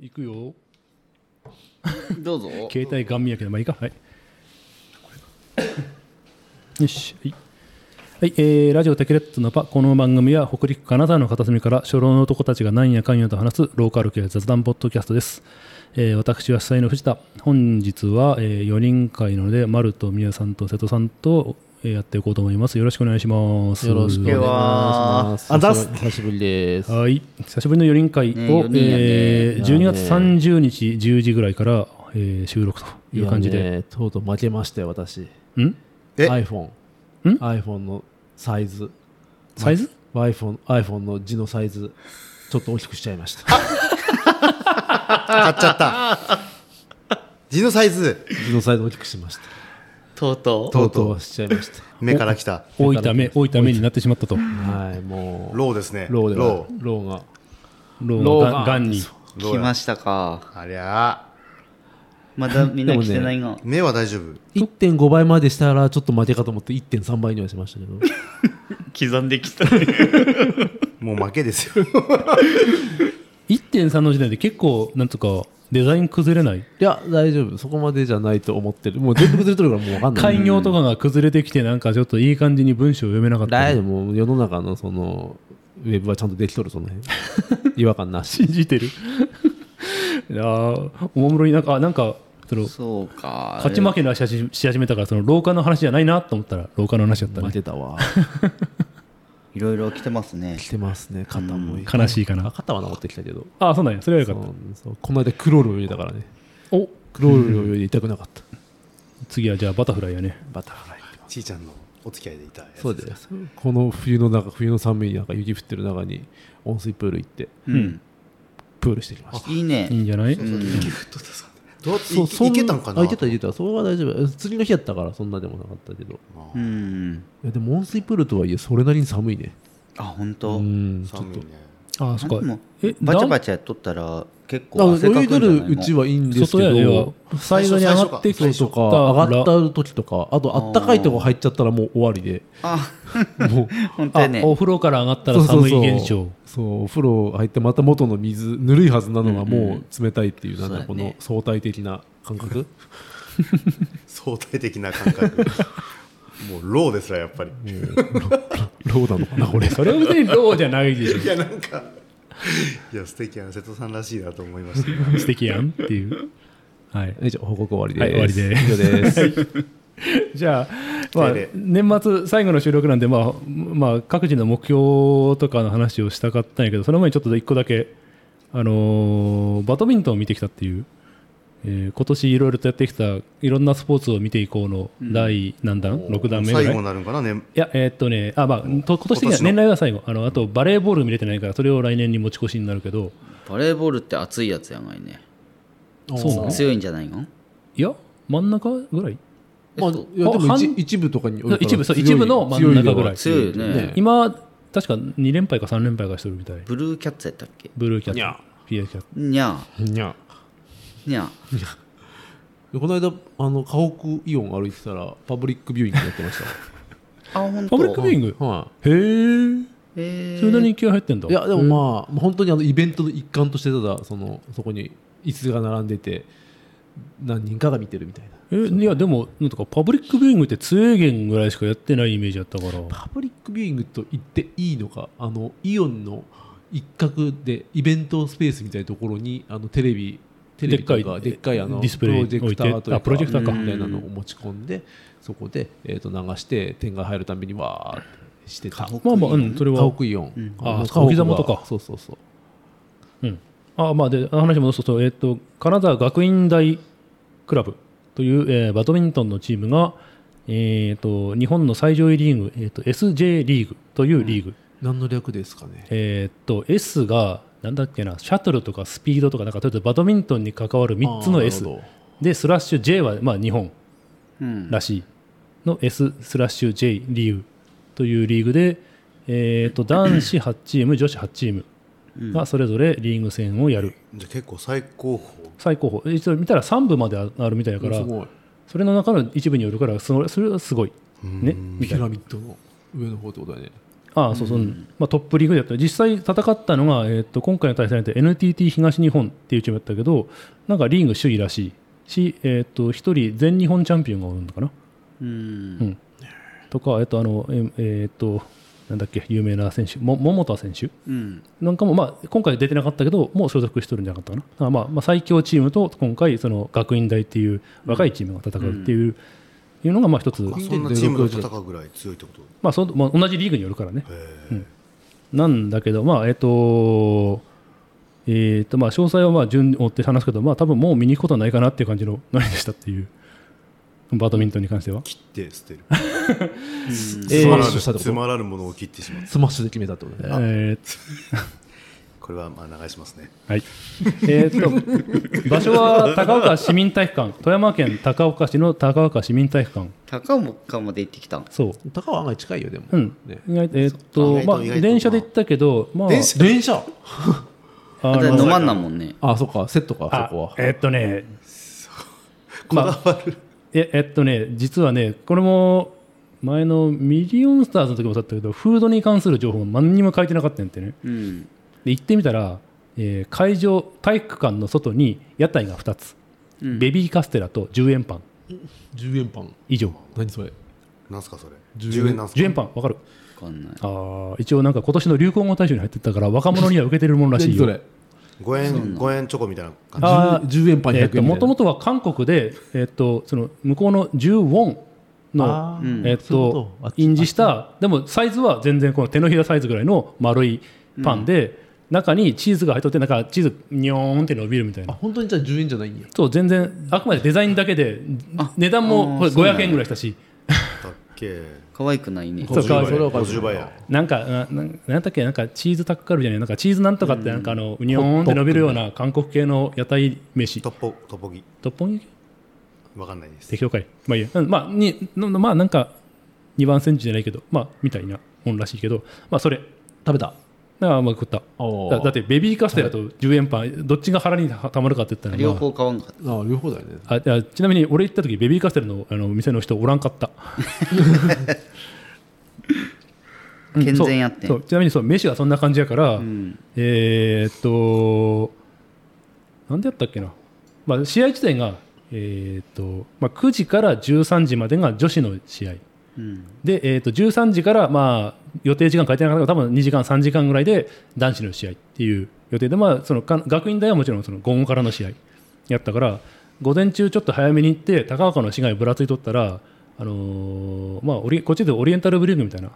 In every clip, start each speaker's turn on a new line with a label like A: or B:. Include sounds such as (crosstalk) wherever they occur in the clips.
A: 行くよ
B: どうぞ。
A: 携帯ガン見やけどまあいいかはいよしはい、はいえーラジオテキレットのパこの番組は北陸金沢の片隅から初老の男たちがなんやかんやと話すローカル系雑談ポッドキャストです、えー私は主催の藤田本日は、え4人会なので丸と宮さんと瀬戸さんと、えーやっていこうと思いますよろしくお願いします
C: よろしくお願いします。
B: ではあざっす
C: 久しぶりです。
A: はい、久しぶりの4人会を、
B: ね四人やね
A: えー12月
C: まあ
A: 30日10時ぐらいから、えー収録という感じ
C: いや
A: で、
C: ね。とうとう負けましたよ、私。
A: ん
D: え
C: iPhone。
A: ん
C: iPhone のサイズ。
A: サイズ
C: iPhone, iPhone の字のサイズ。ちょっと大きくしちゃいました。
D: 買っちゃった。字のサイズ、
C: 字のサイズ大きくしました。
B: とうと
D: と
C: とうと
D: うとう
C: うしちゃいました。
D: 目から来た。
A: 多いため多いためになってしまったと
C: はい、もう。
D: ローですね。
C: ローでは
D: ロ
C: ローが。
A: ロー
C: ロー
A: が
C: が
A: がんに
D: ー。
B: う。来ま
D: し
B: したか。
D: た。ありゃ
B: ま (laughs) だみんな来てないが。
D: ー、目は大丈夫。
C: 1.5倍までしたらちょっと負けかと思って1.3倍にはしましたけど
B: 刻んできた。
D: もう負けで
C: (laughs)
D: すよ。
A: 1.3の時代で結構なんとかデザイン崩れない
C: いや大丈夫そこまでじゃないと思ってるもう全部崩れとるからもう分かんない
A: 開業とかが崩れてきてなんかちょっといい感じに文章読めなかった
C: 大
A: り
C: 丈夫もう世の中のそのウェブはちゃんとできとるその辺違和感なし
A: (laughs) 信じてる (laughs) いやーおもむろになんかあなんかその
B: そうか。
A: 勝ち負けの話しし始めたからその廊下の話じゃないなと思ったら廊下の話だった
C: 負
A: ね
C: けたわ
B: いろいろ来てますね。
C: (laughs) 来てますね肩も
A: 悲しいか
C: あ
A: な
C: 肩は治ってきたけど
A: あそうなんやそれはよか
C: そ
A: った
C: うそうこの間クロールを泳いだからね
A: お
C: クロールを泳いで痛くなかった
A: 次はじゃあバタフライやね
C: バタフライ
D: ちいちゃんのお付き合いでいたやつ。
C: そうですこの冬の中冬の寒い中雪降ってる中に温水プール行って
B: うん。
C: プールしてきました
B: いいね
A: い。いんじゃない
D: どういいけたんかな
C: あいけたいけたそれは大丈夫釣りの日やったからそんなでもなかったけどい
B: うん。
C: やでも温水プールとはいえそれなりに寒いね
B: あ、本
C: う
B: 当。
C: んちょっ
D: 寒い
C: と
D: ね。
A: あそ
B: で
A: っか
B: も
A: え
B: バチャバ
A: チ
B: チャやっとったら結構汗
C: 泳
B: か
C: い
B: く
C: ど
B: んじゃない
C: る
B: の
C: うちはいいんです
A: 外
C: け
A: やでは
C: ど
A: サイドに上がってき
C: そう
A: て
C: とか
A: から
C: 上がった時とかあとあったかいとこ入っちゃったらもう終わりで
B: あ、
C: もう
B: 本当や
A: あお
B: ね。
A: 風呂から上がった
C: そ
A: ら
C: うそ
A: 寒
C: うそう
A: い現象
C: そうお風呂入ってまた元の水ぬるいはずなのがもう冷たいっていうなん
B: そう
C: か
B: だ
C: こ
B: ね
C: の相対的な
A: (laughs)
C: 感覚
D: 相対的な
C: (laughs)
D: 感覚。もうローですらやっぱり。
C: ローなのかなこれ
A: それは別にローじゃないでしょ
D: いやなんか、いや素敵やな瀬戸さんらしいなと思いました。
A: 素敵やんっていうはい
C: 以上報告終わりです、
A: はい終わりです
C: 以上です
A: じゃあ、まあ
D: 定例、
A: 年末最後の収録なんで、まあまあ、各自の目標とかの話をしたかったんやけどその前にちょっと一個だけ、あのーバドミントンを見てきたっていう、えー今年いろいろとやってきたいろんなスポーツを見ていこうの第何弾、6段目ぐら
D: 最
A: い
D: 後になるんかなね。
A: いや、えーっとね、あ、まあ、と今年的に
D: 今
A: は
D: 年の
A: 年内は最後、あの、あとバレーボール見れてないから、それを来年に持ち越しになるけど。
B: バレーボールって熱いやつやがいね。
A: そうなの。
B: 強いんじゃないの
A: いや、真ん中ぐらい。
C: まあ、いやでも
A: 半
C: 一一部とかによるから
A: 一部そう
C: 強い
A: 一部の真ん中ぐらい
B: 強いよね
A: 今、確か2連敗か3連敗かしてるみたい。
B: ブルーキャッツやったっけ
A: ブルーキャ
C: に
A: ッ
C: ゃ
A: ツ、ピアキャッツ。
B: にゃ
C: にゃ
B: にゃ
C: この間あの河北イオン歩いてたらパブリックビューイングやってまし
B: あ、本
A: パ
B: 当。
A: ブリックビューイング (laughs)
C: たはい
A: へー
B: え
A: それなりに気合入ってんだ。
C: いやでもまあ、本当にあのイベントの一環としてただそのそこに椅子が並んでて何人かが見てるみたいな
A: えいや、でも、なんとか、パブリックビューイングって通営源ぐらいしかやってないイメージだったから。
C: パブリックビューイングと言っていいのかあのイオンの一角でイベントスペースみたいなところにあのテレビテレビとか
A: で
C: で
A: っ
C: っ
A: か
C: か
A: い
C: いあの
A: ディスプレイ
C: プロジェクタ
A: 置い
C: ー
A: て
C: という
A: あプロジェクターか
C: みたいなのを持ち込んでそこで、えー、と流して点が入るたびにわーってしてた
A: まあまあ、うん、それ
C: 家
A: は。
C: 屋イオン、
A: あー
C: 家屋
A: 置き玉とか
C: がそうそうそう
A: うん、あまあで話戻すと,、えっと金沢学院大クラブという、えーバドミントンのチームが、えー、と日本の最上位リーグ、えー、と SJ リーグというリーグ、
C: 何の略ですかね
A: えー、と S がなんだっけなシャトルとかスピードとかなんかとりあえずバドミントンに関わる3つの S
C: あーなるほど
A: でスラッシュ J は、まあ、日本
B: うん。
A: らしいの S スラッシュ J リーグというリーグで、えー、と男子8チーム女子8チームがそれぞれリーグ戦をやる。
D: じゃあ結構最高峰。
A: 最高峰え一応見たら3部までああるみたいだから
C: すごい
A: それの中の一部によるからそれそれはすごいねみ
C: ピ
A: たいな
C: ラミッドの上の方ってことだね
A: ああそうそう、まあ、トップリーグでやった実際戦ったのが、えー、と今回の対戦相手 NTT 東日本っていうチームだったけどなんかリーグ首位らしいし、えー、と一人全日本チャンピオンがおるのかな
B: うん
A: うんとか、えっと、あの、ええーっと、なんだっけ、有名な選手、も桃田選手
B: うん
A: なんかも、まあ、今回出てなかったけど、もう所属してるんじゃなかったかな。あまあ、まあ、最強チームと、今回、その、学院大っていう若いチームが戦うっていう、いうのが、まあ、一つ、
D: あそんなチームと戦うぐらい強いってこと
A: まあ、そのまあ、同じリーグによるからね。
D: へえ
A: なんだけど、まあ、えっと、えーっとまあ、詳細はまあ順に追って話すけど、まあ多分もう見に行くことはないかなっていう感じの何でしたっていう、バドミントンに関しては。
D: 切って捨てる
C: え
D: つまらぬ
C: そうしたってこと
D: つまらぬものを切ってしまう
C: スマッシュで決めたってことね。
A: えーっと
D: これはまあ流しますね
A: はい。えーっ (laughs) と、場所は高岡市民体育館、富山県高岡市の高岡市民体育館。
B: 高岡まで行ってきたん
A: そう。
C: 高尾案外近いよ、でも。
A: うん。
C: ね
A: 意外とえーっと、
D: 意外と
A: まあ、
D: 意外と
A: 電車で行ったけど、まあ、
D: 電車
C: 電車
A: あ
B: あ
A: の
B: と飲まんなもんね
C: あ、そっか、セットか、
A: あ
C: そこは。
A: えーっとね、
D: (laughs) こだわる
A: ええっとね、実はね、これも、前のミリオンスターズの時もそうだったけど、フードに関する情報が何にも書いてなかったんやってね。
B: うん
A: で、行ってみたら、えー会場、体育館の外に屋台が2つ。
B: うん
A: ベビーカステラと10円パン
C: 10円パン。
A: 以上。
C: 何それ
D: なんすかそれ
C: 10
D: 10円なんすか
A: 10円パン、わかる
B: 分かんない
A: あー一応なんか今年の流行語大賞に入ってたから若者には受けてるものらしい
C: 何
A: よ
D: (laughs)
C: そ。れ
D: 5円五円チョコみたいな感
A: あー
C: 10, 10円パン100円
A: えっと
C: み
A: も
C: たい
A: と
C: な
A: もとは韓国で、えっとその向こうの10ウォンの、
C: あ
B: う
C: ー
B: ん
A: えっ
C: そういうこととあっち
A: 印字したでもサイズは全然この手のひらサイズぐらいの丸いパンで、中にチーズが入っとってなんかチーズにょーんって伸びるみたい
C: あ
A: な。
C: 本当にじゃあ10円じゃないんや
A: そう全然あくまでデザインだけで
B: あ
A: 値段
B: あー
A: もこれ
B: そうなん
A: 500
B: や
A: 円ぐらいしたし
D: じだっけ
B: 可愛くないね
A: そう
D: 50倍
A: それ
C: は
D: 50倍や
A: なんかなななんだっけなんかチーズタッカルビじゃないなんかチーズなんとかってなんかあのうにょーんって伸びるような韓国系の屋台飯
D: トッポトッポギ
A: トッポン焼き
D: わかんないです
A: 適当かいまあいいや、うんまあにののまあなんか2番センチじゃないけどまあみたいなもんらしいけどまあそれ
C: 食べた
A: だからまあ食った
C: おー
A: だだってベビーカステラと10円パン、どっちが腹にたたまるかって言ったら、まあ
B: 両方買わんかっ
C: あ両方だよ
A: (laughs)
C: ね
A: あいやちなみに俺行った時ベビーカステラのあの店の人おらんかった
B: た健全やってん
A: そうそうちなみにそう飯がそんな感じやから、
B: ん
A: えーっとなんでやったっけな、まあ、試合自体が、えーっとまあ、9時から13時までが女子の試合
B: うん
A: で、えーっと13時から、まあ、予定時間書いてなかったから多分2時間3時間ぐらいで男子の試合っていう予定で、まあ、そのか学院大はもちろんその午後からの試合やったから午前中ちょっと早めに行って高岡の市街ぶらついとったら、あのーまあ、オリこっちでオリエンタルブリューグみたいな、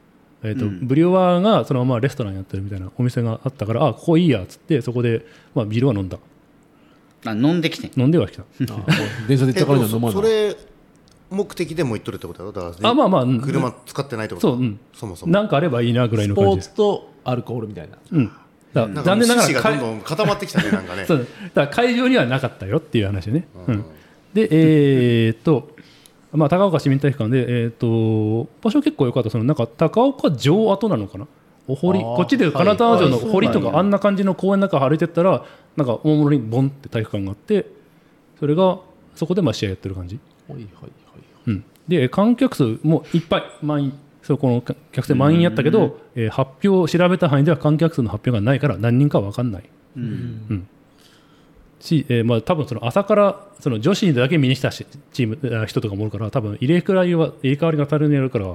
A: えーと
B: うん
A: ブリュワーがそのままレストランやってるみたいなお店があったからあここいいやっつってそこで、まあ、ビールは飲んだ
B: あ飲んできてん
A: 飲んではきた
C: あー電車で行ったからには飲ま
D: そ
C: ない
D: れ目的でもう行っとるってことだろだから
A: あまあまあうん
D: 車使ってないってこと
A: そううん
D: そもそも
A: なんかあればいいなぐらい
C: ス
A: の
C: ポ
A: 感
C: ー
A: じで
C: ツ
A: す、
C: とアルコールみたいな
A: うん、だから
D: なん
A: 残
D: かもう
A: 念なが
D: 趣旨
A: ら
D: が
A: か
D: ど
A: い
D: んどん固まってきたねなんかね
A: (laughs) そうだから会場にはなかったよっていう話ね、うん
D: うん
A: で、えーっと、まあ、高岡市民体育館で、えーっと、場所結構良かった、そのなんか高岡城跡なのかな、お堀、
C: あー
A: こっちでいう金沢城の
C: はい
A: 堀と
C: そうなん
A: か、
C: や
A: あんな感じの公園の中歩いてったら、なんか大物にボンって体育館があって、それが、そこでまあ試合やってる感じ。
C: はいはいはい
A: うん、で観客数もいっぱい満員そうこのか客席満員やったけど、えー発表を調べた範囲では観客数の発表がないから何人か分かんない、
B: うん
A: し、えーまあ、多分その朝からその女子だけ見に来たしチームあ人とかもおるから多分入れ替わりは入れ替わりが足りにやるから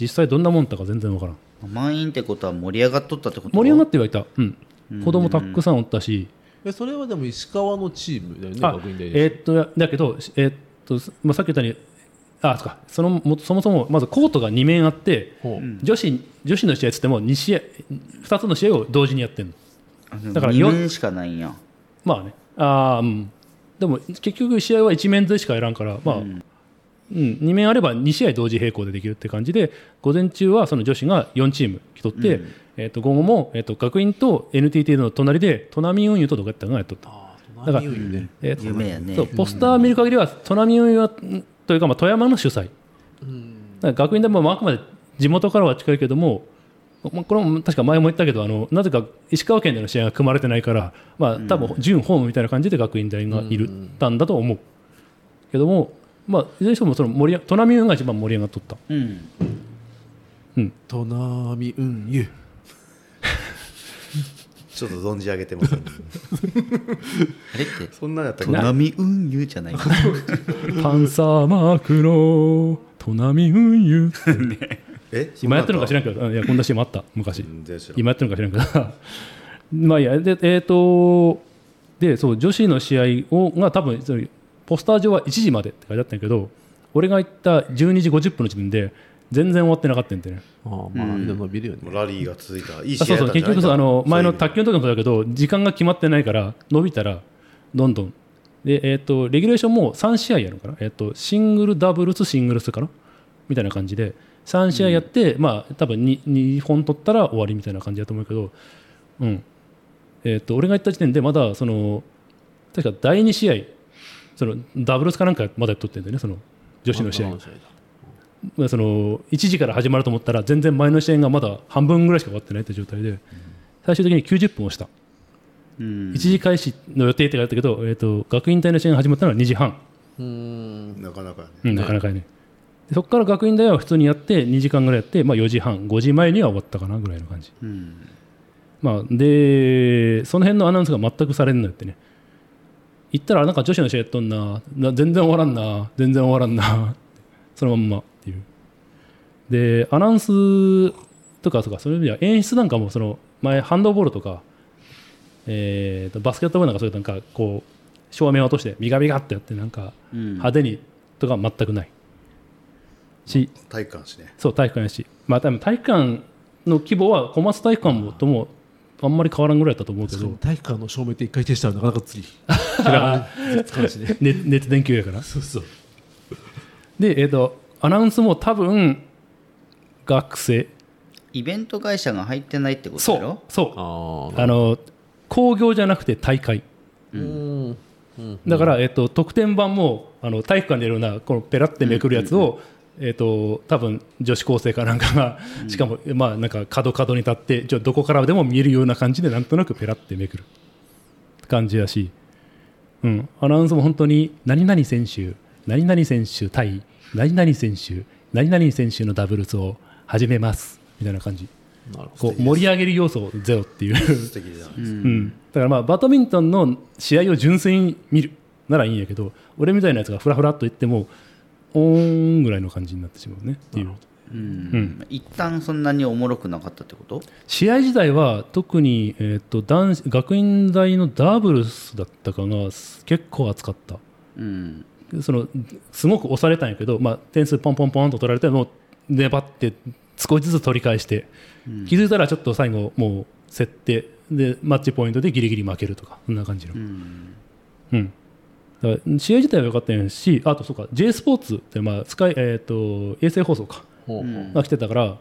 A: 実際どんなもんだか全然分からん
B: 満員ってことは盛り上がっとったってこと
A: 盛り上が
B: っ
A: ってはいた、うん、子供たくさんおったし、
C: えそれはでも石川のチームだよね
A: あ
C: 学院大
A: えーっとだけど、えーっとまあ、さっき言ったようにあそうかそのもそもそもまずコートが2面あって、
C: ほう
A: 女子女子の試合っつっても 2, 試合2つの試合を同時にやってるのだか
B: だからら
A: よ
B: 4面しかないんや
A: まあねあー、うん、でも結局試合は1面ずつしかやらんから、まあうん2面あれば2試合同時並行でできるって感じで午前中はその女子が4チーム来とって、えー、と午後も、えー、と学院と NTT の隣でトナミ運輸とどこやったかがやっとった。
C: あ
A: だから
C: 隣にいるね
A: えーと
B: 夢やね
A: そうポスター見る限りはトナミ運輸はんというか、まあ、富山の主催
C: うん
A: だから学院でもあくまで地元からは近いけども、まあ、これも確か前も言ったけどあのなぜか石川県での試合が組まれてないから、まあ、多分準ホームみたいな感じで学院大がいる、たんだと思うけども、まあ、いずれにしてもその盛り上トナミ運が一番盛り上がっとった
B: うん
A: うん
C: となみうんゆ
D: ちょっと存じ上げてま
A: (laughs)
D: せん、
B: あれって
D: そんなんやった
B: ト
D: っけ
B: ナミ運輸じゃないかな
A: パンサーマークのトナミ運輸
D: え
A: 今やってるのか知ら
D: ん
A: んけどあいやこんな CM あった昔
D: 全然知らん
A: 今やってるのか知らんけど (laughs) まあいいやでえっ、とでそう女子の試合をが多分そのポスター上は1時までって書いてあったんやけど俺が行った12時50分の時点で全然終わってなかったんだよね
C: ああまあ伸びるよね
D: もうラリーが続いたいい
A: あ
D: 試
A: そうそ
D: 合だ
A: う
D: ったんじ
A: 結
D: ゃない
A: 局そうあの前の卓
D: そういう
A: 球の時
D: 意味で
A: もそうだけど時間が決まってないから伸びたらどんどんで、えー、とレギュレーションも3試合やるのかな、えー、とシングルダブルスシングルスかなみたいな感じで3試合やって、まあ多分 2, 2本取ったら終わりみたいな感じだと思うけど、うんえー、と俺が行った時点でまだその確か第2試合そのダブルスかなんかまだやっとってんだよねその女子の試合
C: 女子のだ
A: まあその1時から始まると思ったら全然前の試合がまだ半分ぐらいしか終わってないって状態で最終的に90分をした
B: うん
A: 1時開始の予定って書いてあったけど、えー、と学院大の試合が始まったのは2時半、
C: うーん
D: なかなかね
A: うんなかなかやねでそこから学院大は普通にやって2時間ぐらいやって、まあ、4時半5時前には終わったかなぐらいの感じ、
B: うん
A: まあ、でその辺のアナウンスが全くされんのよってね行ったらなんか女子の試合やっとんなな全然終わらんな全然終わらんな (laughs) そのまんまっていうでアナウンスとかとかそういう意味では演出なんかもその前ハンドボールとか、えーとバスケットボールなんかそういうなんかこう照明を落としてミガミガってやってなんか
B: うん
A: 派手にとか全くないし
D: 体感しね
A: そう体育館やし、まあ、多分体育館の規模は小松体育館もともあんまり変わらんぐらいだったと思うけ
C: 確かに
A: ど、
C: 体育館の照明って一回停止したらなかなか次開かないつかないしね
A: ね、熱電球やから
C: そうそう
A: で、えー、とアナウンスも多分学生
B: イベント会社が入ってないってこと
A: そ
B: だ
A: う
B: ろ
A: そう
C: ああ
A: あの工業じゃなくて大会
C: うんうん
A: だから、えっと、得点版もあの体育館でやるようなこのペラってめくるやつを、えっと、多分女子高生かなんかが、しかも、まあ、なんか角角に立ってちょどこからでも見えるような感じでなんとなくペラってめくる感じだし、うん、アナウンスも本当に何々選手何々選手対何々選手何々選手のダブルスを始めますみたいな感じ
C: なるほ
A: こう盛り上げる要素ゼロっていう。
D: 素敵じゃないですか
A: うん、だからまあバドミントンの試合を純粋に見るならいいんやけど俺みたいなやつがフラフラっと言ってもおーんぐらいの感じになってしまうねっていう
B: うん一旦そんなにおもろくなかったってこと
A: 試合自体は特に、えー、と男子学院大のダブルスだったかが結構熱かった
B: うん
A: そのすごく押されたんやけど、まあ、点数ポンポンポンと取られてもう粘って少しずつ取り返して、気づいたらちょっと最後もう設定でマッチポイントでギリギリ負けるとかそんな感じの、
B: うん
A: うん、だから試合自体は良かったんやしあとそうか J スポーツって、まあスカイえー、と衛星放送か、
C: ど、ほうほう
B: うん
A: が来てたから、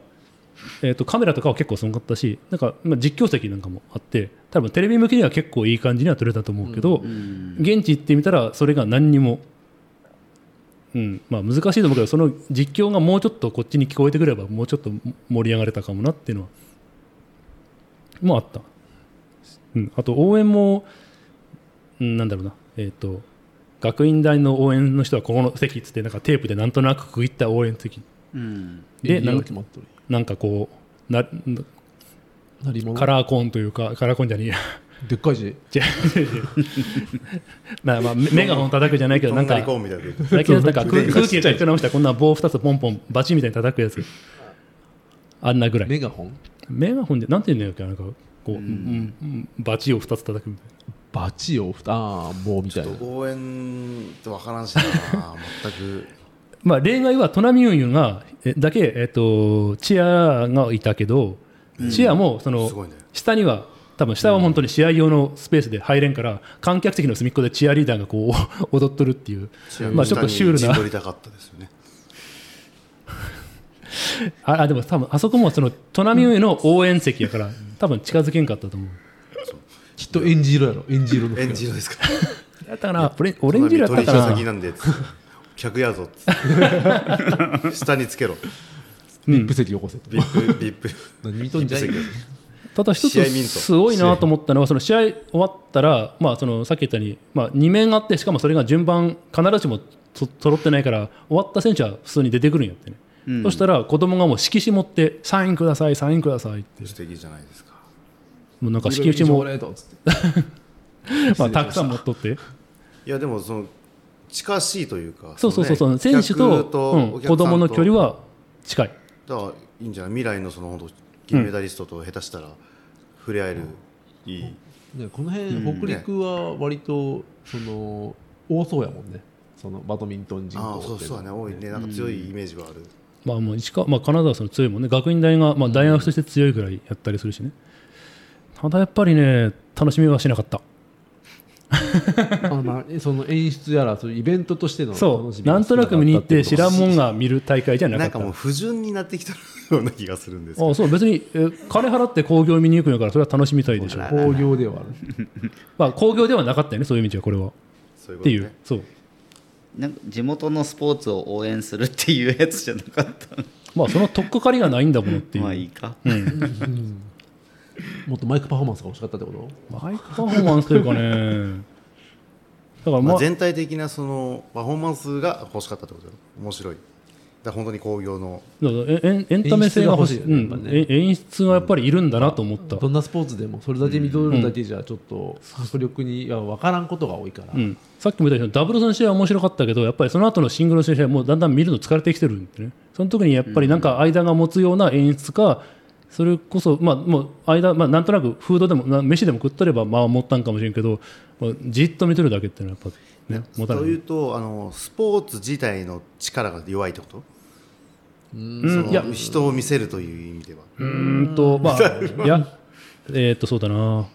A: えー、とカメラとかは結構すごかったしなんか、まあ、実況席なんかもあって多分テレビ向けには結構いい感じには撮れたと思うけど、
B: うん
A: 現地行ってみたらそれが何にも、うんまあ、難しいと思うけどその実況がもうちょっとこっちに聞こえてくればもうちょっと盛り上がれたかもなっていうのはもあった、うん、あと応援も、うん、なんだろうなえっ、と学院大の応援の人はここの席っつってなんかテープでなんとなく区切った応援席
B: うん
A: で
C: で
A: なんか
C: 決まっとる
A: なんかこうな
C: なりもの
A: カラーコーンというかカラーコーンじゃねえや (laughs)
C: でっかいし
A: 違う違う違うまあまあメメガホン叩くじゃないけど
D: と
A: なん
D: んが
A: か
D: りコーンみたいな
A: だけどなんか空空気で作り直したこんな棒2つポンポンバチみたいに叩くやつあんなぐらい
C: メガホン
A: メガホンでなんて言うんだっけなんかこう、うんうんバチを2つ叩くみたい
C: バチをふたああもうみたいな
D: 応援って分からんしな全く
A: な、まあ、例外はトナミユンユンがえだけ、えっとチアがいたけどチアもその、
D: すごいね
A: 下には多分下は本当に試合用のスペースで入れんから観客席の隅っこでチアリーダーがこう (laughs) 踊っとるっていう (laughs) まあちょっとシュールな
D: 取りたかったですよ
A: (laughs)
D: ね
A: ああでも多分あそこもそのトナミユンユンの応援席やから多分近づけんかったと思う。
C: きっとエンジ色やろエンジ色の服
D: エンジ色ですか
A: だったかなオレオレンジ色だったか
D: 取
A: な
D: 引先なんで客やぞっつって
A: (laughs)
D: 下につけろ
C: リップ席よこせと
D: ビップビップ
C: 何見とんじゃい
D: ビップ
A: ただ一
D: 試合見ん
A: つ
D: と
A: すごいなと思ったのはその試合終わったら、まあ、そのさっき言ったように、まあ、2面あってしかもそれが順番必ずしもそ揃ってないから終わった選手は普通に出てくるんやってね
B: うん
A: そしたら子供がもう色紙持ってサインくださいサインくださいって
D: 素敵じゃないですか
A: もうなんか色紙も、
C: いろいろ情報レートっつって
A: まあ、たくさん持っとって
D: いやでもその近しいというか
A: そうそうそうそう、
D: のね
A: 選手
D: 客
A: とうん
D: お客さんと
A: 子供の距離は近い
D: だからいいんじゃない未来のその本当銀メダリストと下手したら触れ合える、いい
C: ね、この辺、
B: うん
C: 北陸は割とその多そうやもんねそのバドミントン人
D: あ
C: 口
D: あ
C: って
D: そうそうだね多いねなんか強いイメージはある、
A: まあもう石川、まあ、金沢はその強いもんね学院大が、まあ、大学として強いぐらいやったりするしねただやっぱりね楽しみはしなかった
C: あのまあえその演出やらそういうイベントとしての
A: そうなんとなく見に行って知らんもんが見る大会じゃなか
D: な
A: っ
D: ん
A: た
D: かもう不純になってきたような気がするんですけど
A: あそう別にえ金払って興行見に行くんやからそれは楽しみたいでしょ、
C: 工業ではある
A: まあ、興行ではなかったよねそういう意味ではこれは
D: そういう
A: っ
D: こと
A: て
D: ね
A: いうそう
B: なんか地元のスポーツを応援するっていうやつじゃなかったっ
A: まあその取っかかりがないんだものって
B: て
A: い、
B: いううまあいいか
C: もっとマイクパフォーマンスが欲しかったってこと
A: マイクパフォーマンスというかねだから
D: ま
A: ま
D: あ、
A: あ
D: 全体的なそのパフォーマンスが欲しかったってことよ面白いだから本当に興行の
A: えエンエンタメ性が欲しい
C: 演出が欲しいよねやっぱね
A: うんえ演出がやっぱりいるんだなと思った、
C: どんなスポーツでもそれだけ見とるだけじゃちょっと迫力には分からんことが多いから、
A: うんさっきも言ったようにダブルスの試合は面白かったけどやっぱりその後のシングルスの試合もうだんだん見るの疲れてきてるんでねその時にやっぱりなんか間が持つような演出かそれこそ、まあ、もう間、まあ、なんとなくフードでもな飯でも食っとればまあ持ったんかもしれんけど、まあ、じっと見てるだけっていうのはやっぱ、ね、持たな
D: と
A: い
D: いうとあのスポーツ自体の力が弱いってこと
A: うんいや
D: その人を見せるという意味では
A: うーんと、まあ、いや、えーっと、そうだな。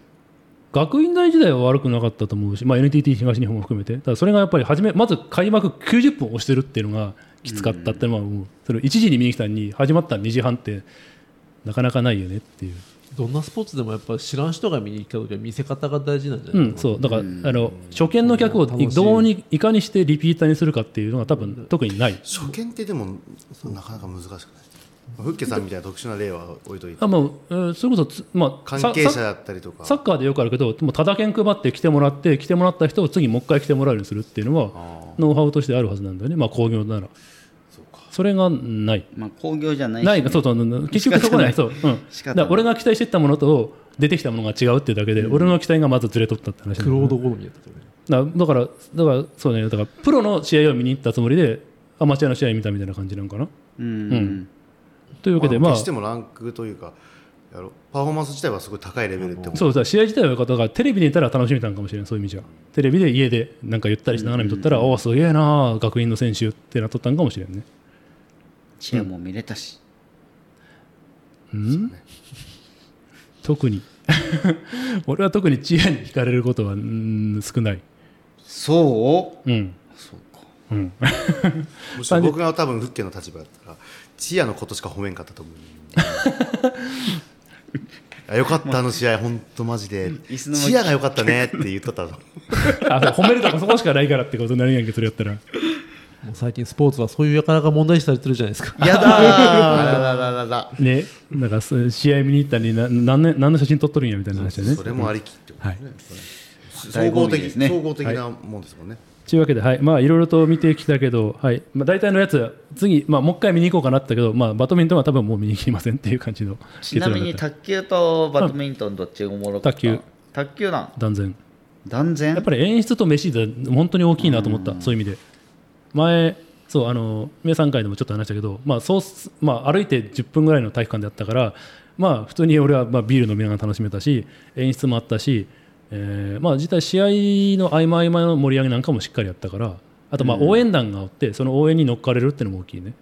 A: 学院大時代は悪くなかったと思うし、まあ、NTT 東日本も含めて、ただそれがやっぱり初め、まず開幕90分押してるっていうのがきつかったっていうのは、もうそれ1時に見に来たのに、始まったら2時半って、なかなかないよねっていう、
C: どんなスポーツでもやっぱ知らん人が見に来た時は見せ方が大事なんじゃ
A: う
C: ない
A: ん、そうだから、あの初見の客を
C: 楽しい
A: どうにいかにしてリピーターにするかっていうのが、多分特にない、
D: 初見ってでもなかなか難しくないフッケさんみたいな特殊な例は置いといて
A: あもうえーそれこそつ、まあ、
D: 関
A: さ
D: 係者
A: さ
D: だったりとか
A: サッカーでよくあるけど、もうただ券配って来てもらって、来てもらった人を次、もう一回来てもらうようにするっていうのは、ノウハウとしてあるはずなんだよね、まあ、工業なら。それがない、
B: まあ工業じゃないし
A: ないそうそう、結局そこない、
B: 仕
A: そう、うん、
B: 仕
A: だ
B: 方な
A: か
B: い
A: ら俺が期待してたものと、出てきたものが違うっていうだけで、俺の期待がまずずれとったって話なん
C: ク
A: だよ
C: ロ
A: ね
C: ード好みやったけどね
A: だだから、だからそうね、だからプロの試合を見に行ったつもりで、アマチュアの試合見たみたいな感じなのかな。
B: うん、
A: うんというわけで、
D: ま
A: ま
D: あ
A: あ
D: 決し、てもランクというかやろパフォーマンス自体はすごい高いレベルってこと
A: そうだ試合自体は良かっただからテレビでいたら楽しめたんかもしれないそういう意味じゃテレビで家でなんかゆったりしながら見とったら、おおすげえなあ学院の選手ってなっとったんかもしれんね
B: チアも見れたし、
A: うん特に (laughs) 俺は特にチアに惹かれることはうん少ない
B: そう
A: うん
B: そうか
A: うん、
D: むしろ僕が多分フッケの立場だったらチアのことしか褒めんかった
A: (laughs)
D: と思うあよかったあの試合本当マジで
B: 椅子の間
D: チアがよかったねって言っとったぞ
A: (laughs) あそう褒めるとこそこしかないからってことになるんやんけそれやったら
C: もう最近スポーツはそういうやからが問題視されてるじゃないですか
B: やだー (laughs) あららららら
A: ねなんかそう試合見に行ったのにな何年何の写真撮っとるんやみたいな話だね
D: それもありきってことね、そ
B: 醍
D: れ
B: 醐
D: 総合
B: 味で
D: 的、
B: すね
D: 総合的なもんですもんね、
A: というわけで、はいまあ、いろいろと見てきたけど、はいまあ、大体のやつ、次、まあ、もう一回見に行こうかなって言ったけど、まあ、バドミントンは多分もう見に行きませんっていう感じの
B: ちなみ
A: 結
B: に
A: 論だっ
B: 卓球とバドミントンどっちがおもろかった
A: 卓球
B: 卓球なん
A: た断然、
B: 断然
A: やっぱり演出と飯で本当に大きいなと思った、そういう意味で。前そうあの名産会でもちょっと話したけど、まあそうすまあ、歩いて10分ぐらいの体育館でやったから、まあ、普通に俺はまあビール飲みながら楽しめたし演出もあったし、えーまあ、実際試合の合間合間の盛り上げなんかもしっかりやったからあとまあ応援団がおってその応援に乗っかれるっていうのも大きいね。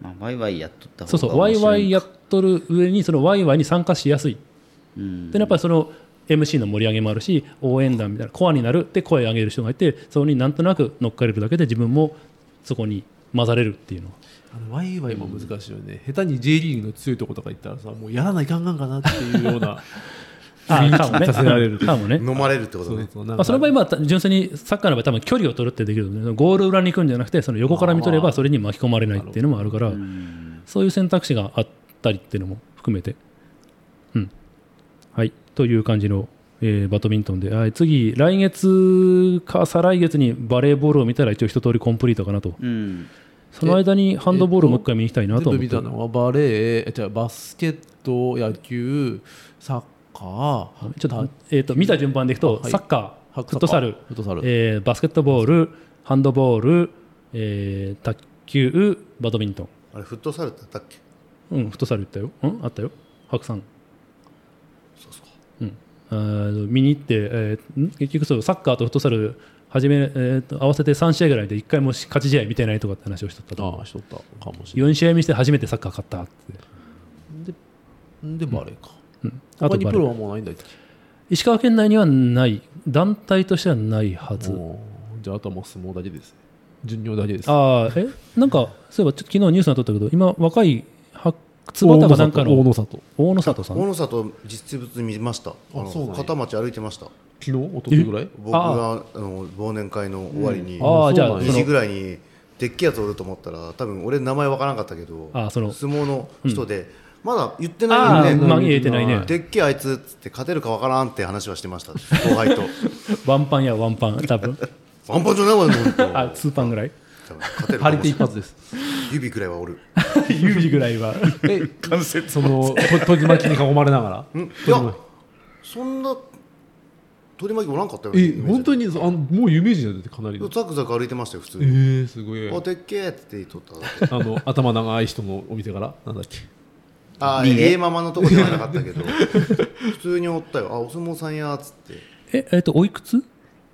B: まあ、ワイワイやっとった
A: そ
B: 方
A: うそ
B: が
A: うワ
B: 面
A: イ
B: 白
A: ワ
B: い
A: イ
B: の
A: やっ
B: か
A: とる上にそのワイワイに参加しやすい、
B: うん
A: でやっぱりその MC の盛り上げもあるし応援団みたいなコアになるって声上げる人がいてそこになんとなく乗っかれるだけで自分もそこに混ざれるっていうのは
C: あのワイワイも難しいよね、下手に J リーグの強いとことか行ったらさもうやらないかんがんかなっていうよ
A: (laughs)
C: うな
A: あ
C: 雰囲気
A: かもね
C: させられる
A: かもね
D: 飲まれるってことね
C: そうな
A: ま
C: んか
A: あ、その場合、まあ、た純粋にサッカーの場合、多分距離を取るってできるので、ゴール裏に行くんじゃなくて、その横から見とれば、それに巻き込まれないっていうのもあるから、そういう選択肢があったりっていうのも含めて、うん。はい、という感じの、えーバドミントンで、はい次、来月か再来月にバレーボールを見たら、一応一通りコンプリートかなと。
B: うん
A: その間にハンドボールもう一回見に行きたいなとは思っ
C: 全
A: て
C: 部見
A: る
C: たのはバレーえ違うバスケット野球サッカー
A: ちょっと,、えー、と見た順番でいくと、
C: はい
A: サッカ
C: は
A: ー、
C: い
A: フットサル
C: サッカーフットサル
A: えーバスケットボール、ハンドボール、えー卓球、バドミントン、
D: あれフットサルだったっけ
A: うん、フットサル言ったよ、うん、あったよ、白さん、うん、あー見に行って、えーん結局そう、サッカーとフットサル始め、えーと合わせて3試合ぐらいで1回もし勝ち試合見てないとかって話をしとったと
C: ああしとったかもしれない
A: 4試合見して初めてサッカー勝ったって、
C: でバレーか、
A: うん、あ
C: 他
A: と
C: に
A: バ
C: プ
A: レー
C: ロはもうないんだっけ
A: 石川県内にはない団体としてはないはず
C: もうじゃああとはもう相撲だけですね巡業だけです
A: ああ、え、なんか、そういえば、ちょっと昨日ニュースになっとったけど、今、若い、は、つばたかなんか
C: 大
A: の
C: 野里
A: 大野里さ
D: 大
A: ん。
D: 野里実物見ましたあの
C: そうなんや
D: 片町歩いてました
C: 昨日一昨日ぐらい
D: 僕があの忘年会の終わりに、
A: あ
C: う
A: あ、
C: ん
A: じゃ
C: そう
A: あ、
C: なん
A: そ
C: や
D: 2時
A: の
D: ぐらいにでっけえやつおると思ったら多分俺名前わからなかったけど
A: あその
D: 相撲の人で、まだ言って
A: あ
D: ない
A: あ、
D: よね、
A: ま言えてないね。
D: でっけえあいつっつって勝てるかわからんって話はしてました後輩と
A: ワンパンやワンパン、多分。
D: ワンパンじゃないわよ本当
A: あ、ツーパンぐらい。
D: 多分勝てるか
C: 張り
D: も
C: 手
D: しれ
C: 一
D: ない
C: 発です
D: 指ぐらいはおる
A: ユージぐらいは。
C: え
B: 関節
C: そのと取り巻きに囲まれなが
D: ん
C: ら
D: いやそんな取り巻きおらんかったよね
C: え本当
D: に
C: にそうあのもう有名人だってかなりの
D: ザクザク歩いてましたよ普通
C: え
D: に、
C: ー、すごい
D: あでっけえって言っとった
C: あ (laughs) の頭長い人のお店からなんだっけ
D: ああ
B: いいね
D: ええままのとこではなかったけど普通におったよあお相撲さんやっつって
A: (laughs) え、えっと、おいくつ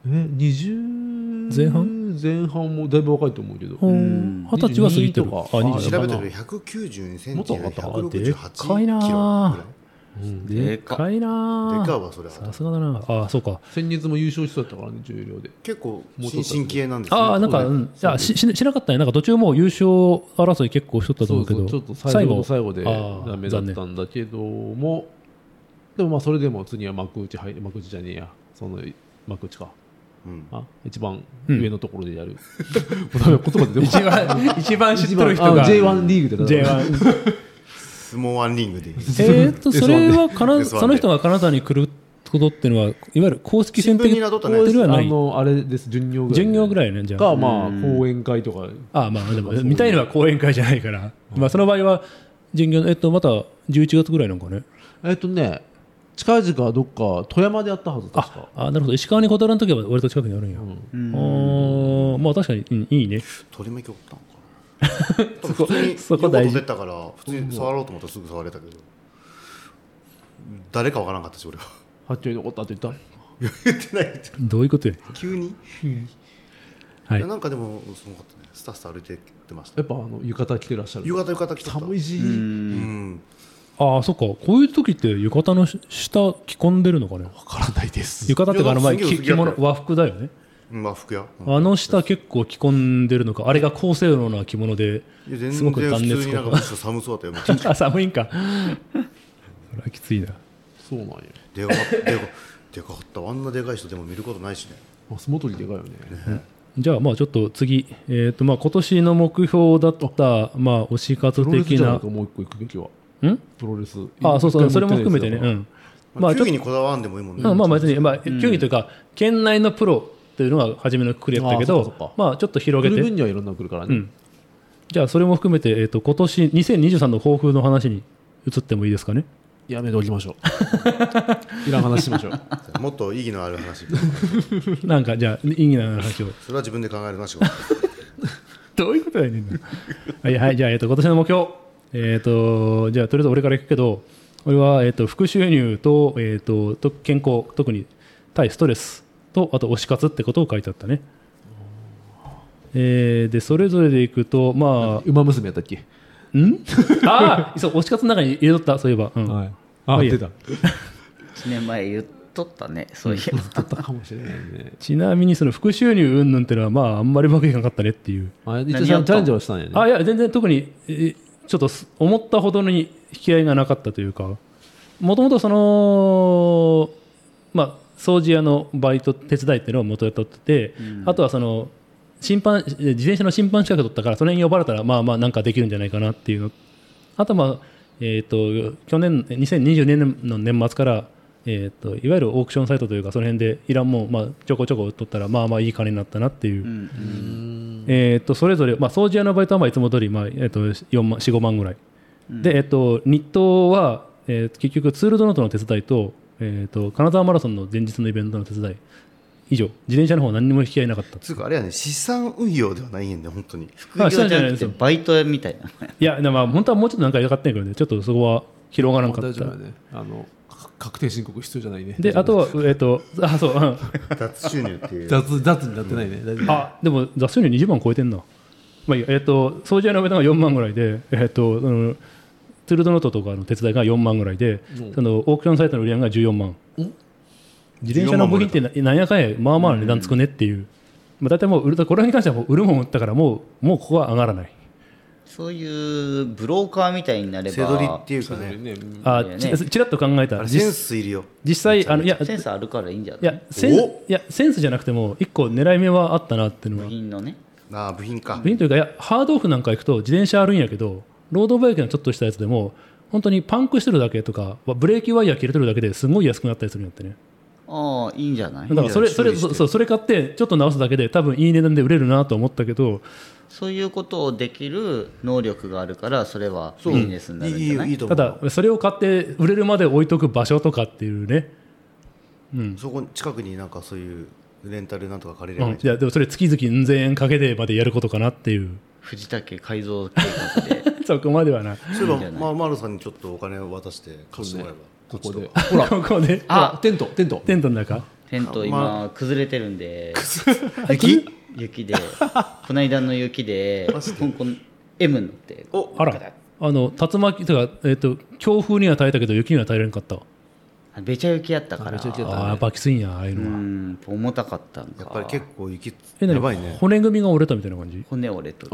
C: え20
A: 前
C: 前半もだいぶ若いと思うけど
A: うん二十歳は過ぎてる。
C: 22とか
A: あ、
C: あ
A: 二十
D: 調
C: や
D: べ
C: ば
A: 歳
C: い。
D: たら192セン
C: もっと
D: チ
C: 上が
D: で
C: った
D: 168キ
A: で
D: ロ
A: っかいな
D: ぐらい
C: うんで
A: でっかいな
D: で
A: あ
D: かいわそれ
A: さ
D: は
A: すがだな。あ、そうか。
C: 先日も優勝しそうだったからね重量で
D: 結構
C: もうちょっと
D: 新進気鋭なんですね
A: ああ、なんか、
C: そう
A: う
C: だ
A: ん、
C: ね
A: いや、し、ししなかったね。なんか途中もう優勝争い結構しとったと
C: そ
A: 思う
C: う
A: け
C: そ
A: ど
C: う。ちょっと最後の最後で
A: ああ
C: ダメだっ
A: 残念
C: たんだけどもでもまあそれでも次は幕内入幕内じゃねえやその幕内か
D: うん
C: あ一番
A: うん
C: 上のところでやる、もうダメ言葉で
A: 一番、一番知っとる人
C: あの
A: が。
C: J1 リーグでだから
A: J1。
D: 相撲ワンリング
A: (laughs)
D: で
A: えーっと
C: S1 で
A: それは金
D: S1 で
A: その人が金沢に来ることっていうのはいわゆる公式戦的
D: 新聞になっとったね
A: ではな
C: あ
A: い
C: のあれです巡業ぐらい
A: 巡業ぐらいねじゃあ
C: かまあ講演会とか
A: ああまあでも見たいのは講演会じゃないから、まあ、その場合は巡業えっとまた11月ぐらいなんかね
C: えっとね近々どっか富山でやったはず確か
A: ああなるほど石川にこだわらんときは割と近くにあるんや、
B: うん
A: ああまあ確かに、うんいいね
D: 取り巻きおったんかな普通に
A: そこ大事
D: 横取ってったから普通に触ろうと思ったらすぐ触れたけど誰かわからんかったし俺は
C: 八丁に残ったって言っ
D: 言ってないって
A: どういうことや、
D: 急に
A: はいい
D: や、なんかでもすごかったねスタスタ歩いてってました
C: やっぱあの浴衣着てらっしゃる
D: 浴衣浴衣着てた
C: 寒いし、
D: う
B: うん
D: ん
A: ああそっかこういう時って浴衣の下着込んでるのかね
C: わからないです
A: 浴衣っていうかあの前
D: いやすげえ
A: 着着
D: 薄着やったよ
A: 物和服だよね
D: うん和服やうん
A: あの下結構着込んでるのかあれが高性能な着物で
D: いや全
A: すごく
D: 然
A: 断
D: 普
A: 熱
D: 通になん
A: 効果
D: かむしろ寒そうだったよ
A: (laughs) あ寒い
D: (laughs)
A: んかそれはきついな
C: そうなんや
D: でかかでかでかかったわあんなでかい人でも見ることないしね
C: あ相撲取りでかいよね
A: じゃあまあちょっと次、えーとまあ、今年の目標だったまあ推し活
C: プロレス
A: 的
C: じゃな
A: なん
C: かもう一個行くべきは
A: ん
C: プロレス
A: あそうそう
C: 一
A: そ
C: 回
A: れも含めて
C: 行
A: ね
C: っ
A: う
C: ないや
A: んま
D: ま
A: あ
D: あ
A: ちょ
D: 球
A: っ
D: 技にこだわんでもいいもんね
A: とまあ別に、まあ、競技というか県内のプロというのが初めのくりやったけ
C: あーそ
A: ど
C: っかそっか
A: まあちょっと
C: つだ
A: 広げ
C: 来
A: て
C: る分にはいろんなの来るから
A: う
C: ね、
A: んじゃあそれも含めて、えー、と今年2023の抱負の話に移ってもいいですかね (laughs)
C: やめておきましょう (laughs) いらん話しましょう
D: もっと意義のある話
A: なんかじゃあ意義のある話を
D: それは自分で考えるなしか
A: どういうことやねんなはい、はい、じゃあ、えっと、今年の目標。えっ、と、じゃあ、とりあえず俺から行くけど、俺は、えっ、と、副収入と、えっ、と、と健康、特に対ストレスと、あと推し活ってことを書いてあったね。えーで、それぞれでいくと、ま
C: 馬娘やったっけ、
A: あ、んああ、そう、推し活の中に入れとった、そういえば。うん
C: はいあ
A: あいいや
C: 出た
B: 1年前言っとったねそういえば
C: だったかもしれないね
A: ちなみに、その副収入云々ってのは、まあ、あんまりうまくいかなかったねっていう。
C: あれ一応
B: 何
C: チ
B: やった
C: ャレンジはしたんやね
A: あいや全然特にえちょっとす思ったほどに引き合いがなかったというかもともとそのまあ掃除屋のバイト手伝いっていうのを元で取ってて、あとはその審判え自転車の審判資格取ったからそれに呼ばれたらまあまあなんかできるんじゃないかなっていうのあとまあえっ、と去年2022年の年末からえー、といわゆるオークションサイトというかその辺でいらんもん、まあ、ちょこちょこ売っとったらまあまあいい金になったなっていう
B: うん
C: うーん
A: えーっとそれぞれ、まあ、掃除屋のバイトはまあいつも通り、まあえーっと4万45万ぐらい、で、えーっと日当は、えー結局ツールドノートの手伝いと,、えーっと金沢マラソンの前日のイベントの手伝い以上自転車の方は何にも引き合いなかった
D: つうかあれはね資産運用ではないんで本当に
B: 副業じ
A: あ
B: ゃ
A: そうじゃな
B: ない
A: です
B: くて
A: よ
B: バイトみたいな
C: (laughs)
A: いやでもまあ本当はもうちょっとなんかやりたかったんやけどねちょっとそこは広がらなか
C: 大
A: っ
C: 丈夫だ
A: た
C: ねあのか確定申告必要じゃないね
A: であとはえーっとあそううん
D: (laughs) 脱収入っていう
C: 雑雑になってないね、大丈夫
A: あでも雑誌に20万超えてんな、まあいいやえっと掃除屋の上が4万ぐらいで、えっとあのツールドノートとかの手伝いが4万ぐらいで、そのオークションサイトの売り上げが14万、自転車の部品ってななんやかんやまあまあ値段つくねっていう、まあ、大体もう売るこれに関してはもう売るもん売ったからもうもうここは上がらない、
B: そういうブローカーみたいになれば
D: 背取りっていうかね
C: ね
A: あ
B: いいよね
A: ちちらっと考え
D: あ
A: た
D: れセン
A: 実
D: スいるよ
A: 実際あのいや
B: センスあるからいいんじゃない
A: いやセンい
D: お
A: やセンスじゃなくても一個狙い目はあったなっていうの
B: 部
A: は
B: 品のね
D: なあ部品か
A: 部品というかいやハードオフなんか行くと自転車あるんやけどロードバイクのちょっとしたやつでも本当にパンクしてるだけとかブレーキワイヤー切れてるだけですごい安くなったりするんやってね
B: ああいいんじゃない
A: だからそれそれ
D: 修理して
A: そうそれ買ってちょっと直すだけで多分いい値段で売れるなと思ったけど
B: そういうことをできる能力があるからそれはビジネスになるんじゃない
D: いいいいと思
A: た
D: う
A: だそれを買って売れるまで置いとく場所とかっていうね、
D: そこ近くになんかそういうレンタルなんとか借りれ
A: うん
D: ばいい
A: い
D: んじゃ
A: やでもそれ月々うん千円かけてまでやることかなっていう
B: 藤竹改造計画
D: (laughs)
B: で
A: (laughs) そこまではな
D: ないそういえば、まあ、マルさんにちょっとお金を渡して貸してもらえば、
C: ここで
D: こ
C: ほら
A: (laughs) ここで
C: あテントテント
A: テントの中
B: テント
D: ま
B: 今崩れてるんで
D: っ (laughs) ちと
B: 雪でこの間の雪でこんこん M になって
D: お
A: あらあの竜巻とか、えっと強風には耐えたけど雪には耐えれなかった
B: あべちゃ雪やったから
C: あべちゃ雪やった
A: ああやっぱきついんやああいう
B: う
A: のは、
B: ん重たかったん
D: や
B: か
D: っぱり結構雪
A: え
D: や
A: 何
D: ばいね
A: 骨組みが折れたみたいな感じ
B: 骨折れと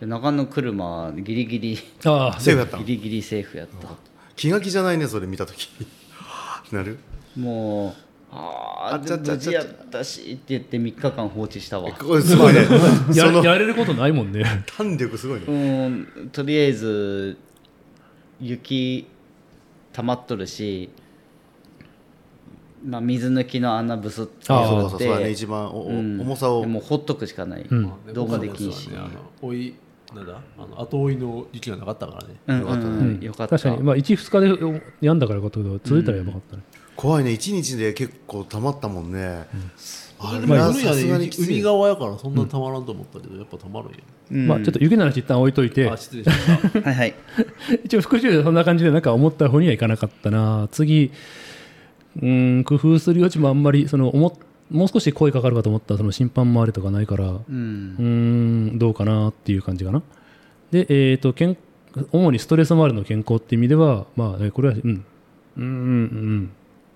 B: る中野車ギリギリ
A: ああ
D: セーフやった
B: ギリギリセーフやった
D: 気が気じゃないねそれ見た時なる
B: もうああ
D: あちゃち
B: 無
D: ゃち
B: 事
D: ゃ
B: やったしって言って3日間放置したわ
D: これすごいね
A: や
D: (laughs) その
A: やれることないもんね
D: 弾力すごいね
B: うんとりあえず雪溜まっとるし、まあ、水抜きの穴ブスって
A: あー
D: そう
B: や
D: そう
B: っ
D: そう
B: て
D: そうだね一番おお
B: うん
D: 重さを
B: もうほっとくしかない、
A: ん
B: どうかできんし、
C: そうだねあの追いなんだあの後追いの雪がなかったからね
B: うんうんよかった,、
A: 確かに、まあ、12日でやんだからよかったけど続いたらやばかったね、
D: 怖いね一日で結構溜まったもんね、あれ
C: まあ
D: な
C: 夜や
D: さすがに
C: ね
D: きつい
C: 海側やからそんなたまらんと思ったけどやっぱたまるんや
A: まあ、ちょっと雪の話一旦置いといて
C: あ失礼しました
B: はいはい
A: 一応復習でそんな感じでなんか思った方にはいかなかったな次うん工夫する余地もあんまりその思っもう少し声かかるかと思ったらその審判周りとかないから
B: う
A: うんーんどうかなっていう感じかなでえっ、と健主にストレス周りの健康っていう意味ではまあえこれはうんうんうんうん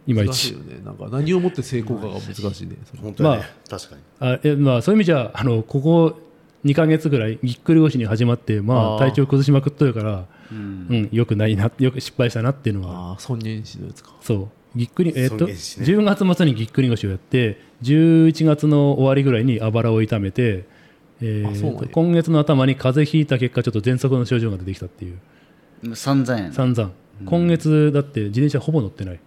A: いまい
C: 難
A: ち
C: しいよねなんか何をもって成功かが難しいねその
D: 本当にね、
A: ま
D: 確かに
A: あえまあ、そういう意味じゃあのここ2か月ぐらいぎっくり腰に始まって、ま
C: あ
A: あ、
C: ー
A: 体調崩しまくっとるから、う
B: う
A: んん、よくないなよく失敗したなっていうのは
C: ああ尊厳死のやつか
A: そうぎっくり、えっと
D: 尊厳死ね
A: 10月末にぎっくり腰をやって11月の終わりぐらいにあばらを痛めて、えー
C: あそうなんや
A: 今月の頭に風邪ひいた結果ちょっと喘息の症状が出てきたっていう
B: もう散々やな
A: 散々、今月だって自転車ほぼ乗ってない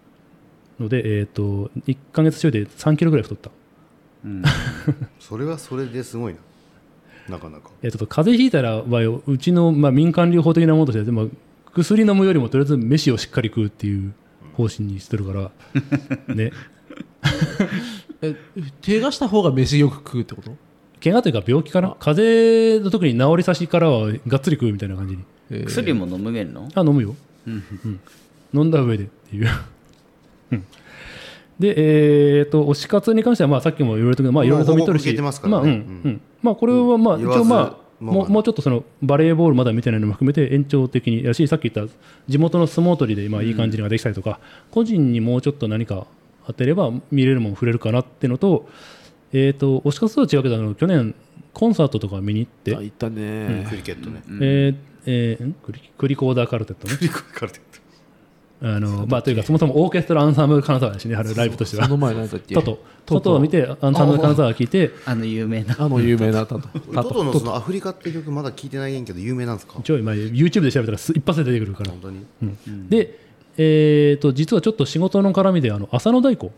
A: ので、えっと1か月中で3キロぐらい太った。
B: うん
D: それはそれですごいななかなか
A: いやちょっと風邪ひいたらはうちの、まあ、民間療法的なものとして、まあ、薬飲むよりもとりあえず飯をしっかり食うっていう方針にしてるからね
C: え手がした方が飯よく食うってこと
A: 怪我というか病気かな風邪の特に治り差しからはがっつり食うみたいな感じに
C: えー
B: 薬も飲むげんの
A: あ飲むよ、うん飲んだ上でっていう、うんでえー、と推し活に関しては、まあ、さっきも言われたけど、まあ、いろいろ
D: まあ
A: 飛び取る
D: 報告受
A: し
D: けてますか
A: まあ
D: ら
A: うん
D: ね
A: う
D: うん
A: まあこれは、まあ、
D: うん
A: 一
D: 言わず
A: 応、まあ、
D: もが
A: も
D: な
A: うもうちょっとそのバレーボールまだ見てないのも含めて延長的にやしさっき言った地元の相撲取りで今いい感じができたりとか、個人にもうちょっと何か当てれば見れるもん触れるかなっていうのと,、えー、と推し活とは違うけどあの去年コンサートとか見に行って、
C: あいったね
D: クリケットね、
A: えーえーんクリクリコーダーカルテッ
D: (laughs)
A: トね
D: クリコカルテット
A: あのまあ、というかそもそもオーケストラアンサンブル金沢だしねあれライブとしては
C: その前何だっけ
A: トトトトを見てアンサンブル金沢を聞いて
B: あの有名な
C: あの有名なタト
D: トトのそのアフリカって曲まだ聞いてないんやけど有名なんですか
A: ちょい前 YouTube で調べたらす一発で出てくるから
D: 本当に
A: で、えー、と実はちょっと仕事の絡みであの浅野大子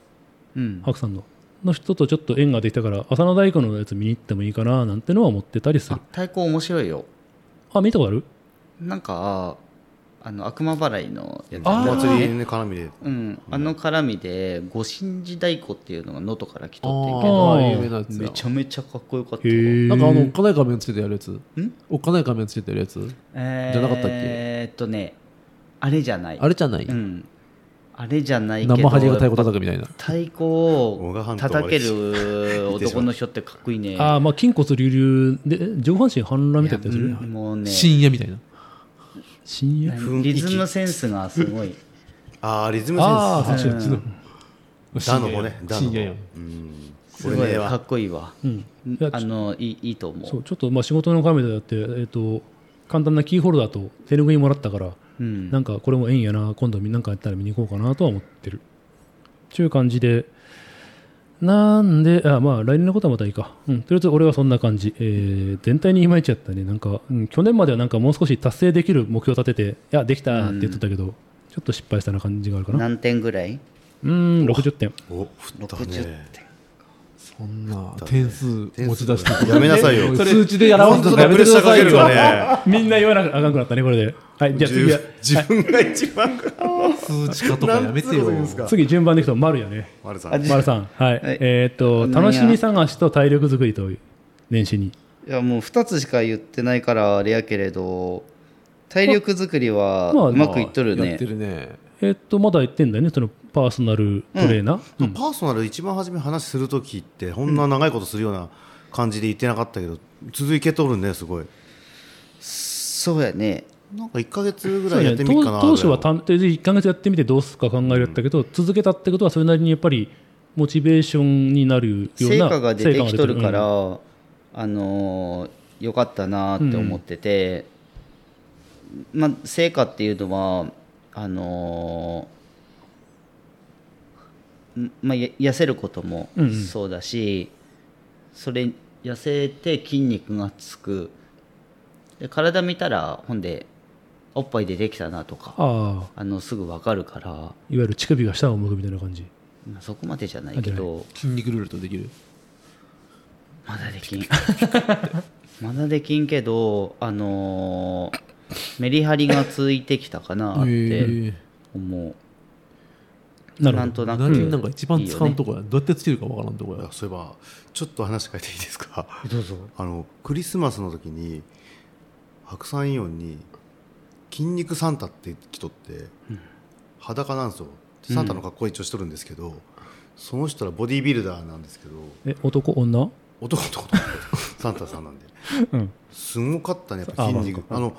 B: うん
A: 白さんのの人とちょっと縁ができたから浅野大工のやつ見に行ってもいいかななんてのは思ってたりす
B: あ
A: る
B: 太鼓面白いよ
A: あ見たことある
B: なんかあの悪魔払いのやつ
C: あー
D: お祭りにね絡みで
B: うん、あの絡みで「御神事太鼓」っていうのが能登から来
C: あ
B: とってんけど
A: あ
C: ー
A: ー
C: 有名なやつだ
B: めちゃめちゃかっこよかったわ
A: へえ
C: なんかあのおっかない仮面つけてやるやつ
B: ん
C: おっかない仮面つけてやるやつ
B: えー
C: じゃなかったっけ
B: えーっとねあれじゃない
C: あれじゃない
B: うん、あれじゃないけど
C: 生ハゲが太鼓叩くみたいな
B: 太鼓を
D: 男鹿半島ま
B: 叩
D: で
B: け
D: 来て
B: る男の人ってかっこいいね
A: ああまあ筋骨隆々でえ上半身半裸みたいなやつ
B: い
A: ね
B: やもうね
C: 深夜みたいな
A: 深夜
D: 雰囲気
B: リズムセンスがすご
D: (laughs)
B: い
D: ああリズムセン
A: ああ
D: ス
A: 確かに
D: ダの方ねダの
C: 深夜や
D: 方
C: ん
D: うんこ
B: す
D: れ
B: ごい
D: ね
B: かっこいいわ
A: うんいや
B: あのいいいいと思
A: そううちょっとまあ仕事のカメラだって、えー、と簡単なキーホルダーと手拭いもらったから、
B: うん
A: なんかこれも縁やな今度なんかやったら見に行こうかなとは思ってるちゅう感じでなんであまあ来年のことはまたいいか、うん、とりあえず俺はそんな感じ、えー全体にいまいちやったねなんか、うん去年まではなんかもう少し達成できる目標を立てていやできたって言ってたけど、ちょっと失敗したな感じがあるかな
B: 何点ぐらい
A: うん60点
D: お振ったね
C: そんな点数持ち出して
D: やめなさ
C: (laughs)
D: いよ
C: それ数値でやら
D: 本
C: んと
D: 当
C: や
D: だ
C: め
D: プ
C: て
D: レ
C: く
D: ッシャ
C: ださ
D: ーかけ
C: い
D: るわ
C: よ
D: ね
A: みんな言わなあかんくなったねこれではいじゃあ次は
D: 自分自分が一番
C: 数値化とかやめてよ
D: なんつうこと言うんすか
A: 次順番でいくと丸やね
D: 丸さ
B: あ
D: ん
B: じ
A: 丸さん、はい、
B: はい
A: えーっと、
B: 何や
A: 楽しみ探しと体力作りという年始に。
B: いやもう2つしか言ってないからあれやけれど体力作りは
A: まあ
B: うまくいっとる
C: やっ
B: ね
C: てるね
A: えーっと、まだ言ってんだよね、そのパーソナルトレーナー。
D: パーソナル一番初め話するときってこんな長いことするような感じで言ってなかったけど続いけとるねすごい
B: そうやね
D: なんか1か月ぐ
A: そ
D: ら
A: う
D: いや
A: ね
D: ってみっ
A: 当
D: かな
A: 当初は探偵で1か月やってみてどうすか考えるやったけど、続けたってことはそれなりにやっぱりモチベーションになるような
B: 成果が出てきとる
A: 成
B: か
A: 果
B: ら、
A: が
B: あのーよかったなって思ってて、まあ、成果っていうのはあのーんまあ、や痩せることも
A: うんうん
B: そうだし、それ痩せて筋肉がつくで体見たらほんでおっぱい出てきたなと
A: 出
B: か
A: てくるうんああ、
B: あのすぐ分かるから、ま
A: いわゆる乳首が下を向くみたいな感じ。
B: あそこまでじゃないけど。
C: 筋肉ルールとできる
B: まだできん (laughs) まだできんけどあのーメリハリがついてきたかなって
C: へえ
B: 思う
A: なる
B: な
A: ほ
B: んとなく
C: 何なんか一番
B: いいよ
C: 使
B: ね
C: うとこやどうやってつけるかわからんとこや
D: そういえばちょっと話変えていいですか (laughs) あのクリスマスの時に白山イオンに「筋肉サンタ」って来とって、裸なんですよサンタの格好一応しとるんですけど、その人らボディービルダーなんですけど
A: え、男、女
D: 男男男サンタさんなんで、
A: うん
D: すごかったねやっぱ
A: あ
D: 筋肉あの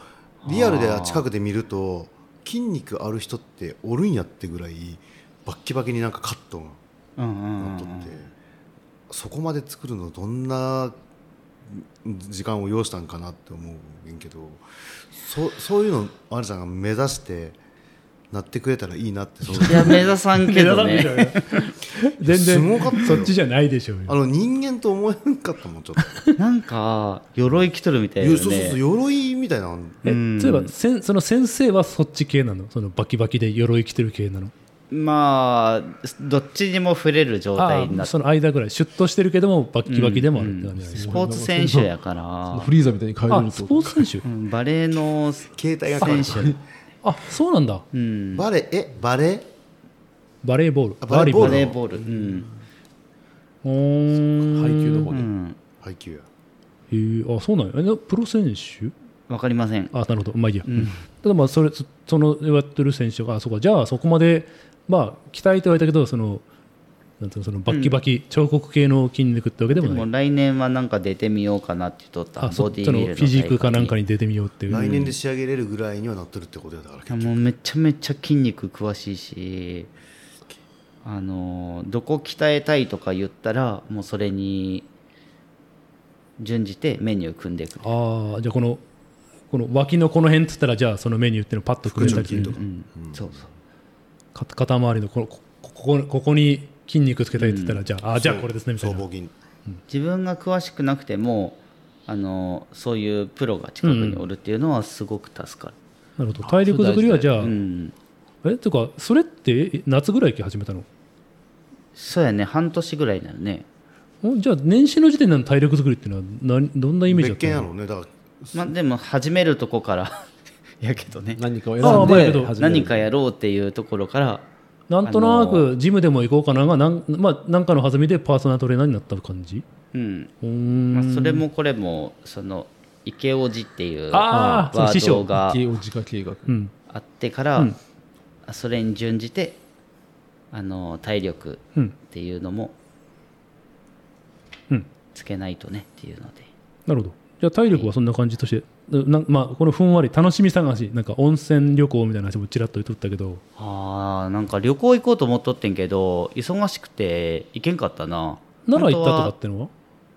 D: リアルで近くで見ると筋肉ある人っておるんやってぐらいバッキバキになんかカットが。
B: うんうんうん
D: なっとって、そこまで作るのどんな時間を要したんかなって思うねんけどそそういうのあるさんが目指してなってくれたらいいなってそう
B: いや目指さん
A: (laughs)
B: けど
A: 目指さんけ
B: ね
A: 全
D: す
A: 然
D: ごかったよ
A: そっちじゃないでしょう
D: あ
A: よ。
D: の人間と思えんかったもんちょっと、
B: なんか鎧着とるみたい
D: い
B: よ
D: やそうそうそう
B: ね
D: 鎧みたいなの
A: え、
B: うん
A: 例えばせんその先生はそっち系なのそのバキバキで鎧着てる系なの
B: まあどっちにも触れる状態
A: あ
B: にな
A: あ
B: って
A: その間ぐらいシュッとしてるけどもバッキバキでもあるって感じなんです
B: ス
A: ね
B: ポーツ選手やから
C: フ、リーザみたいに変えれる
A: あ
C: って
A: ス
C: こ
A: ポ
C: と
A: ーツ選手
B: うんバレーの
D: 携帯が変わ
B: 選
D: る
B: 手、
A: あそうなんだ
B: うん、
D: バレえバレ
A: バレーボール
D: あバレーボ
B: バ
D: ール
B: レーボール、うん
A: うーん
C: 配球の
B: う
C: 方ね
B: ん、
D: 配給や
A: へーあそうなんやえなプロ選手
B: わかりません
A: あなるほどまあいいや、ただまあそれそそのやってる選手があそうかじゃあそこまでまあ期待とは言ったけどそのなんていうのそのバッキバキ、彫刻系の筋肉ってわけで
B: で
A: もない
B: も来年はなんか出てみようかなって言っとった
A: あそ
B: ボ
A: っ
B: デ
A: ち
B: ィビ
A: の
B: ル
A: フ
B: の
A: ィジークかなんか
B: に
A: に出てみようっていう、
D: 来年で仕上げれるぐらいにはなってるってことやだから
B: もうめちゃめちゃ筋肉詳しいしあのどこ鍛えたいとか言ったらもうそれに準じてメニュー組んでいく
A: ああじゃあこのこの脇のこの辺っつったらじゃあそのメニューっていうのをパッと組めたりする
D: 腹直筋とか
B: うん、そうそう
A: か肩周りのこのこここここに筋肉つけたいって言ったら、じゃああじゃあこれですねみたい
D: 僧
A: な
D: 帽筋
B: 自分が詳しくなくてもあのそういうプロが近くにおるっていうのはすごく助かる、
A: なるほど体力作りはじゃあ、
B: うん
A: えとかそれってえ夏ぐらいから始めたの
B: そうやね半年ぐらいになるね
A: おじゃあ年始の時点での体力作りっていうのは何どんなイメージだ
D: 別
A: った
D: 件
A: の
D: やろうねだから
B: まあでも始めるとこから (laughs) やけどね
C: 何かを
A: ああまあや
C: 選
A: け
C: ん
A: ど
C: で始める
B: 何かやろうっていうところから
A: なんとなくジムでも行こうかながなん、まあ、なんかの弾みでパーソナルトレーナーになった感じ
B: うん、
A: うーん
B: まあ、それもこれもその池叔父っていう
A: あ
B: ワ
A: ーその師
B: ー
A: 匠
B: ドが
C: 経営を自家計画
A: うん
B: あってから、それに準じてあの体力
A: うん
B: っていうのも
A: うん
B: つけないとねっていうので
A: なるほどじゃあ体力はそんな感じとしてうなんまあこのふんわり楽しみ探しなんか温泉旅行みたいな話もちらっと言っとったけど
B: あーなんか旅行行こうと思っとってんけど忙しくて行けんかったな
A: なら行ったとかっ
B: 本当は
A: てのは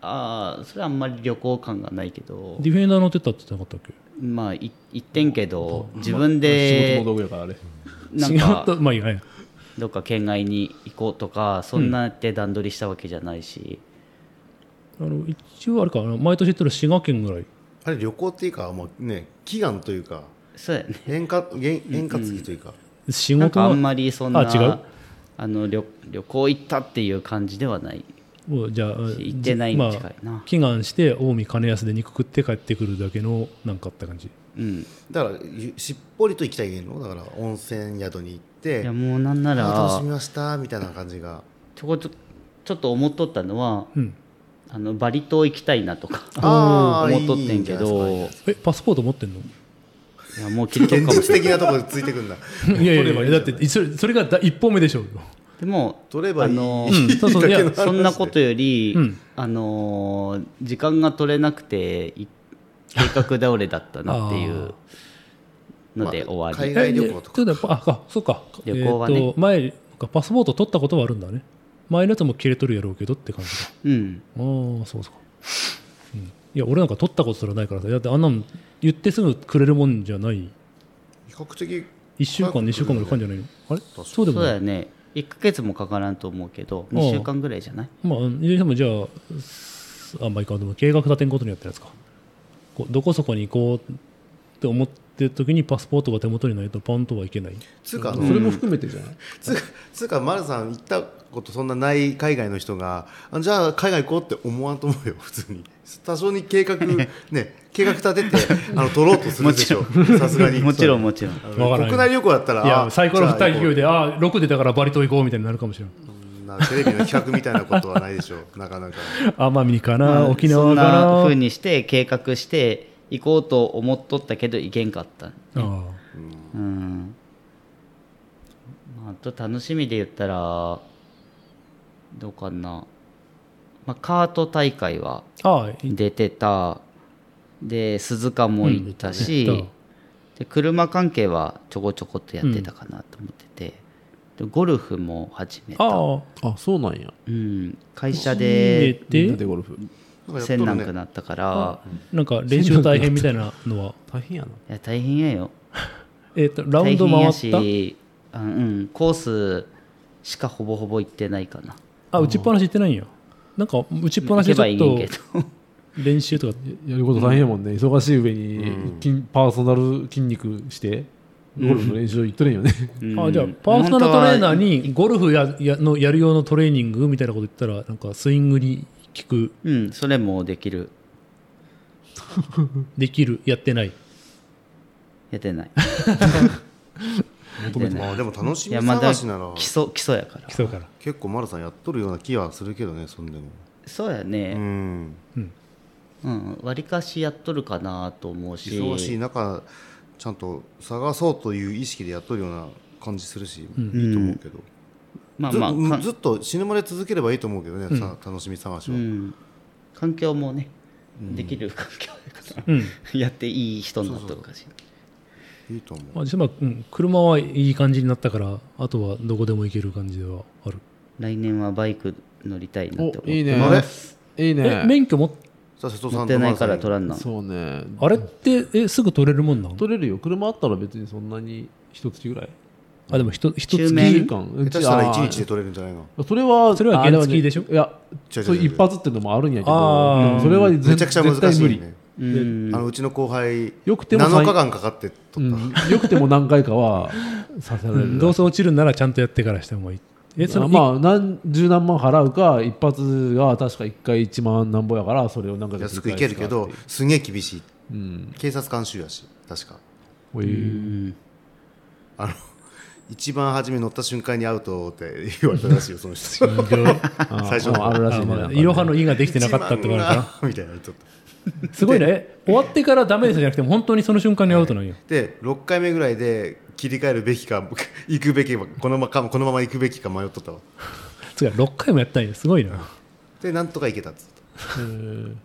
B: ああそれはあんまり旅行感がないけど
A: ディフェンダー乗ってったって言ってなかったっけ
B: まあい行ってんけど自分
C: 仕事
B: で
C: の道具やからあれ
B: なん
A: 違
B: か
A: ったまあいいやはい
B: どっか県外に行こうとかそんなって段取りしたわけじゃないし、
A: あの一応あれかあの毎年行ってる滋賀県ぐらい
D: あれ旅行っていうかもうね祈願というか
B: そうやね
D: 変化げん円滑期というか、
A: 仕
B: なん
A: 事
B: か
A: は
B: あんまりそんな
A: あ違う
B: あの旅旅行行ったっていう感じではない
A: もうじゃあ
B: 行ってないに近いな
A: まあ、祈願して近江金安で肉食って帰ってくるだけのなんかあった感じ
B: うんい
D: だからゆしっぽりと行きたいげんのだから温泉宿に行って
B: やもうなんな
D: あー楽
B: ら
D: しみましたみたいな感じが
B: ちょこちょちょっと思っとったのは
A: うん
B: あのバリ島行きたいなとか
D: あー
B: 思っとってんけど
D: いい
B: い
D: んじゃないです
A: えパスポート持ってんの
B: やもう切り取る
D: 現
B: かもし
D: 実
B: れない
D: 的なところでついてくんだ
A: いやいやいやだってそれそれがだ一本目でしょうよ
B: でも
D: 取ればいい
B: あの
A: うんそうそういや
B: そんなことより、
A: うん
B: あのー時間が取れなくてい計画倒れだったなってい
A: あ
B: うので終わり、
D: 海外旅行とか
A: えちょっとやっぱああそうか
B: 旅行はね
A: えーと前なんかパスポート取ったことはあるんだね前のやつも切れとるやろうけどって感じか
B: うん
A: ああそうそうか、うん、いや俺なんか取ったことすらないからさだってあんなの言ってすぐくれるもんじゃない
D: 比較的
A: 1週間2週間ぐらいかかんじゃないのあれ
D: かに
A: そうでも
B: そう
A: ない
B: だよね1ヶ月もかからんと思うけど
A: うん
B: 2週間ぐらいじゃない
A: まあ、いずれにしてもじゃあす、あんまあいいかでも計画立てんことによってやつかこうどこそこに行こうって思ってる時にパスポートが手元にないとパンとはいけない
D: つうかあ
C: そ
D: の、
C: れも含めてじゃない
D: つうかつうか丸さん行ったことそんなない海外の人があじゃあ海外行こうって思わんと思うよ普 (laughs) 通に多少に計画ね計画立ててあの取ろうとするでしょさすがに
B: もちろんもちろん
D: あの
A: わからん
D: 国内旅行だったら
A: い
D: あ
A: やサイコロ振った勢い
D: じ
A: でああ6でだからバリ島行こうみたいになるかもしれ
D: ゃあ行こううんなテレビの企画みたいなことはないでしょうな (laughs) かなか
A: ない奄美かな、
B: まあ
A: 沖縄か
B: そんな
A: な
B: 風にして計画して行こうと思っとったけど行けんかった
A: あ
B: うんまああと楽しみで言ったらどうかな、まあ、カート大会は
A: あああい
B: 出てたで鈴鹿も行ったし、
A: うん行っ
B: で車関係はちょこちょこっとやってたかなと思ってて、でゴルフも始めた、
A: ああ
C: あそうなんや
B: うん、会社
A: 入れ
B: で
C: み
A: て
C: んなでゴルフ
D: なんかや
B: せ
D: っと
B: んな
D: る
B: く
D: ね
B: なったから、
A: なんか練習大変みたいなのは、
B: (laughs)
C: 大変やない
B: や大変やよ
A: えっとラウンド回
B: 大変や
A: った
B: しあうんコースしかほぼほぼ行ってないかな
A: あ打ちっぱなし行ってないんやなんか打ちっぱなし
B: 行け
A: でち
B: ばいいね
A: ょ
B: んけ
A: っ
B: ど
A: と練習とか
C: ややること大変やもんね、忙しい上に、筋パーソナル筋肉してゴルフの練習行っとれんよね、
A: あじゃあパーソナルトレーナーにゴルフややのやる用のトレーニングみたいなこと言ったらなんかスイングに効く
B: (laughs) うんそれもできる
A: できるやってない
B: やっ
A: (laughs)
B: てない
D: まあでも楽し
B: い
D: み
B: やまだ
D: 探
B: 基
D: しなら
B: 礎基礎やから
A: 基礎から
D: 結構丸さんやっとるような気はするけどねそんでも
B: そうや
D: う
B: ね
D: ん
B: うんわり、かしやっとるかなと思うし
D: 忙しい中ちゃんと探そうという意識でやっとるような感じするし、いいと思うけど、
B: まあ
D: ず
B: まあかん
D: ずっと死ぬまで続ければいいと思うけどね、さ楽しみ探し
B: う
D: は、
B: ん、環境もねできる環境やから、 (laughs) やっていい人になっとるかし
D: いいと思う
A: まあ実は、うん、車はいい感じになったからあとはどこでも行ける感じではある
B: 来年はバイク乗りたいなって思う
C: おいいね (laughs)
D: あ
C: いい
A: え
C: ね
A: 免許も
D: さあ瀬戸さ
B: 乗
D: ん
B: って
D: と
B: な
D: 丸
B: い
D: さ
B: か
D: ん
B: ら取らんな
C: そうね
A: あれってえすぐ取れるもんなの
C: 取れるよ車あったら別にそんなに一月ぐらい
A: あでもひとひと
B: 中
A: つ
B: 免
C: 1
B: え
C: 時間
D: 下手したら
C: あー
D: 1日で取れるんじゃないの
C: それは
A: それは
C: あ
A: 原付でしょ
C: いや
D: 違う違う違う
C: そういう一発っていうのもあるんやけ
A: あ
C: ど
A: ー
C: でもそれは
D: めちゃくちゃ
C: 絶
D: 難
C: 対
D: し
C: 無
D: い
C: 理
D: ね
B: うん
D: あのうちの後輩
C: よくてもさん
D: 7日間かかって
C: う
D: 取った、
A: (laughs)
C: んよくても何回かはさせら
A: う
C: れ
A: ん
C: る
A: どうせ落ちるならちゃんとやってからした方がいいえその
C: まあ何十何万払うか一発が確か1回1万何ぼやからそれを何か
D: 安くいけるけどすげえ厳しい
C: うん
D: 警察監修やし確か
C: こういう
D: あの一番初め乗った瞬間にアウトって言われたらしいよその人たち
C: あ
D: (laughs) 最初の
C: あるらしい
A: あ
C: ね
A: ま
C: な
A: あ
C: んかね
A: いろはの「い」ができてなかったって言われた
D: 1万がみたいなちょっと
A: すごいねえ終わってからダメですじゃなくて本当にその瞬間にアウトなんよ
D: で6回目ぐらいで切り替えるべきか (laughs) 行くべきかこのままこのまま行くべきか迷っとったわ
A: つうか6回もやったんやすごいな
D: でなんとか行けたっつって
C: うん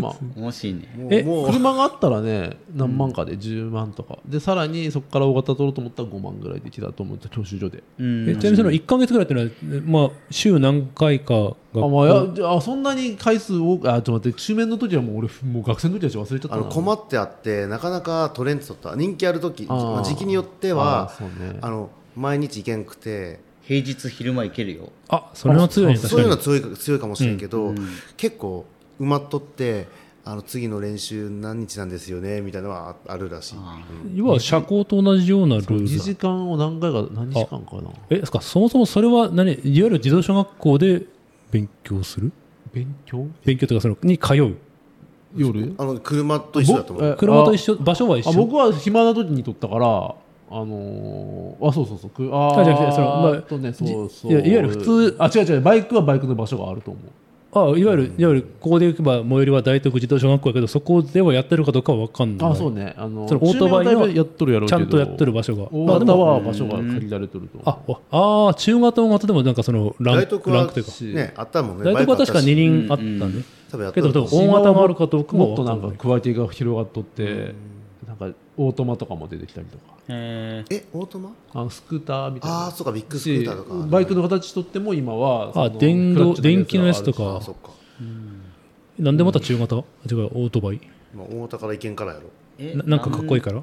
C: まあ
B: 面白いね
A: (laughs)
D: も
A: え
D: うもう
C: 車があったらね何万かで10万とかでさらにそこから大型取ろうと思ったら5万ぐらいできたと思って教習所で
B: うん
A: えちなみにその1か月ぐらいっていうのは、まあ、週何回かが
C: あ、まあ、やじゃあそんなに回数多くあちょっと待って中面の時はもう俺もう学生の時は忘れちゃった
D: あ
C: な
D: の困ってあってなかなか取れんっつっとった人気ある時
C: あー
D: まあ時期によって
C: あ
D: は
C: ーそうね
D: あの毎日行けんくて
B: 平日昼間行けるよ
A: あそれは強いね確
D: そう
A: か
D: いうのは
A: に
D: 強いか強いかもしれんけど、結構埋まっとってあの次の練習何日なんですよねみたいなのはああるらしい、
B: あ
A: 要は社交と同じようなル
C: 2
A: ール
C: 時間を何回か何時間かな
A: えそっかそもそもそれは何いわゆる自動小学校で勉強する
C: 勉強
A: 勉強というかそのに通う
C: 夜
D: あの車と一緒だと思
C: ぼ
D: う
C: え
A: 車と一緒場所は一
C: あ
A: 緒
C: 僕は暇な時に取ったからあのーあそうそうそうくあー
A: あじゃなくてそのまあ
C: あとねそうそう
A: いやいわゆる普通
C: あ違う違うバイクはバイクの場所があると思う
A: あいわゆるいわゆるここで行けば最寄りは大徳自動小学校やけどそこではやってるかどうかは分かんない
C: あそうねあの
A: そのオートバイの
C: 中面だいぶやっとるやろうけ
A: ちゃ
C: ど
A: んとやってる場所が
C: 大
A: まあで
C: 型
A: も
C: は場所が限られてると
A: あおあー中型大型でもなんかそのラン
D: 大
A: ク
D: 徳
A: ラン
D: は
A: クというか
D: ねあったもんね
A: 大徳は確か2
D: に
A: 人あったね、
B: うん
D: 多分やっ
A: け
D: と
A: ど
D: る
A: でも大型もあるかどうかも
C: もっ
A: 分
C: と
A: か
C: なんん
A: ない
C: か加えてが広がっとってなんかオートマとかも出てきたりとか
B: へ
D: えオートマ
C: あのスクーターみたいな
D: ああそうかビッグスクーターとか
C: しバイクの形とっても今はその
A: あ電動電気のやつと
D: あ
A: か
D: そっか、
A: なんでまた中型、違うオートバイ
D: まあ、大型から行けんからやろ
B: え
A: ななんかかっこいいから
B: う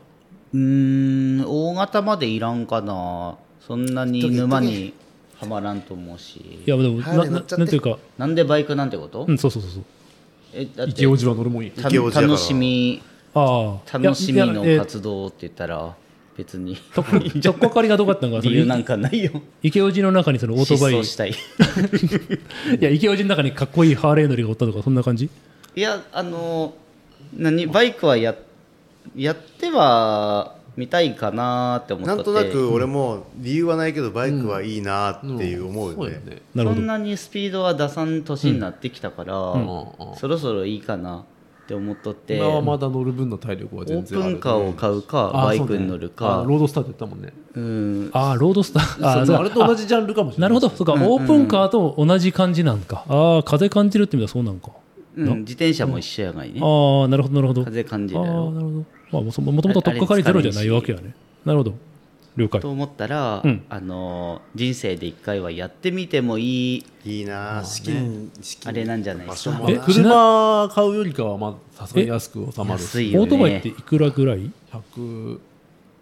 B: ーん大型までいらんかなそんなに沼にはまらんと思うし
A: いやでも
D: 早
A: な
D: め
A: な
D: に乗っちゃって
A: なんていうか
B: なんでバイクなんてこと、
A: うんそうそうそうそう
B: えだって
C: 池王子は乗るもんや
B: た
D: 池王子やから
B: 楽しみ
A: ああ
B: 楽しみの
A: いやいやえー
B: 活動って言ったら別に
A: とっくとっかかりがどうかったのがそ
B: (laughs) 理由な
A: の
B: んかないよ
A: 池尾路の中にそのオー
B: 失
A: トバイ
B: 踪し
A: い
B: たい
A: や池尾路の中にかっこいいハーレー乗りがおったとかそんな感じ
B: (laughs) いやあの何バイクはややってはみたいかなって思っ
D: な
B: た
D: ん
B: って
D: となく俺も理由はないけどバイクはいいなっていう思うよね,、
C: そうよね
A: なる
B: そ
A: ほ
B: ん
A: ど
B: なにスピードは出さん年になってきたから、
C: うんうん
B: そろそろいいかなって思っとって
C: 今はまだ乗る分の体力は
B: オ
C: 全
B: ー
C: 然
B: プ
C: ある
B: ンカーを買うか
C: あ
B: バイクに乗る
C: そうねあ
B: か
C: ロードスターって言ったもんね
B: うん
A: ああロードスターあ
C: あ
A: あ
C: そ
A: そうう
C: あれ
A: だ
C: と同じジャンルかもしれな
A: ないるほどそうか、オープンカーと同じ感じなんかああ風感じるって意味ではそうなんか
B: うん自転車も一緒やがいね
A: ああなるほどなるほど
B: 風感じ
A: あ
B: る
A: あ
B: や
A: な
B: ろ
A: るほどまあもともともと取っかかりゼロじゃないわけやねなるほど了解
B: と思ったら、
A: うん
B: あの人生で一回はやってみてもいい
D: いいな資金資金
B: あれなんじゃないですか
D: 場所も
A: え
D: な
C: 車買うよりかはまあさすがに安く収まる
B: 安
C: し
B: い
A: オ
B: よ
A: ートバイって
B: ね
A: いくらぐらい
C: 100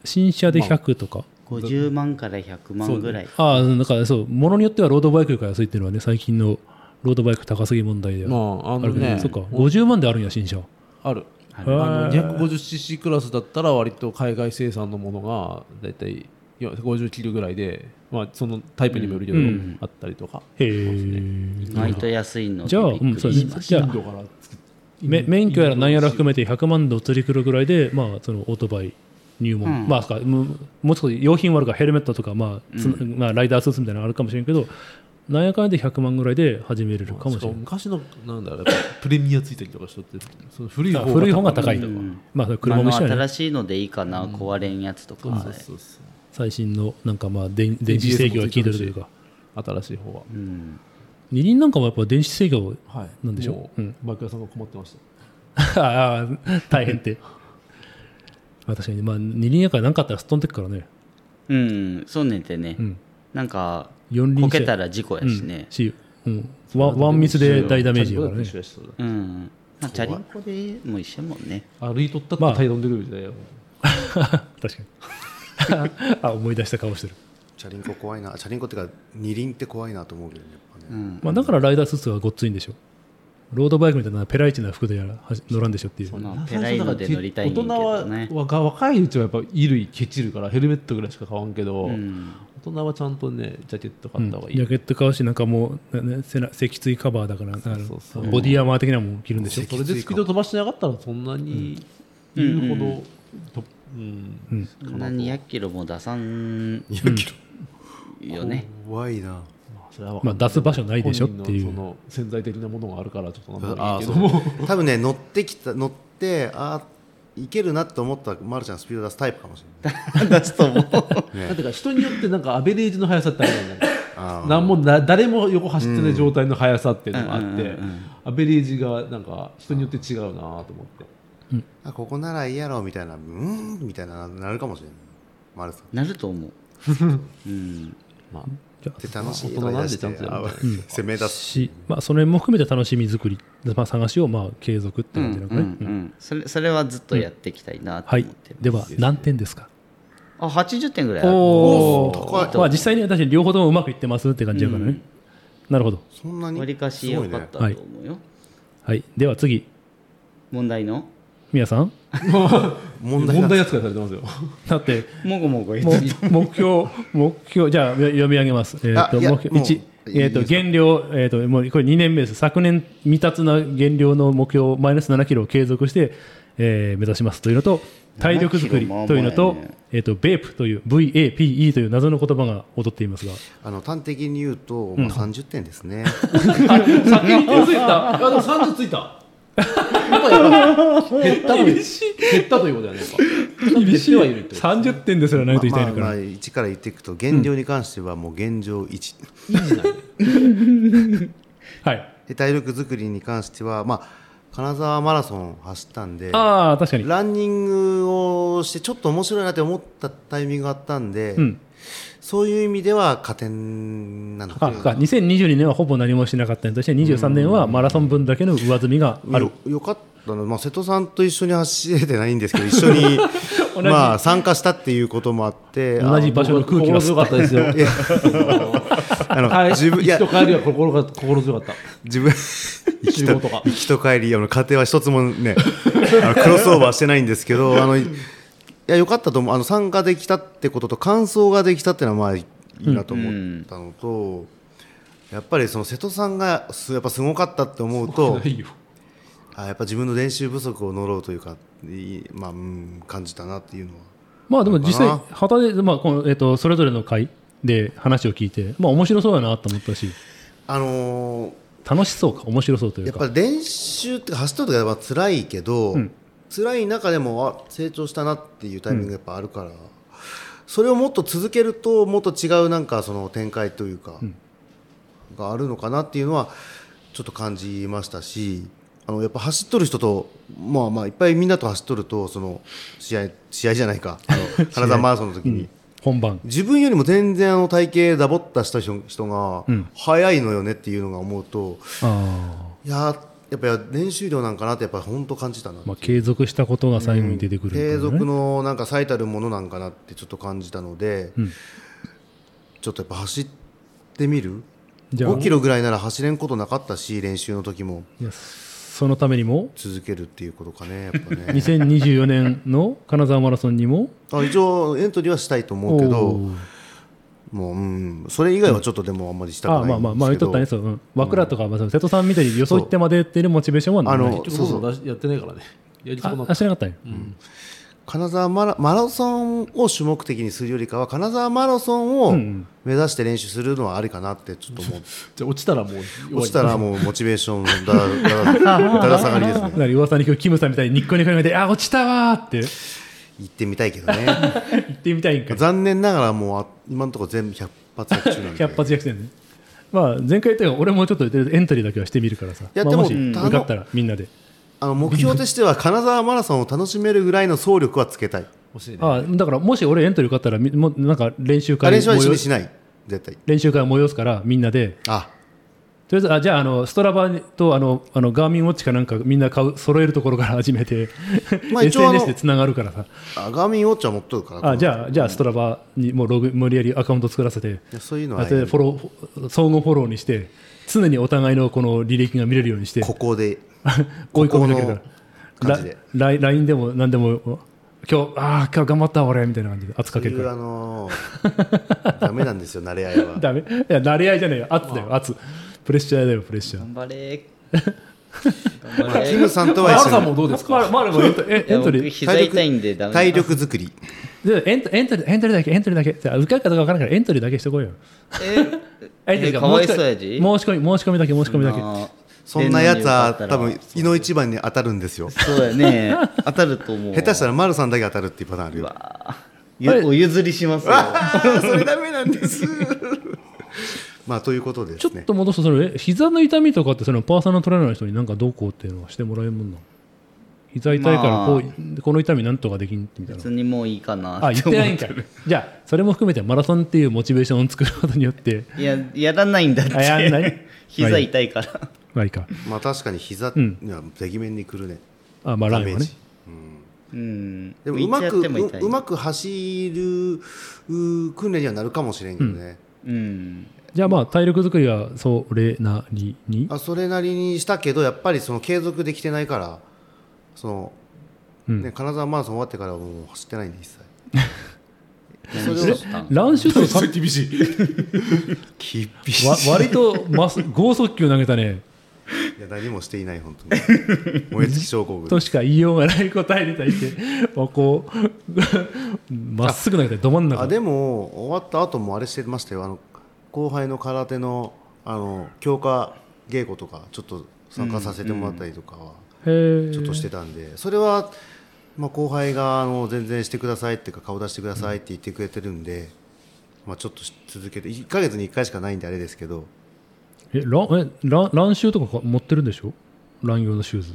A: 新車で100とか、
B: 50万から100万ぐらい、
A: ああ、なんかそう、ものによってはロードバイクよりか安いっていうのはね、最近のロードバイク高すぎ問題で
C: ま
A: は
C: ああ
A: あ
C: の
A: るけど、
C: ね
A: そっか、50万であるんや、新車。
C: ある
A: あ
C: あの 250cc クラスだったら割と海外生産のものがだいたい50キロぐらいで、まあ、そのタイプにもよるけど、あったりとか
A: へえ。
B: 意外と安いので
A: じゃあ、う
B: びっ
A: ん、
B: く
A: そうで
B: りし
A: す
B: ま
A: ね。
B: し
A: じゃあ
C: イン、ドから作っ
A: め免許やら何やら含めて100万の釣り黒ぐらいで、まあ、そのオートバイ入門、まあ、そっかもうもうちょっと用品はあるからヘルメットとか、まあつまあ、ライダースーツみたいなのあるかもしれんけど、なんやかんやで100万ぐらいで始めれるかもしれん。
C: 昔のなんだろうやっぱプレミアついたりとかしとってその古い
A: あ
C: 方が
A: 古い方が高い。まあ、それ
B: た
A: 車も一緒やね。
B: 新しいのでいいかな、壊れんやつとか、
C: そうそうそう
A: 最新のなんかまあ電電子制御が効いてるというか
C: 新しい方は、
B: うん
A: 二輪なんかもやっぱ電子制御 (laughs)
C: はい
A: なんでしょう
C: も
A: うん
C: バイク屋さんが困ってました
A: ああ大変ってまあ確かにまあ二輪やから何かあったらすっ飛んでくからね
B: うん、そうねんてね、
A: ん
B: なんか
A: 四輪
B: こ
A: 車
B: けたら事故やしね、
A: し、うん、ワンワンミスで大ダメージや
C: だ
A: か
C: からら
A: ね
C: ね
B: うんまあ、チャリンコでも一緒やもんね
C: 歩いとったって体温出てくる時代よ、
A: 確かに (laughs) あ思い出した顔してる、
D: チャリンコ怖いなチャリンコってか二輪って怖いなと思うけどねやっぱね、
A: まあ、だからライダースーツがごっついんでしょロードバイクみたいなペライチな服でやらはじ乗らんでしょっていう
B: そうな
C: な
B: ペライドで乗りたいねんけ
C: 大人は
B: どね、
C: 若若いうちはやっぱ衣類ケチるからヘルメットぐらいしか買わんけど、
B: うん、
C: 大人はちゃんとねジャケット
A: う
C: 買っ
A: んジ
C: た方がいい、
A: ャケット買うしなんかもう、ね、背な脊椎カバーだから
C: そうそうそう
A: あのボディアーマー的なもん着るんでしょ
C: それでスピード飛ばしてなかったらそんなに言うほど、とうん
B: そんなに200キロも出さん
D: 200キロ、
B: よね、
D: 怖いな
C: まあそれはわか
A: ま
C: ん
A: あ
C: ない
A: 出す場所ないでしょってい
C: 本人
A: う
C: のその潜在的なものがあるからちょっとなんと
D: あ
C: も
D: あ
C: いい
D: そ
C: けども
D: う多分ね乗ってきた乗ってあーいけるなと思ったらまるちゃんスピード出すタイプかもしれな
B: (laughs)
D: い (laughs)
B: 出すと思う
D: ね
C: なんていうか人によってなんかアベレージの速さってあるじゃ
D: (laughs)
C: ない
D: あー
C: なんもな誰も横走ってない状態の速さっていうのがあ
B: う
C: っ
B: んうんうんうん
C: て
B: うん
C: アベレージがなんか人によって違うなと思って
D: あここならいいやろみたいなうーんみたいななるかもしれないまるさん
B: なると思う、うん、
C: まあ
D: って楽しい
C: 大人なんで
D: とか言い出して
C: ちゃんとやる
D: あ (laughs) 攻め出す
A: し、まあ、それも含めて楽しみ作り、まあ、探しをまあ継続って
B: うんう
A: 感じ
B: ん
A: なのか
B: う
A: ね、うん
B: んそれそれはずっとやっていきたいなと
A: は
B: 思っ
A: い
B: て、
A: では何点ですか
B: あ80点ぐらいある
A: お
D: おー
A: お、まあ、実際に私両方ともうまくいってますって感じだからね、なるほど、
D: そんなに
B: わりかし良かったと
A: すごいね
B: 思うよ、
A: はい、では次
B: 問題の
A: 皆さん
D: 問題
C: 問
D: なんで
C: 題
D: す
C: 扱いされてますよ
A: だって
B: もごもご言
A: も
B: って
A: 目標目標じゃあ読み上げます、えー、と
D: あいや
A: 目標
D: もう
A: 1
D: いい
A: えー、と
D: ですか
A: 減量、えー、ともうこれ2年目です昨年未達な減量の目標マイナス7キロを継続して、えー目指しますというのと体力作り
B: 7キロまあま
A: と
B: あやね
A: いうのと,、えー、とベープという VAPE という謎の言葉が踊ってい
D: (laughs)
A: ますが
D: あの端的に言うと、まあ、30点で
A: (laughs)
D: すね、
A: 先に気づいた
C: あでも30ついた減ったという減ったということだねやっぱ
A: 厳しい
C: 減ってはいるってこと
A: 30点ですらないと言いたいのかな、
D: まあまあ1から言っていくと減量に関してはもう現状1、
A: はい
D: で体力作りに関しては、まあ、金沢マラソン走ったんで
A: ああ確かに
D: ランニングをしてちょっと面白いなって思ったタイミングがあったんで、
A: うん
D: そういう意味では加点なの
A: あ
D: か
A: そうか2022年はほぼ何もしなかったのに対して23年はマラソン分だけの上積みがある
D: よよかったな、まあ、瀬戸さんと一緒に走れてないんですけど一緒に
A: (laughs) 同じ
D: まあ参加したっていうこともあって
A: 同じ場所の空気が
C: 心強かったですよ
D: あの
C: はい
D: 自分いや
C: 一度帰りは心が心強かった
D: (laughs) 自分行き
C: 仕
D: と
C: 事が
D: 行きと帰りあの家庭は一つも (laughs) ねあのクロスオーバーしてないんですけどあのいや良かったと思うあの参加できたってことと感想ができたっていうのはまあいいなと思ったのと、やっぱりその瀬戸さんがすやっぱすごかったって思うと
C: ないよ
D: あやっぱ自分の練習不足を乗ろうというかいいまあ、うん、感じたなっていうのは
A: まあでも実際
D: なのか
A: 旗で、まあこのえっとそれぞれの回で話を聞いて、まあ、面白そうやなと思ったし
D: あのー
A: 楽しそうか面白そうとい
D: や
A: う
D: っ
A: か
D: ぱ練習っていうか走っとる時はまあ辛いけど、
A: うん
D: 辛い中でもあ成長したなっていうタイミングがやっぱあるから、それをもっと続けるともっと違うなんかその展開というか、があるのかなっていうのはちょっと感じましたしあのやっぱ走っとる人とまあまあいっぱいみんなと走っとるとその試合試合じゃないかあ
A: (laughs)
D: の金沢マラソンの時に。
A: 本番
D: 自分よりも全然あの体型ダボったした人人が
A: うん
D: 速いのよねっていうのが思うと、
A: あ
D: いやーやっぱり練習量なんかなってやっぱ本当感じたな、
A: ー、まあ、継続したことが最後に出てくるみたいな
D: 継
A: ね
D: 続のなんか最たるものなんかなってちょっと感じたので、
A: うん
D: ちょっとやっぱ走ってみる
A: じゃあ
D: 5キロぐらいなら走れんことなかったし練習の時も
A: いやそのためにも
D: 続けるっていうことかねやっぱ
A: (laughs)
D: ね
A: 2024年の金沢マラソンにも
D: あ一応エントリーはしたいと思うけど
A: おー
D: もう、うん、それ以外はちょっとでもあんまりしたく
A: あ
D: ない
A: ー
D: んですけ
A: ま
D: ど
A: あまあまあ言っとったねそう、うん、和倉とか、まあ、瀬戸さんみたいによそ行ってまでっていうモチベーションはない
D: あの
A: ない
C: 結局僕もやってないからねやりそうな
A: あ
C: っ
A: あ
C: た
A: してなかったんや
D: 金沢マラマラソンを主目的にするよりかは金沢マラソンを目指して練習するのはありかなってちょっと
A: (laughs)
D: 思う
C: じゃあ落ちたらもう
D: 落ちたらもうモチベーションだだだだ下がり
A: (laughs)
D: ですね
A: なり噂に聞くキムさんみたいにニッコニコにて、あ、落ちたわーって (laughs)
D: 行ってみたいけどね
A: 言ってみたいんかい。
D: 残念ながらもうあ今のところ全部100発100中なんで
A: 百発百戦ね。まあ、前回言ったように俺もちょっとエントリーだけはしてみるからさ。
D: や
A: まあ
D: でも
A: もし
D: うん
A: 受かったらみんなで。
D: あの目標としては金沢マラソンを楽しめるぐらいの総力はつけたい
A: (laughs)
C: 欲しいね
A: あだからもし俺エントリー受かったら、みもうなんか練習
D: あ
A: 会
D: 練習は一緒に
A: 催
D: しない絶対
A: 練習会を催すからみんなで。
D: あ
A: とりあえず、あじゃああの、ストラバとあの、あのガーミンウォッチかなんかみんな買う、揃えるところから始めて、
D: まあ一応あの
A: SNS でつながるからさ。
D: あガーミンウォッチは持っとるから
A: あじゃあ、じゃあストラバにもうログ、無理やりアカウント作らせて。
D: いやそういうの
A: あ
D: は
A: とでフォロー、総合フォローにして、常にお互いのこの履歴が見れるようにして
D: ここで
A: (laughs) 追い込みだけだ
D: ここの感じで
A: らラ LINE でも何でも今日ああ今日頑張った俺みたいな感じで圧かけるか
D: うあ
A: ら
D: の (laughs) ーダメなんですよ慣れ合いは
A: ダメいや慣れ合いじゃないよ圧だよ圧プレッシャーだよプレッシャー
B: 頑張れ
D: ま
B: 頑張
D: あキム
B: れ
D: さんと
C: マ
D: は
C: ル
D: 一
C: さ
D: 緒
C: んも
D: に
C: どうです
A: まあ
C: か
A: まあでもエントえ
B: い
A: エン
B: や
A: ト
B: 僕
A: リー
B: 膝痛いんでダメ
D: 体力作り
A: でエントエントリーエントリーだけエントリーだけじゃあ受かるかどうか分からないからエントリーだけしとこうよ
B: え
A: エントリー
B: え
A: が
B: かわいそうや
A: 申し
B: じ
A: 込み申し込みだけ申し込みだけ
B: あ
D: そんなやつは多分
B: そ
D: 井の一番に当たるんですよ
B: うだよね当たると思う
D: 下手したら丸さんだけ当たるっていう (laughs) パターンあるよ
B: ゆお譲りしますよ
D: あーそれダメなんです (laughs) まあということでで
A: ちょ
D: す
A: っ
D: ね
A: と戻すとそれえ膝の痛みとかってそのパーソナルトレーナーの人になんかどうこうっていうのはしてもらえるもんなの膝痛いからこう、この痛みなんとかできんみたいな
B: 別にもういいかな
A: あ言
B: っ
A: ってて
B: 思
A: ないん
B: う
A: かいじゃあそれも含めてマラソンっていうモチベーションを作ることによって
B: いややらないんだって
A: あやんない
B: (laughs) 膝痛いから
A: まあいいか
D: まあ確かに膝
A: ん
D: にはてきめんにくるね、
A: あまあラ
D: ダ
A: ン
D: メ
A: は
D: ー
A: ね
D: ジ
B: うん
D: でもうま
B: 道や
D: く
B: っても
D: う
B: 痛いう
D: まく走るう訓練にはなるかもしれんけどね、
B: うん
A: じゃあまあ体力作りはそれなりに
D: あそれなりにしたけどやっぱりその継続できてないからその、
A: うん
D: ね、金沢マラソン終わってからはもう走ってないんで一
B: 何したん
A: ランシュート
D: (laughs)
A: のか
C: 厳しい
D: 切厳しい
A: (laughs) わ割とます剛速球投げたね
D: いや何もしていない本当に燃え尽き症候群
A: としか言いようがない答えに対して (laughs) まあこう (laughs) まっすぐ投げてど真ん
D: あ
A: 中
D: でも終わった後もあれしてましたよあの後輩の空手のあの強化稽古とかちょっと参加させてもらったりとかはち
A: ち
D: ょっとしてたんで、それは、まあ、後輩があの全然してくださいっていうか顔出してくださいって言ってくれてるんで、まあ、ちょっとし続けて1ヶ月に1回しかないんであれですけど
A: えランえランランシューとか持ってるんでしょラン用のシューズ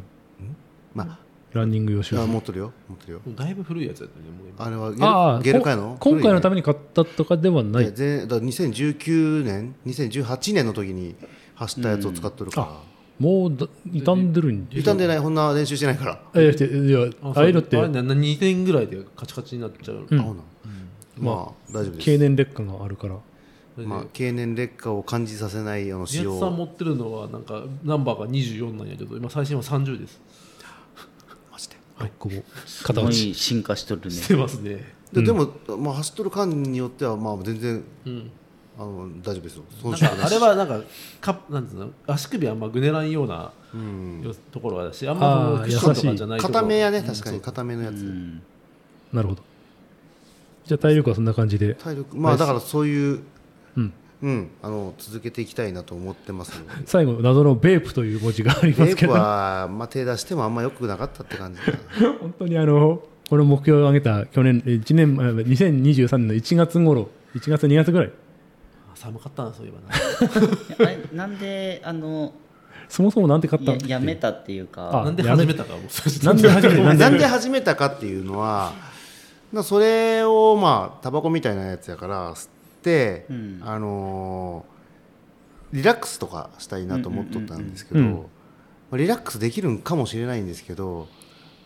D: ま
A: ランニング用シュ
D: ああ
A: ーズ
D: 持ってるよ持ってるよ
C: だいぶ古いやつだったねもう今
D: あれはゲル
A: ああ
D: ゲル界の
A: こ今回のた
D: め
A: めに買ったとかではない
D: いや全だから2019年2018年の時に走ったやつを使っとるから、
A: もうだ傷んでるん
D: 傷んでないこんな練習してないから、
A: えしていやああいうのって
C: あれなな2年ぐらいでカチカチになっちゃう、
A: うん
D: あほなまあ大丈夫です
A: 経年劣化があるから
D: まあ、経年劣化を感じさせないあの使
C: 宮津
D: 用
C: さん持ってるのはなんかナンバーが24なんやけど今最新は30です
D: マジで
A: はいこう
B: す
A: 片
B: ご
A: 落ち
B: い進化しとる
A: (laughs)
B: ね
C: してますね
D: で,、でも、まあ、走っとる間によっては、まあ、全然
C: うん
D: あの大丈夫ですよ
C: なんか
D: 損傷ない
C: あれはなんかかなんつうの足首あんまぐねらんような
D: うん
C: よところだしあんまその
A: あー
C: クッションとかじゃないところ
D: 固めやね確かに固めのやつ、
B: うん
A: なるほどじゃあ体力はそんな感じで
D: 体力まあだからそういう
A: うん
D: うんあの続けていきたいなと思ってますので
A: 最後謎のベープという文字がありま
D: レ
A: す
D: ー
A: け
D: プ
A: ど
D: は、まあ、手出してもあんま良くなかったって感じかな
A: 本当にあのこの目標を上げた去年え1年前2023年の1月頃1月2月ぐらい
C: あ寒かったなそういえばな
B: あれなんであの
A: そもそもなんて買った
B: や
A: の
B: やめたっていう
A: あ
B: か
C: なんで始めたかもう
A: なんで初め (laughs) てなんで
D: (laughs) なんで始めたかっていうのはなそれをまあタバコみたいなやつやから吸って、
B: うん
D: あのーリラックスとかしたいなと思っとったんですけど、
A: うんうんうんうん
D: まあリラックスできるんかもしれないんですけど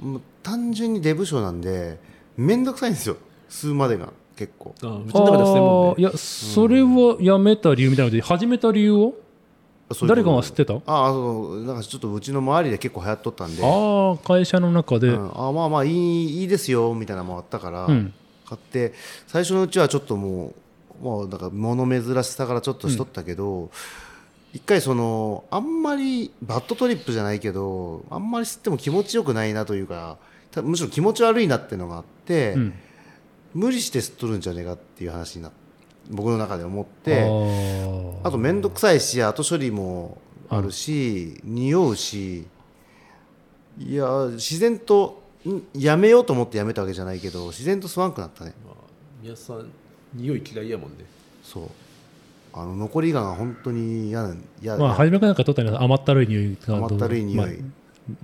D: もう単純にデブ症なんで面倒くさいんですよ吸うまでが結構
C: あうちの中ではしてもん
A: あーい
C: ね
A: やそれはやめた理由みたいなので始めた理由を
D: そういう
A: 誰かが知ってたあ
D: ああそうなんかちょっとうちの周りで結構流行っとったんで
A: あー会社の中で、
D: う
A: うんん
D: あまあまあいいいいですよみたいなのもあったから、
A: うん
D: 買って最初のうちはちょっともうもうなんか物珍しさからちょっとしとったけど、一回そのあんまりバッドトリップじゃないけどあんまり吸っても気持ちよくないなというかたむしろ気持ち悪いなっていうのがあって、無理して吸っとるんじゃねえかっていう話にな僕の中で思ってあ
A: あ
D: と面倒くさいし後処理もあるし、匂うしいや自然とんやめようと思ってやめたわけじゃないけど自然と吸わんくなったね
C: まあ宮津さん匂い嫌いやもんね
D: そうあの残りがが本当に嫌なん嫌
A: ー
D: だ、
A: まあ初めからなんか取ったのは甘ったるい匂いが
D: 甘ったるい匂い
A: まあ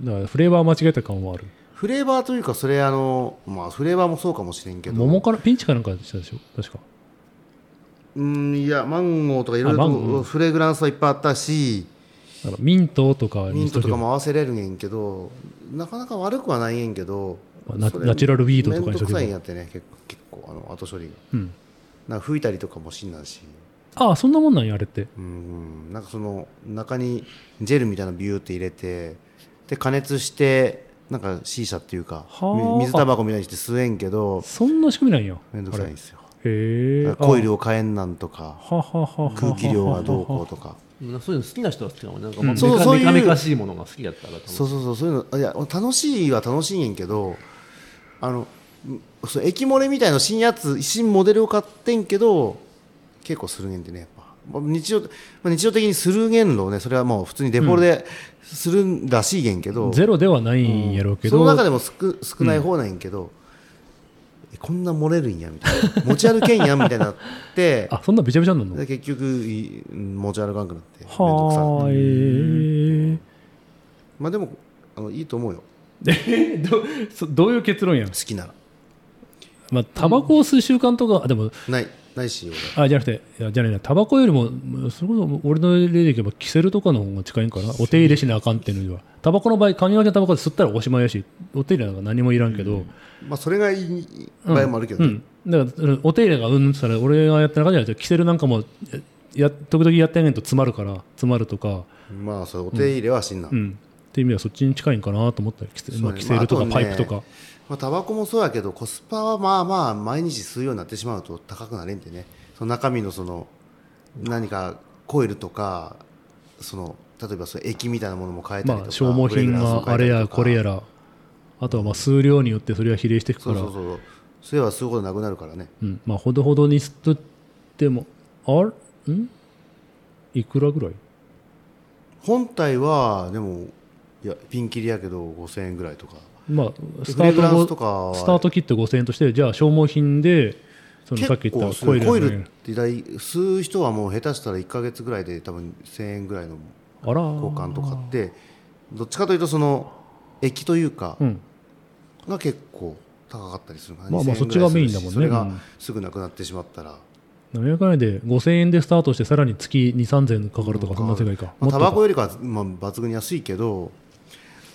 A: だからフレーバー間違えた感はある
D: フレーバーというかそれあのまあフレーバーもそうかもしれんけど
A: 桃からピンチかなんかしたでしょ確か
D: うんいやマンゴーとかいろい
A: あマンゴ
D: ろ
A: ー
D: とフレグランスはいっぱいあったし
A: だからミントとか
D: ミントと
A: にし
D: か
A: とけば
D: も合わせれるんやんけどなかなか悪くはないんやんけど、
A: まあナ
D: それ
A: ナチュラルウィードとかにしとけば
D: 面倒くさいんやってね結構結構あの後処理が
A: うん
D: なんか拭いたりとかもしんなんし
A: ああそんなもんなんやあれって
D: うんなんかその中にジェルみたいなのビューって入れてで加熱してなんか C 社っていうか
A: はあ
D: み水タバコみたいにして吸えんけど
A: そんな仕組みなんや
D: めんどくさいんですよ
A: あれへえ
D: だからコイ
A: ル
D: ルを変えんなんとか
A: ははははは
D: 空気量がどうこう
A: (laughs)
D: とか
C: うんそういうの好きな人は好きかもねなんかま
A: う
C: あ
A: ん
C: メ
D: そう
C: カ
D: そうい
C: メ
D: う
C: カメカしいものが好きだったら多分
D: そうそうそうそういうのいや楽しいは楽しいんやけどあのんそう液漏れみたいな新やつ新モデルを買ってんけど結構するげんってねやっぱまあ日常まあ日常的にするげんのをねそれはもう普通にデフォルトでするんらしいげんけど、
A: ゼロではないんやろうけ
D: そ
A: ど、
D: の中でも少少ない方なんやけど、えこんな漏れるんやみたいな持ち歩けんやみたいになって
A: (laughs) あそんなびちゃびちゃになるの
D: で結局い持ち歩かんくなってめんどくさ
A: は
D: くて
A: ーい
D: まあでもあのいいと思うよ
A: えどそど (laughs) ういう結論やん
D: 好きなら
A: まあタバコを吸う習慣とかあでも
D: ないないし俺
A: あじゃなくていやじゃないなタバコよりもまあそれこそ俺の例でいけばキセルとかの方が近いんかなお手入れしなあかんっていうのはタバコの場合鍵がけのタバコで吸ったらおしまいやしお手入れなんか何もいらんけど、
D: まあそれがいい場合もあるけど
A: う
D: ね、
A: ん、だからお手入れがうんって言ったら俺がやってる中じゃないキセルなんかもや時々やってあげんと詰まるから詰まるとか、
D: まあそれお手入れはしんな、
A: うん、っていう意味ではそっちに近いんかなと思ったりキセ,、まあ、
D: そうね
A: キセルとか
D: ま
A: パ
D: ああとね
A: イプとか、
D: まあタバコもそうやけどコスパはまあまあ毎日吸うようになってしまうと高くなれんってねその中身のその何かコイルとかその例えばその液みたいなものも変えたりと
A: ま
D: か、
A: あ、消耗品があれやこれやらあとはまあ数量によってそれは比例していくか
D: そう
A: ら
D: そうそうそういえば吸うことなくなるからね
A: うんまあ、ほどほどに吸っとってもあれんいくらぐらい
D: 本体はでもいやピンキリやけど5000円ぐらいとか
A: まあスタ
D: フレグラン
A: ー
D: スと
A: ト
D: かは
A: 後スタートキット5000円としてじゃあ消耗品でその
D: 結
A: さっき言っ
D: 構
A: た
D: する
A: コイル,、
D: コイルって大吸う人はもう下手したら1か月ぐらいで多分1000円ぐらいの
A: あらー
D: 交換とかってどっちかというとその液というか
A: うん
D: が結構高かったりするから
A: まあまあ
D: 2000円ぐら
A: そっちが
D: いするし
A: メインだもんね
D: それ
A: う
D: が
A: ん
D: すぐなくなってしまったら
A: 700円で5000円でスタートしてさらに月2 3 0 0 0かかるとかそんな世界か
D: まあタ
A: もっ
D: バ
A: とか
D: コよりかは、まあ、抜群に安いけど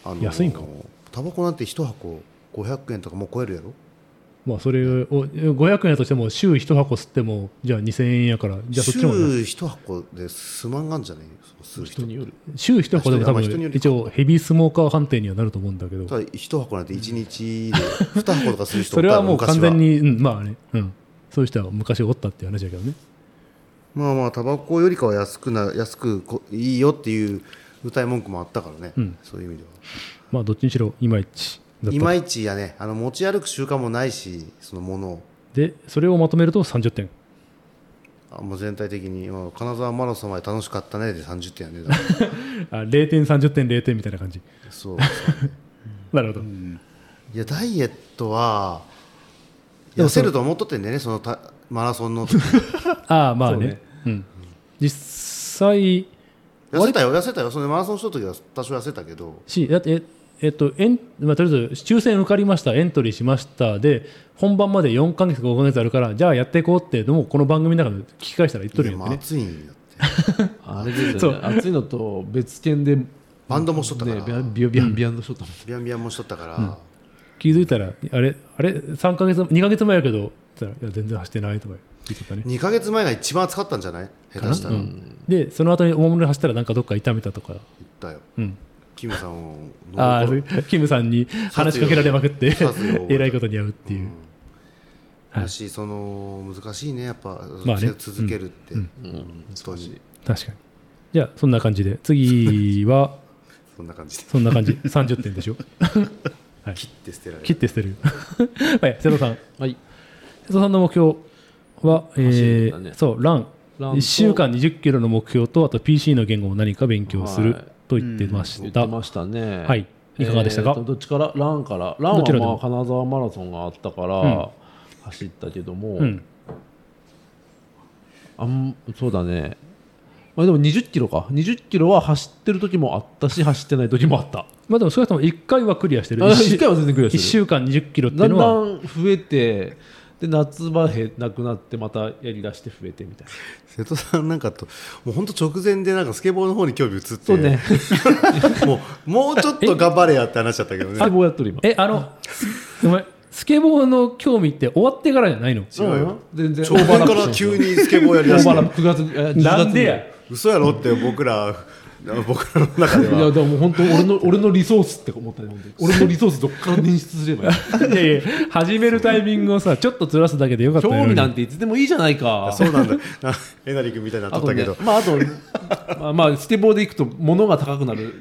D: あの
A: 安いんか
D: タバコなんて1箱500円とかもう超えるやろ
A: まあそれを500円やとしても週1箱吸ってもじゃあ2000円やからじゃあそっち
D: 週
A: もね
D: 1箱ですまんがんじゃねえその吸う
C: 人
D: 人
C: による
A: 週1箱でも多
D: あ人によ
A: 分
D: りか
A: 一応ヘビースモーカー判定にはなると思うんだけど
D: ただ1箱なんて1日で2箱とかする人
A: それはもう完全
D: に
A: に、うん、まあね、うん、そういう人は昔おったっていう話だけどね。
D: まあまあタバコよりかは安くな安くこいいよっていう歌い文句もあったからね、
A: うん
D: そういう意味では
A: まあ、どっちにしろ、いまいちだった
D: いまいちやねあの持ち歩く習慣もないしそのものを
A: で、それをまとめると30点。
D: あもう全体的にまあ金沢マラソンまで楽しかったねで30点やねだ (laughs) から
A: あ0点、30点、0点みたいな感じ。
D: そう
A: なるほど。
D: いやダイエットは
A: でも
D: 痩
A: そ
D: せ
A: れ
D: ると思っとってんだよねそのたマラソンの
A: (laughs)
D: 時
A: ああ、まあ
C: そう
A: ね
C: ね
A: うん。実際
D: 痩せたよ痩せたよそのマラソンした時は多少痩せたけど
A: し、だって、ええっとエンまあ、とりあえず抽選受かりました、エントリーしましたで、本番まで4か月か5か月あるから、じゃあやっていこうって、でもこの番組の中で聞き返したら言っとる
D: いや
A: ん
D: ま
A: や
D: あ
A: ってね。
D: 暑いんやって
C: あれです
A: そ
C: よ
A: う
C: ね暑いのと別件で
D: バンドもしとったから、
C: ねビャンビャンビャンのしとったもん
D: ビャンビャンもしとったから、
A: 気づいたら、あれ、あれ、3か月、2か月前やけど、って言ったらいや全然走ってないとか言ってたね。
D: 2か月前が一番暑かったんじゃない下手したら、言
A: でその後におもむろに走ったらなんかどっか痛めたとか、
D: ったよ
A: うん、
D: キムさんを
A: あ
D: 喉
A: あキムさんに話しかけられまくって
D: 殺意を覚えた
A: (laughs) えらいことに遭うっていう、
D: だしその難しいねやっぱ、
A: まあね
D: 続けるって、本当
C: 難し
D: に
C: い
A: 確かにじゃあそんな感じで次
C: (laughs)
A: は
D: そんな感じで
A: そんな感じ30点でしょ
D: 切って捨てられ
A: 切っ
D: る
A: て捨てる (laughs) はい瀬戸さん
C: はい
A: 瀬戸さんの目標は、え
C: 走
A: ー
C: るんだね
A: そうラン
C: ランと
A: 1週間2 0キロの目標とあと PC の言語を何か勉強する
C: はい
A: と言ってま
C: 言
A: し、
C: ったてましたね
A: はいいかがでしたか
C: えーとどっちからランからラン
A: どちらで
C: はま
A: も
C: あ金沢マラソンがあったか
A: うん
C: ら走ったけども
A: うん、
C: あんそうだねまあでも20キロか20キロは走ってる時もあったし走ってない時もあった
A: まあでも少なくとも1回はクリアしてる
C: あ
A: 一週
C: 一回は全然クリアして
A: 一
C: る
A: 週間20キロってい
C: だ
A: うの
C: ん
A: は
C: だん増えてで夏場へなくなってまたやりだして増えてみたいな
D: 瀬戸さんなんかともう本当直前でなんかスケボーの方に興味移って
C: そうね
D: もうもうちょっと頑張れやって話だったけどね
C: 相棒やっとる今
A: えあのごめんスケボーの興味って終わってからじゃないの
D: 違うよ
C: 全然
D: 長文から急にスケボーやり
C: オ
D: だ
C: ー
D: し
C: バーラ
D: (laughs) て
C: ップ9月え10月
A: なんでや
D: 嘘やろって僕ら僕らの中で
C: いや
D: は
C: でも本当俺の俺のリソースって思ったね本当に俺のリソースどっから捻出すればいい
A: いやいや始めるタイミングをさちょっとずらすだけで
C: (laughs)
A: よかった
C: 興
A: のに
C: 味なんていつでもいいじゃないか
D: (laughs) そうなんだ (laughs) なえなり君みたいになっと
C: あ
D: ったけど、
C: ね、まああと (laughs) まあまあスケボーで行くと物が高くなるっ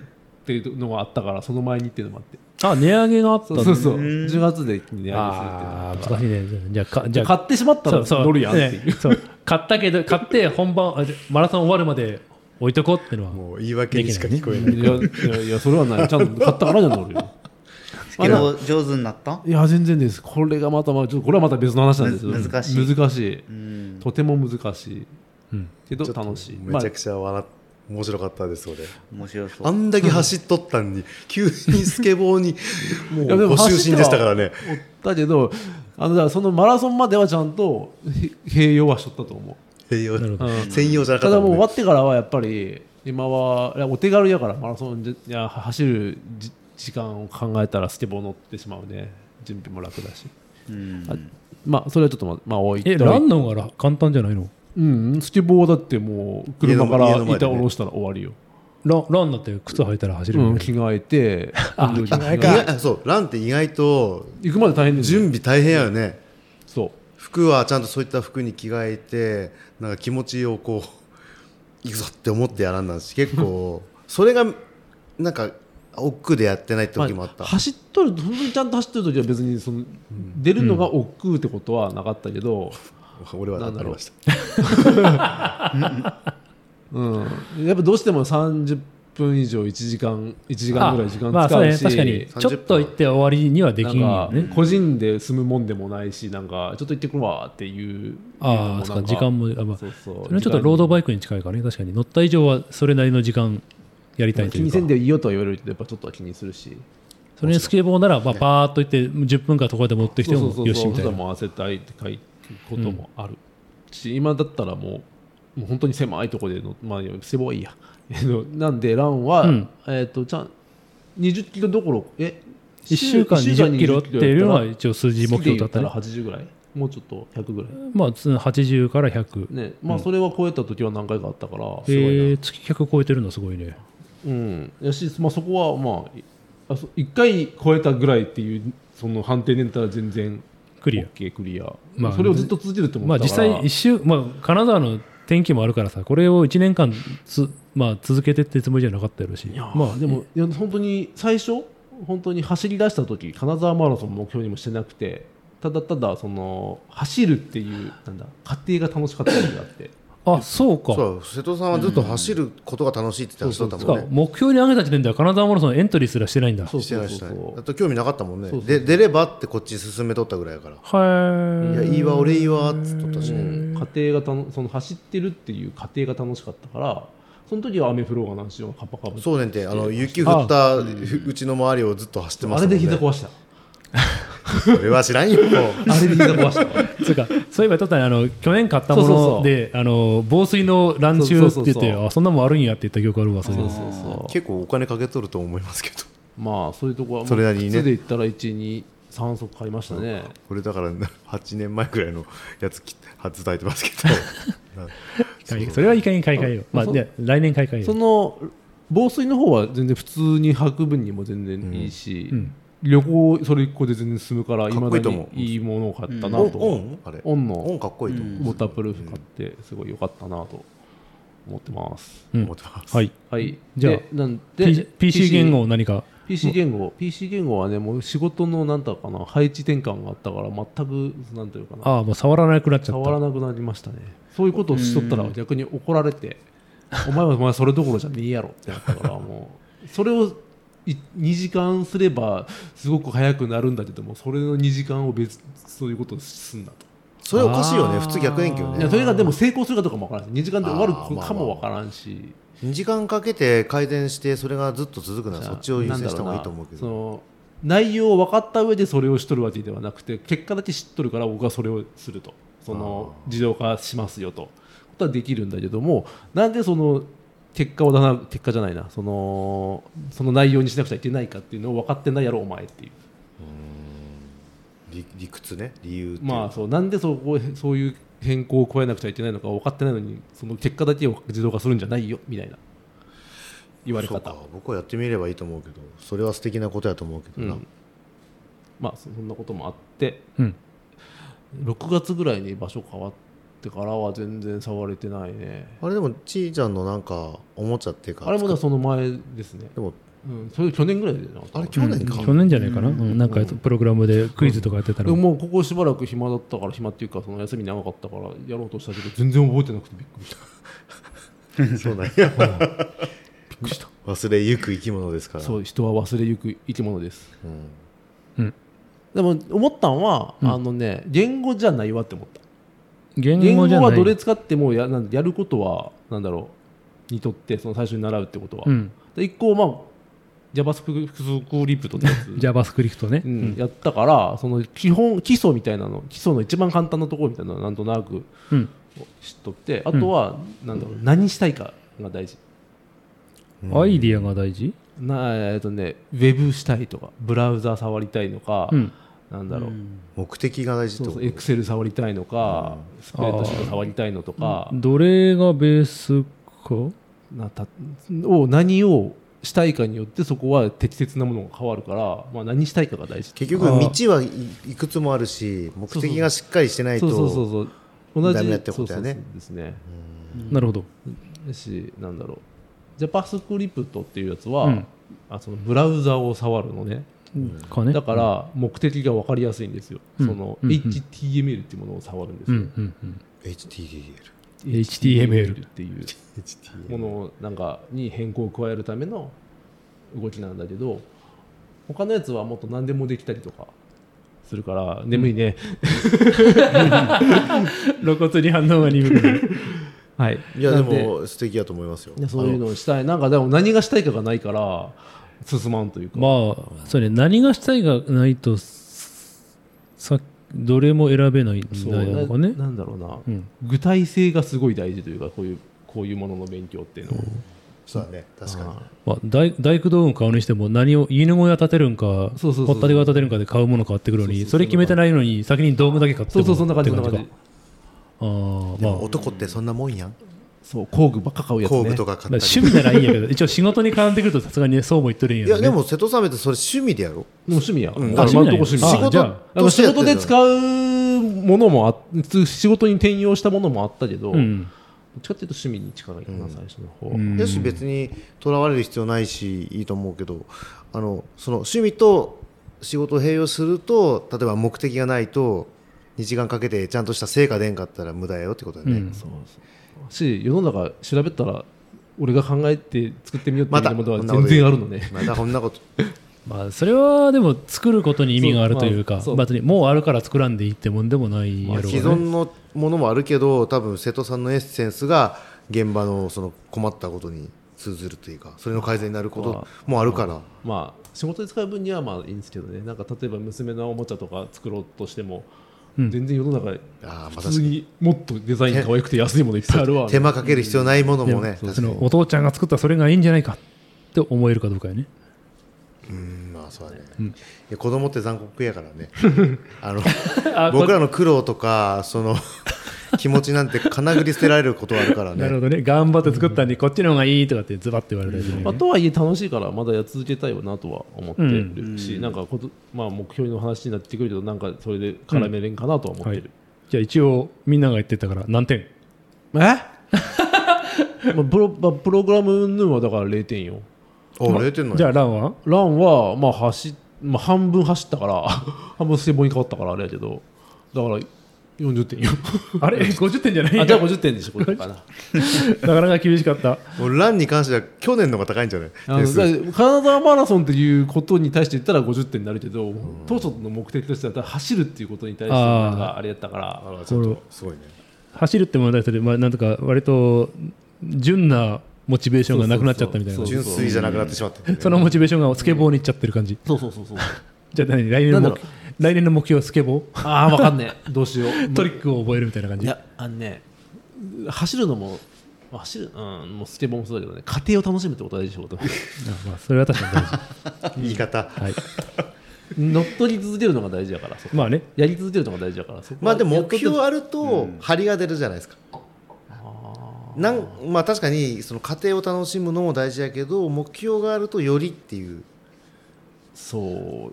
C: ていうのがあったからその前にっていうのもあって
A: あ値上げがあった
C: そ
A: んだ
C: うそうそう10月で一気に値上げするっていうのが
A: ああ難しいねじゃあかじゃあ
C: 買ってしまった
A: そ
C: ら
A: うそう
C: 乗るやんっていう
A: ねそう買ったけど買って本番あじゃマラソン終わるまで置いとこうってのは
D: もう言い訳にしか聞こえない
C: いやいやいやそれはないちゃんと買ったからじゃ乗るよ
B: スケボー上手になった
C: いや全然ですこれがまたまあちょっとこれはまた別の話なんですけど
B: む難しい
C: 難しい
B: うん
C: とても難しい、
A: うん
C: けど楽しい
D: めちゃくちゃ笑っ面白かったです俺
B: 面白そ
D: あ
B: うん
D: だけ走っとったんに急にスケボーに
C: いや
D: もうご
C: 走
D: 就
C: って
D: 寝
C: は
D: でしたからね
C: おったけどあのだからそのマラソンまではちゃんとへ (laughs) 併用はしとったと思
D: 専用
A: なるほど
C: うん
D: 専用じゃ
C: う
D: なか
C: た
D: った
C: だもう
D: もん
C: 終
D: ね
C: わってからはやっぱり今はいやお手軽やからマラソンじいや走るじ時間を考えたらスケボー乗ってしまうね準備も楽だし、
B: うん
C: あまあそれはちょっとままあ置いて
A: えランの方が簡単じゃないの
C: うんスケボーだってもう車か
D: 家
C: ら
D: の家の前でね
C: 板下ろしたら終わりよ、
A: ランランだって靴履いたら走る
C: う
A: よ
C: ん、
A: ね
C: 着替えて
A: あ
C: 運動着
A: 着替え
D: 意
A: か
C: 替え
D: 外あそうランって意外と
C: 行くまで大変ですよ
D: 準備大変やよね
C: そう
D: 服はちゃんとそういった服に着替えてなんか気持ちをこういくぞって思ってやらんなんし結構それがなんか億劫でやってない時もあっ
C: まあ
D: た、
C: 走っとる本当にちゃんと走ってる時は別にその出るのが億劫ってことはなかったけど、
D: 俺はなりました
C: うんやっぱどうしても30分以上1時間1時間ぐらい時間
A: まあ
C: 使
A: そう
C: う
A: ね
C: し、
A: 確かにちょっと行って終わりにはで
C: な
A: きんよ
C: ん
A: ね
C: か個人で住むもんでもないしなんかちょっと行ってくるわっていう
A: ああそうか時間
C: も
A: もあまあ
C: そうそう
A: それはちょっとロードバイクに近いからね確かに乗った以上はそれなりの時間やりたいと
C: 気
A: いう
C: に
A: か
C: せんでいいよとは言われるとやっぱちょっとは気にするし
A: それにスケボーならまあパーッと行って10分間とかで持ってきて
C: そう
A: も
C: そうそう
A: よし
C: そう
A: みたい
C: そ
A: な
C: うもう汗たいって書いこともあるし、今だったらもうもう本当に狭いところでのまあ狭いやえっとなんでラ (laughs) ンは、
A: うん
C: えっとちゃん20キロどころえ
A: 1週間20キロっていうのは一応数字目標だった
C: ら
A: ね
C: 80ぐらいもうちょっと100ぐらい
A: まあつ80から100
C: ねまあそれは超えた時は何回かあったから
A: え
C: すごいな、
A: ー月100超えてるのすごいね
C: うんやし、まあ、そこはまあいあそ1回超えたぐらいっていうその判定で言ったら全然
A: クリア
C: OK クリア、
A: まあ
C: それをずっと続けるって思
A: ま
C: っ
A: あ
C: てた
A: 実
C: から、
A: 際一週まあ金沢の天気もあるからさこれを1年間つまあ続けてってつもりじゃなかったやろうし
C: いやー
A: まあ
C: でもいや本当に最初本当に走り出した時金沢マラソン目標にもしてなくてただただその走るっていうなんだ過程が楽しかった時があって
A: あそうか
D: そう瀬戸さんはずっと走ることが楽しいって言って走っとった
A: そ
D: も
A: うんか
D: ね
A: 目標に上げた時点では金沢マラソンエントリーすらしてないんだ
C: そう
D: して
C: そ
D: な
C: う
D: いし
C: そう
D: てない
C: そ
D: だって興味なかったもんね
C: そうそう
D: で出ればってこっちに進めとったぐらいやから
A: はい
D: やいいわ俺いいわっつっとったし
C: う、
D: ね
C: うん過程がたのその走ってるっていう過程が楽しかったからその時は雨降ろうが何しようがカッパカブ
D: そうねんてあの雪降ったうちの周りをずっと走ってま
C: あ
D: した
C: れ
D: もん
C: で
D: ね
C: 膝壊した
D: それは知ら
C: (laughs)
D: んよ
C: あれで膝壊した
D: (laughs)
C: わ
A: そうかそういえばちょっとねあの去年買ったものであの防水のランチューって言
C: そ
A: っ
C: うそう
A: て
C: そうそう
A: あそんなもんあるんやって言った記憶あるわそれ
C: そうそうそう
D: 結構お金かけとると思いますけど
C: まあそういうとこはまあ
D: それなりにね
C: 靴で言ったら123足買いましたね
D: これだから8年前ぐらいのやつき初伝えてますけ
C: (laughs)
D: どな
A: はいそれはいい加減買い替えようまあ
C: そう
A: じゃあ来年買い替えよ
C: その防水の方は全然普通に履く分にも全然いいし、
A: うんうん
C: 旅行それ一個で全然進むから
D: かっ
C: 今
D: こ
C: だ
D: いいと思う
C: にいいものを買ったな
D: オン
C: と、
D: オンあれ
C: オンの
D: オンかっこいいと
C: ウ
D: 思う
C: ォータープルーフ買ってすごい良かったなと思ってます、
A: う、うん
D: 思ってます
A: はい
C: はい
A: じゃあ
C: でなんで
A: P- PC 言語を何か
C: PC 言語 PC 言語はねもう仕事のなんだかな配置転換があったから全くなんというかな
A: ああもう触らなくなっちゃっ
C: 触ら
A: た
C: なくなりましたねそういうことをしとったら逆に怒られて (laughs) 「お前はお前それどころじゃねえやろ」ってなったからもうそれをい2時間すればすごく早くなるんだけどもそれの2時間を別そういうことをすんなと
D: それおかしいよね
A: あー
D: 普通逆遠距
A: あ
C: いや
D: ね
C: それがでも成功するかどうかもわからんし2時間で終わる
D: あーまあまあ
C: かもわからんし
D: 2時間かけて改善してそれがずっと続くならそっちを優先した方がいいと思うけ
C: そ
D: ど
C: の内容を分かった上でそれをしとるわけではなくて結果だけ知っとるから僕はそれをするとその自動化しますよとことはできるんだけどもなんでその結果をだな結果じゃないなそのその内容にしなくちゃいけないかっていうのを分かってないやろお前っていう
D: 理理屈ね理由っていうか
C: まあそうなんでそこそういう変更を加えなくちゃいけないのか分かってないのにその結果だけを自動化するんじゃないよみたいな言われ
D: そう
C: 方
D: か僕はやってみればいいと思うけどそれは素敵なことやと思うけ
C: う
D: どな、
C: ん、まあそそんなこともあって
A: うん、
C: 6月ぐらいに場所変わってからは全然触れてないね
D: あれでもちーちゃんのなんかおもちゃっていうか
C: あれもだから
D: 作
C: その前ですね
D: っでも
C: うんそれ去年ぐらいでなかった
D: あれ去年か、
A: 去年じゃないかな、うんなんかプログラムでクイズとかやってたら、
C: でももうここしばらく暇だったから暇っていうかその休み長かったからやろうとしたけど全然覚えてなくてびっくりした
D: そうなんやびっくりした忘れゆく生き物ですから
C: そう人は忘れゆく生き物です
D: うん
C: でも思ったんは、あのね言語じゃないわって思った
A: 言
C: 言
A: 語
C: 語
A: じゃ
C: は
A: ない
C: どれ使ってもやなんやることはなんだろうにとってその最初に習うってことは、
A: うん、
C: で一個まあ JavaScript のや
A: (laughs)
C: つ
A: JavaScript ね、
C: うん、やったからその基本基礎みたいなの基礎の一番簡単なところみたいなのはなんとなく
A: うん
C: 知っとってあとは、なんだろう何したいかが大事
A: アイディアが大事、
C: なえっとねウェブしたいとかブラウザ触りたいのか、
A: うん
C: なんだろう、
D: 目的が大事って
C: そう
D: こと
C: そうエクセル触りたいのか、スプレッドシート触りたいのとか、
A: どれがベースか
C: なたを何をしたいかによってそこは適切なものが変わるから、まあ、何したいかが大事
D: 結局道はいいくつもあるし目的がしっかりしてない
C: そうそうそ
D: と
C: うそう同じ
D: ダメだってことやね
C: そうそうそうですね
A: なるほど、
C: だしなんだろう JavaScript っていうやつは、
A: うん
C: あそのブラウザを触るのね
A: かね
C: だから目的が分かりやすいんですよ、
A: うん
C: その
A: うんうん
C: HTML っていうものを触るんです
A: う
C: よ、
A: んうんうん、
D: HTML
A: HTML
C: っていうものをなんかに変更を加えるための動きなんだけど他のやつはもっと何でもできたりとかするから眠いね、
A: 露骨に反応が鈍くなる
C: はい
D: いやで
C: なんで
D: も素敵やと思いますよ
C: いやそういう
D: あ
C: のをしたいなんかでも何がしたいかがないから進まんという
A: (laughs)
C: か、
A: まあそうね何がしたいがないとさどれも選べないん
C: そう
A: だよ
C: な
A: ね
C: なんだろうな、
A: うん
C: 具体性がすごい大事というかこういうこういうものの勉強っていうのを、
D: そうだね確か
A: まあ、大大工道具を買うにしても何を犬小屋建てるんか
C: そうそうそう
A: 掘ったて小屋建てるんかで買うもの変わってくるのに
C: そうそうそう
A: それ決めてないのに先に道具だけ買って
C: そうそう
A: も
C: そんな感じそんな
A: って
C: 感じ
A: あー
D: にで
A: まあ
D: も男ってそんなもんやん
C: そう工具ばっか買うやつね
D: 工具とか買ったり
A: 趣味ならいいんやけど一応仕事に絡んでくるとさすがにねそうも言っとるんや
D: い
A: けど
D: や
A: ね
D: でも瀬戸さんめってそれ趣味でやろ
C: でも趣味や、うん、
A: あ趣味なんや
C: 趣味
A: あ
C: 仕
D: 仕
C: 事
A: じゃ
D: 事
A: あ
C: でも
D: として
C: 仕
D: やって
C: 事
D: る
C: で使うものもあつ仕事に転用したものもあったけど、
A: うん
C: どっちかっていうと趣味に近いかな、最初の方、
A: うん
D: だし別にとらわれる必要ないしいいと思うけどあのその趣味と仕事を併用すると例えば目的がないと2時間かけてちゃんとした成果出んかったら無駄やよってことだね、
A: うん
C: そうそうし世の中調べたら俺が考えて作ってみようっていうものは全然あるのね、
D: まだこんなこと
A: まあ、それはでも作ることに意味があるというか
C: そうまあ
A: 別にもうあるから作らんでいいってもんでもないやろう
D: 既
A: ね、
D: 存のものもあるけど多分瀬戸さんのエッセンスが現場のその困ったことに通ずるというかそれの改善になることもあるから
C: (laughs) まあ仕事で使う分にはまあいいんですけどねなんか例えば娘のおもちゃとか作ろうとしても、全然世の中
D: あーまあ
C: 普通にもっとデザイン可愛くて安いものいっぱいあるわ
D: 手間かける必要ないものもね
A: そう
D: 確か
A: そ
D: に
A: のお父ちゃんが作ったそれがいいんじゃないかって思えるかどうかよね
D: うんまあそうだね、いや子供って残酷やからねあの僕らの苦労とかその気持ちなんてかなぐり捨てられることはあるから
A: なる
D: ね
A: ほどね頑張って作ったんでこっちの方がいいとかってズバッて言われる
C: まあ、とはいえ楽しいからまだやり続けたいよなとは思ってるし、なんかこと、まあ、目標の話になってくるけどなんかそれで絡めれんかなとは思っ
A: は
C: て
A: い
C: る、、
A: じゃあ一応みんなが言ってたから何点
C: えまあプロまあ、プログラム云々はだから0点よ
D: お0点の
A: じゃあラン (laughs) は
C: ランは、まあ走っまあ、半分走ったから (laughs) 半分スケボーに変わったからあれやけどだから40点よ
A: あれ50点じゃない
C: (laughs) あじゃあ50点でしょこれかな
A: なかなか厳しかった
D: もうランに関しては去年の方が高いんじゃない
C: あ
D: 点
C: の
D: 数
C: だから金沢マラソンっていうことに対して言ったら50点になるけど、当初の目的としては走るっていうことに対してなんかあれやったから
D: あらちょっとすごいね
A: 走るって問題それ、まあ、なんとか割と純なモチベーションがなくなっちゃったみたいな
C: そうそうそう
D: 純粋じゃなくなってしまった、
A: そのモチベーションがスケボーに行っちゃってる感じ、
C: そうそうそうそう
A: じゃあ何来年の
C: なん
A: 目
C: だろ
A: 来年の目標はスケボー
C: (laughs) ああ分かんねえどうしよう
A: トリックを覚えるみたいな感
C: い
A: じ
C: やあのね走るのも走る、うん、もうスケボーもそうだけどね (laughs) 家庭を楽しむってことは大事でしょうと思う
A: あまあ、それは確かに大事
D: 言い方
A: はい
C: 乗っ取り続けるのが大事だからそこ
A: まあね
C: やり続けるのが大事だからそこ
D: ま
C: は
D: あでも
C: やっ
D: 目
C: とく
D: 標あると張りが出るじゃないですか、なんまあ確かにその家庭を楽しむのも大事だけど目標があるとよりっていう
C: そう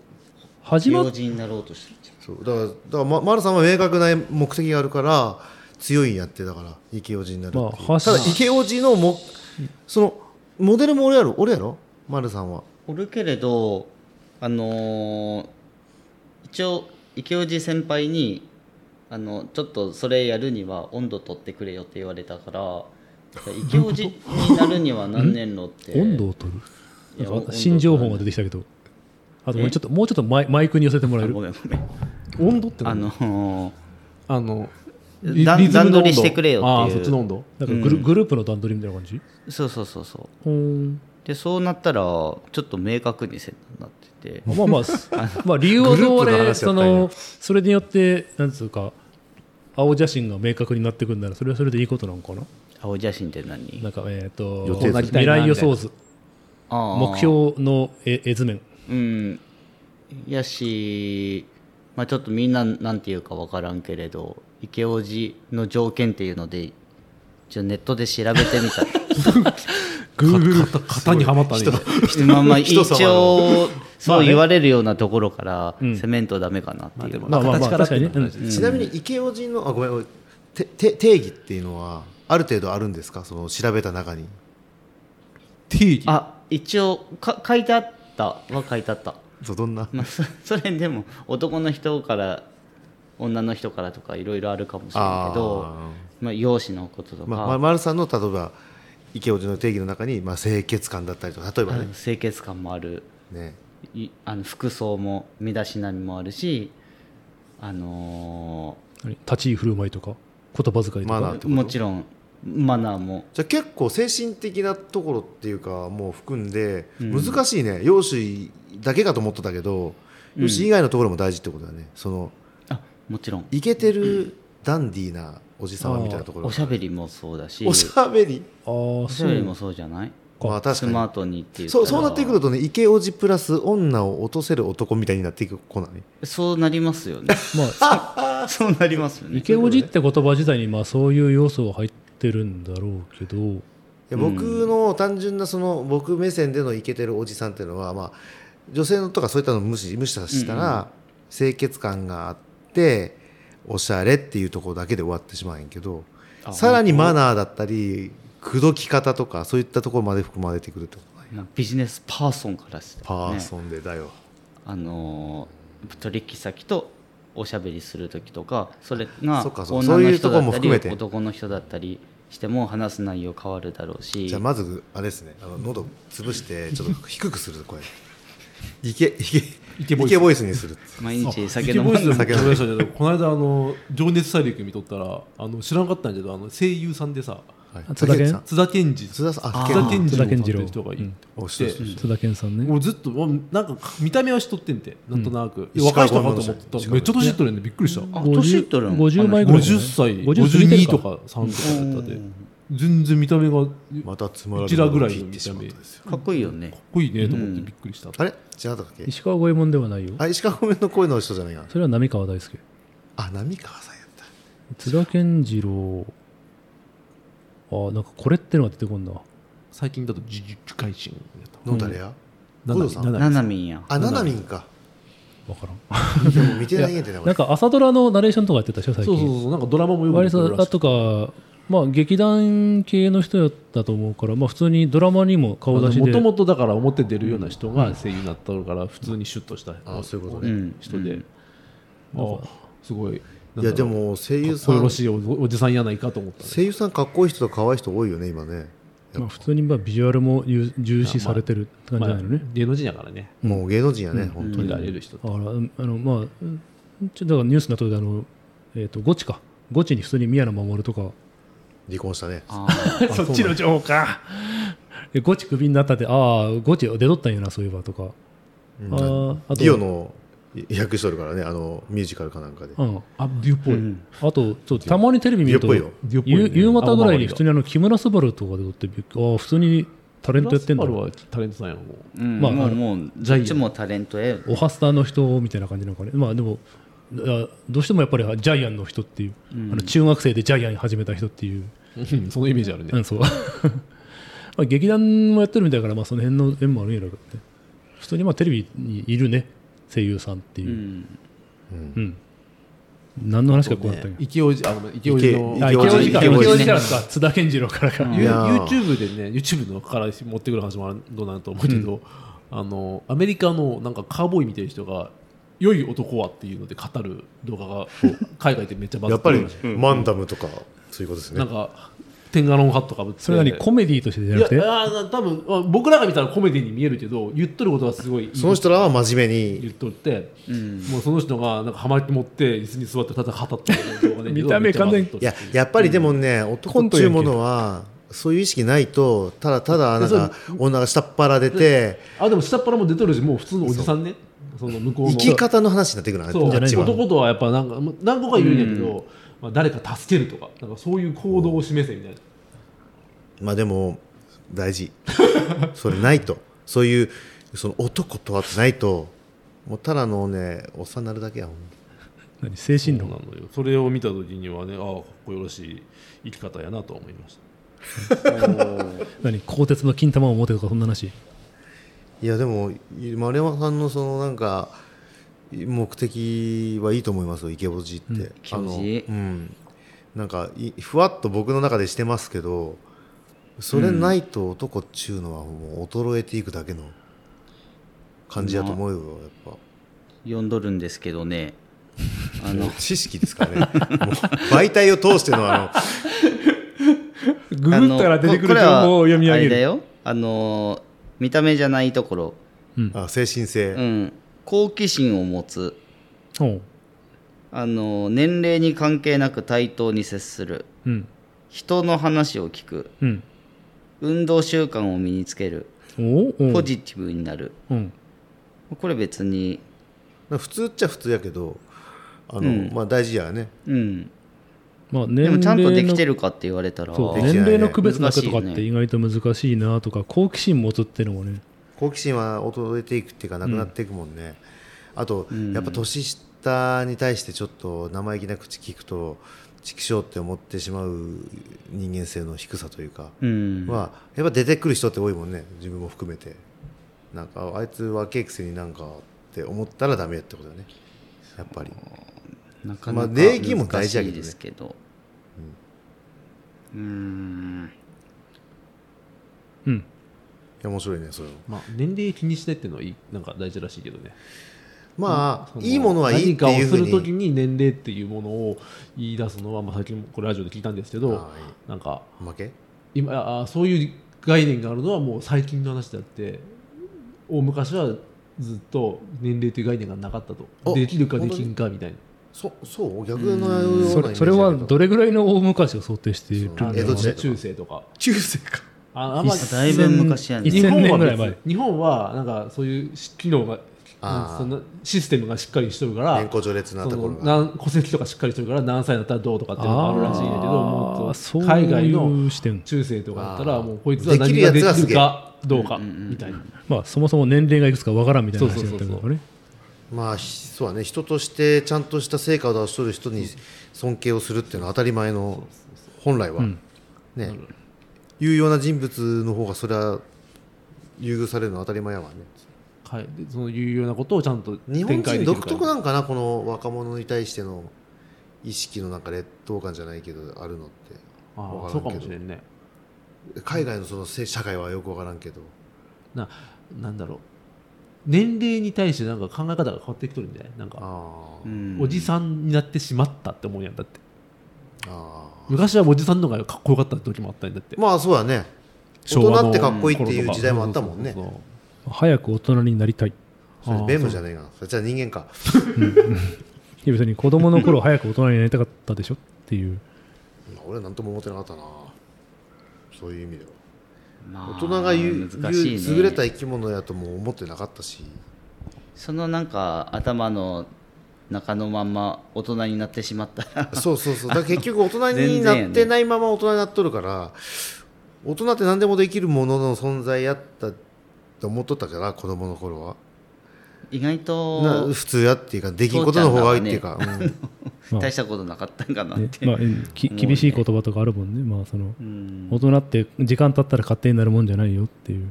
A: 始ま
B: 用
A: っ
B: 事になろうとしてるじゃん
D: そうだからだから、ま、丸さんは明確な目的があるから強いんやってだから池オジになるって
A: (laughs)
D: いう、
A: まあはした
D: だ池オジのもそのモデルも俺やろ俺やろ丸さんは
B: おるけれどあのー一応池尾寺先輩にあのちょっとそれやるには温度取ってくれよって言われ
A: (laughs)
B: たから池尾寺になるには何年ろって
A: 温度を取
B: い
A: る
B: や
A: なん
B: 温度
A: か新情報が出てきたけどあともうちょっともうちょっとマイマイクに寄せてもら
B: あ
A: え
B: ご
A: る
B: めんごめん
C: 温度って
B: (laughs) あ
C: 何
B: のー
C: あの
B: 段
C: リズムの
B: 段
C: 温度
B: 取りしてくれよっていう
C: ああそっちの温度
A: なんかグル,、グループの段取りみたいな感じ
B: そうそうそうそう
A: ほん
B: でそうなったらちょっと明確にせんなってて
A: まあまあすまあ理由はどうあ
D: グ
A: れ
D: ループの話だ
A: そ
D: ったんや
A: のそれによってなんつうか青写真が明確になってくるならそれはそれでいいことなのかな
B: 青写真って何
A: なんかえっ、と
D: 予定図
A: 未来予想図
B: ああ
A: 目標の絵絵図面
B: うんやし、まあ、ちょっとみんななんていうか分からんけれど池王子の条件っていうので一応ネットで調べてみた
D: (laughs)
C: Google 型にはまったね
B: まあまあ一
D: 人様の
B: 応そう言われるようなところからセメントダメかなって
C: まあ
B: い
C: で
B: う、
C: も
A: まあまあまあ
C: 形からっていうのも大事
D: ちなみに池オジのあごめん俺てて定義っていうのはある程度あるんですかその調べた中に
C: 定義
B: あ一応か書いてあったは書いてあった、
D: そうどんな
B: まあ、そそれでも男の人から女の人からとかいろいろあるかもしれんけど
D: あ
B: まあ、容姿のこととか、
D: まあま、丸さんの例えば池オジの定義の中に、まあ、清潔感だったりとか例えば
B: あ
D: ね
B: の清潔感もある
D: ね
B: いあの服装も身だしなみもあるし、あの
A: 何立ち居振る舞いとか言葉遣いと
D: マナ
A: か
D: ーって
B: ー
D: こと
B: もちろんマナーも
D: じゃあ結構精神的なところっていうかもう含んで難しいね、容姿だけかと思ってたけど容姿以外のところも大事ってことだねその
B: あもちろん
D: イケてるダンディーなおじさまみたいなところ
B: おしゃべりもそうだし
D: おしゃべり
A: ああ
B: おし
A: そ
B: ゃべり
A: う
B: もそうじゃない
D: まあ
B: ス
D: 確
B: マー
D: か
B: トにってい
D: に
B: う
D: そうそうなってくる
B: と
D: とねイケおじプラス女を落とせる男みたいになっていく子なのね
B: そうなりますよ
D: (laughs)
B: ね
A: まあ
B: そうなりますよね
A: 池おじって言葉自体にまあそういう要素は入ってるんだろうけど
D: いや僕の単純なその僕目線でのイケてるおじさんっていうのは、まあ、女性のとかそういったのを無視無視したら、清潔感があっておしゃれっていうところだけで終わってしまうんやけどさらにマナーだったり口説き方とかそういったところまで含まれてくるってことね
B: まあビジネスパーソンからして、ね、
D: パーソンでだよ、
B: あのー取引先とおしゃべりする時とかそれが
D: そっかそう
B: 女
D: そう
B: の
D: いう
B: 人
D: とこ
B: だ
D: も
B: った
D: 含めて
B: り男の人だったりしても話す内容変わるだろうし
D: じゃあまずあれですねあの喉潰して
C: (laughs)
D: ちょっと低くする声イケイケ
C: イ
D: イ
C: ケ
D: ケ
C: ボイス
D: ボイスにする
B: 毎日
C: 酒
B: 酒
C: 飲
B: 飲
C: む
B: む
A: (laughs)
C: 酒飲
D: 酒飲む
C: ましたけどこの間あの「情熱大陸」見とったらあの知らなかったんやけどあの声優さんでさ
D: はい
A: 津田健
D: さん
C: 津田健二
D: 津田さんあ
B: あ
C: 津田健二
A: 津
C: 郎
A: 田
C: さ
A: 健
C: んって
A: 次郎
C: いう人がいて、
D: おそうそうそう
A: 津田健さんね
C: もうずっともうなんか見た目は知っとってんてなんとなく、
D: うん
C: 若い人かと思ってた
D: 石川
C: めっち
D: 五右衛門さん
C: ゃ年いっとるんでびっくりした
B: あ年いっとるん
A: 50枚ぐらいじゃ
C: 50
A: ない
C: 歳
A: 50過ぎてる
C: 52とか3とかだったで全然見た目が
D: またつまら
C: うちらぐらいの
D: ものを聞てしまったんですよ
B: かっこいいよね
C: かっこいいねと思ってびっくりした、
D: あれ違ったっけ
A: 石川五右衛門ではないよ
D: あ石川めんの声の人じゃないかな
A: それは波川大輔
D: あ波川さんやった
A: 津田健次郎あなんかこれってのが出てこんだ
C: 最近だと「呪術廻戦」やった
D: の誰や、
C: ナ
D: 五
C: ナ
D: 郎
C: ミ
D: さ
C: ナ
D: ん
B: なな
C: ナミ
B: みんや
D: あななみんか
A: わからん
D: でも見てないんやてね
A: なん
D: 俺
A: か朝ドラのナレーションとかやってたでしょ最
C: そうそう
A: 近
C: そうなんかドラマもよく
A: 割
C: 見てる
A: と
C: ら
A: あ
C: しい
A: とかまあ劇団系の人だと思うからまあ普通にドラマにも顔出し
C: も
A: で
C: ともとだから表出るような人が声優になったから普通にシュッとした
D: あそういうこと
B: う
D: ね
B: ん
C: 人で、あすごい
D: いやでも声優さ
C: こよ
D: ん
C: ろしいおおじさんやないかと思ったね
D: 声優さんかっこいい人と可愛い人多いよね今ねやっ
A: まあ普通にまあビジュアルも重重視されてるって感じじゃないのね
C: まあ芸能人やからね
D: ぱもう芸能人やね、本当
C: 取
D: に
C: りられる人、
A: だから、うんあのまあ、うんちょっとだからニュースになった時あの、えー、とゴチか、ゴチに普通に宮野真守とか、
D: 離婚したね
B: あー
A: (laughs) そっちの情報か、えゴチクビになったって、ああ、ゴチ出とったんやな、そういえばとか、あーあと
D: ディオの役しとるからねあのミュージカルかなんかで、
A: うん、
C: あデュっぽい、
A: あとそう、たまにテレビ見ると、
D: デュオっぽい
C: デュオ
D: よ
C: っぽいね
A: 夕夕方ぐらいに
C: あ
A: 普通にあの木村昴とかで撮ってびっく、ああ、普通にタレントやってんだ
C: ラスパルはタレントさんやんもう
B: うん
A: まあ
B: も
A: あ
B: う
A: の
B: もう
C: ジャイアン
B: どっちもタレントやよ
A: オハスターの人みたいな感じなのかねまあでもあどうしてもやっぱりジャイアンの人っていう、あの中学生でジャイアン始めた人っていう、
C: うんそのイメージあるね
A: うん、 (laughs) そうまあ劇団もやってるみたいだから、まあ、その辺の縁もあるんやろうけどね普通にまあテレビにいるね声優さんっていうう、
B: ん
A: うん何の話かこうなったんや、
C: 池王子あごめん池王子の
A: あ
E: 池王
A: 池王
E: 子
A: 子から
E: 池王子
A: 池王子からですか津田健次郎からか、
B: うん
C: ユ
E: いやー
C: YouTube でね YouTube のから持ってくる話もあるどうなんと思うけど、あのアメリカのなんかカーボーイみたいな人が良い男はっていうので語る動画が海外でめっちゃバズ
D: や
C: っ
D: ってぱ
C: る
D: りマンダムとかそういうことです
C: な
D: ね
C: んか天下のハットかぶって
A: それなりにコメディーとしてじゃ
C: い
A: な
C: や
A: くて
C: あー多分あ僕らが見たらコメディに見えるけど言っとることはすごいいい
D: その人らは真面目に
C: 言っとって、
B: うん
C: もうその人がなんかハマって持って椅子に座ってただ語ってる動画で
A: 見た目完全に
D: いややっぱりでもね、
A: コ
D: 男っ
A: ン
D: て
A: ト
D: い
A: や
D: うん
A: け
D: ものはそういう意識ないとただただなんか女が下っ腹出て
C: あでも下っ腹も出とるしもう普通のおじさんねその向こうの
D: 生き方の話になってくるな
C: そう
D: あっちは
C: 男とはやっぱなんか何個か言うんやけど、まあ、誰か助けるとかなんかそういう行動を示せみたいな、
D: まあでも大事 (laughs) それないとそういうその男とはってないともうただのねおっさんになるだけやほんと
A: 何精神論
C: そうなのよそれを見た時にはねああかっこよろしい生き方やなとは思いました
A: 何鋼鉄の金玉を持てとかそんな話
D: いやでも丸山さんのそのなんか目的はいいと思いますよ池王子って、
B: 池王子
D: あのうんなんかいふわっと僕の中でしてますけどそれないと男っちゅうのはもう衰えていくだけの感じだと思うよやっ
B: 読んどるんですけどねあ
D: ぱ
B: の
D: (laughs) 知識ですからねもう媒体を通してのあの
A: グ
B: あ
A: グ
B: の
A: ったら出てく
B: こ
A: る情報を読み上げ
B: これはあれだ
A: る
B: よあの見た目じゃないところ、
D: あ精神性、
B: うん、好奇心を持つ
A: ほう
B: あの年齢に関係なく対等に接する
A: うん
B: 人の話を聞く
A: うん
B: 運動習慣を身につける
A: おうおう
B: ポジティブになる
A: うん
B: これ別に
D: 普通っちゃ普通やけどあの、
B: うん
D: まあ、大事やね
B: うん
A: まあ、年
B: でも
A: 齢
B: ちゃんとできて
A: る
B: るかって言われたら
A: そう
D: できて
A: 年
D: ないね
A: 齢の区別なくとかっ
B: 難しい
A: て
B: ね
A: 意外と難しいなとか、好奇心持つっていうのもね
D: 好奇心は衰えていくっていうかなくなっていくもんね、あと、
B: うん
D: やっぱ年下に対してちょっと生意気な口聞くと畜生って思ってしまう人間性の低さというか、
B: うん
D: はやっぱ出てくる人って多いもんね自分も含めてなんかあいつ若いくせになんかって思ったらダメってことだねやっぱり
B: なか
D: まあ
B: なか
D: 礼儀も大
B: 難
D: 事
B: し
D: やけど
B: い
D: ね
B: ですけどうーん
A: うん
D: いや面白いねそれは
C: まあ、年齢気にしないっていうのはいいなんか大事らしいけどね
D: まあ
C: その
D: いいものはいいってい
C: 何
D: う
C: か
D: ふ
C: をす
D: う
C: ると
D: に
C: きに年齢っていうものを言い出すのは、まあ、最近もこれラジオで聞いたんですけど
D: ああいい
C: なんか
D: 負け
C: 今ああそういう概念があるのはもう最近の話であって大昔はずっと年齢という概念がなかった
D: あ
C: とできるかできんかみたいな
D: そそう逆のようなイメージ
A: そ
D: だけ
A: れ
D: ど
A: それはどれぐらいの大昔を想定しているんだ
C: あ
A: ろう
D: 江戸
C: の
D: 時代
A: ね
C: 中
D: とか
C: 世とか
D: 中世か
C: ああんま
A: 一
B: だいぶ昔やね
A: 1000年ぐらい前
C: 別日本はなんかそういう機能が
D: あー
C: そんなシステムがしっかりしてるから
D: 年功序列な
C: そ
D: とこ
C: の
D: ろが
C: なん戸籍とかしっかりしてるから何歳だったらどうとかっていうのがあるらしいんだけども
A: あ
C: う
A: ーそ
C: そ
A: うう
C: 海外の
A: いう視点、
C: 中世とかだった
D: あ
C: ら
D: ー
C: もうこいつは何ができるかどうかみたいな
A: まあ、そもそも年齢がいくつかわからんみたいな話だったけど
C: そうそう
A: ね
D: まあひそうだね人としてちゃんとした成果を出しとる人に尊敬をするっていうのは当たり前の本来は、ね有用な人物の方がそれは優遇されるのは当たり前やわね
C: はい、でそのいうようなことをちゃんと
D: 日本人独特
C: な
D: なんかなこの若者に対しての意識のなんか劣等感じゃないけどあるのって
C: あ
D: わ
C: あ
D: か
C: そ
D: ら
C: うか
D: んけ
C: も
D: ど
C: しれんね
D: 海外のそのせ社会はよくわからんけど
C: ななんだろう年齢に対してなんか考え方が変わってきとるんじゃないなんか
D: あ
B: う
D: ー
B: ん
C: おじさんになってしまったって思うんやんだって
D: あ
C: 昔はおじさんの方がかっこよかった時もあったんだって
D: ーまあそうだね大
C: 昭和
D: 人
C: の
D: ってかっこいいって
C: 頃
D: い
C: と
D: う
C: か
D: 時代もあったもんね
C: そうそうそう
A: 早く大人になりたい
D: それ弁護じゃねえかそれじゃあ人間か
A: いや別に子供の頃早く大人になりたかったでしょっていう
D: まあ俺は何とも思ってなかったなそういう意味では
B: まあ
D: 大人が言う
B: 難しい
D: 言
B: ね
D: う優れた生き物やとも思ってなかったし
B: (laughs) そのなんか頭の中のまんま大人になってしまったら (laughs)
D: そうそうそうだから結局大人に
B: 全然やね
D: なってないまま大人になっとるから大人って何でもできるものの存在やったと思っとったから子供の頃は
B: 意外
D: な
B: と
D: 普通やっていうかできんことの方が多いっていうか、うん
A: まあ
B: 大したことなかったんかなっ
A: ね
B: て、
A: まあ、き厳しい言葉とかあるもんね、まあその
B: うん
A: 大人って時間経ったら勝手になるもんじゃないよっていう、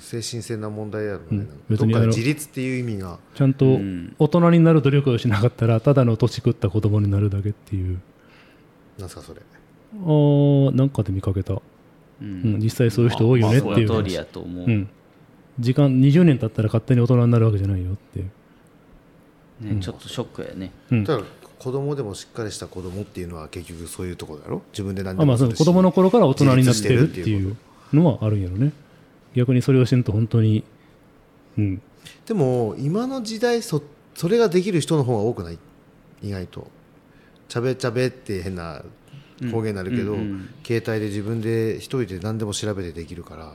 D: 精神性な問題やろうね、
A: うん
D: なんか
A: 別
D: ど
A: に
D: っ
A: あ
D: か
A: の
D: で自立っていう意味が
A: ちゃんと
B: うん
A: 大人になる努力をしなかったら、ただの年食った子供になるだけっていう、
D: なんすかそれ
A: あーなんかで見かけた、
B: う
A: うんん、実際そういう人多いよねって
B: そ
A: いう
B: の通
A: 話
B: りやと思う、
A: うん、時間20年経ったら勝手に大人になるわけじゃないよっていう、
B: ねちょっとショックやね
A: うん
D: ただ子供でもしっかりした子供っていうのは結局そういうとこだろ自分で何で
A: あま
D: も
A: あ、
D: す
A: そ
D: る
A: の
D: し
A: 子供の頃から大人になってるって
D: 自立して
A: い
D: る
A: うのはあるんやろね逆にそれをしてると本当に、うん、
D: でも今の時代そそれができる人の方が多くない意外とちゃべちゃべって変な方言になるけど、
B: うんうんうん
D: 携帯で自分で一人で何でも調べてできるから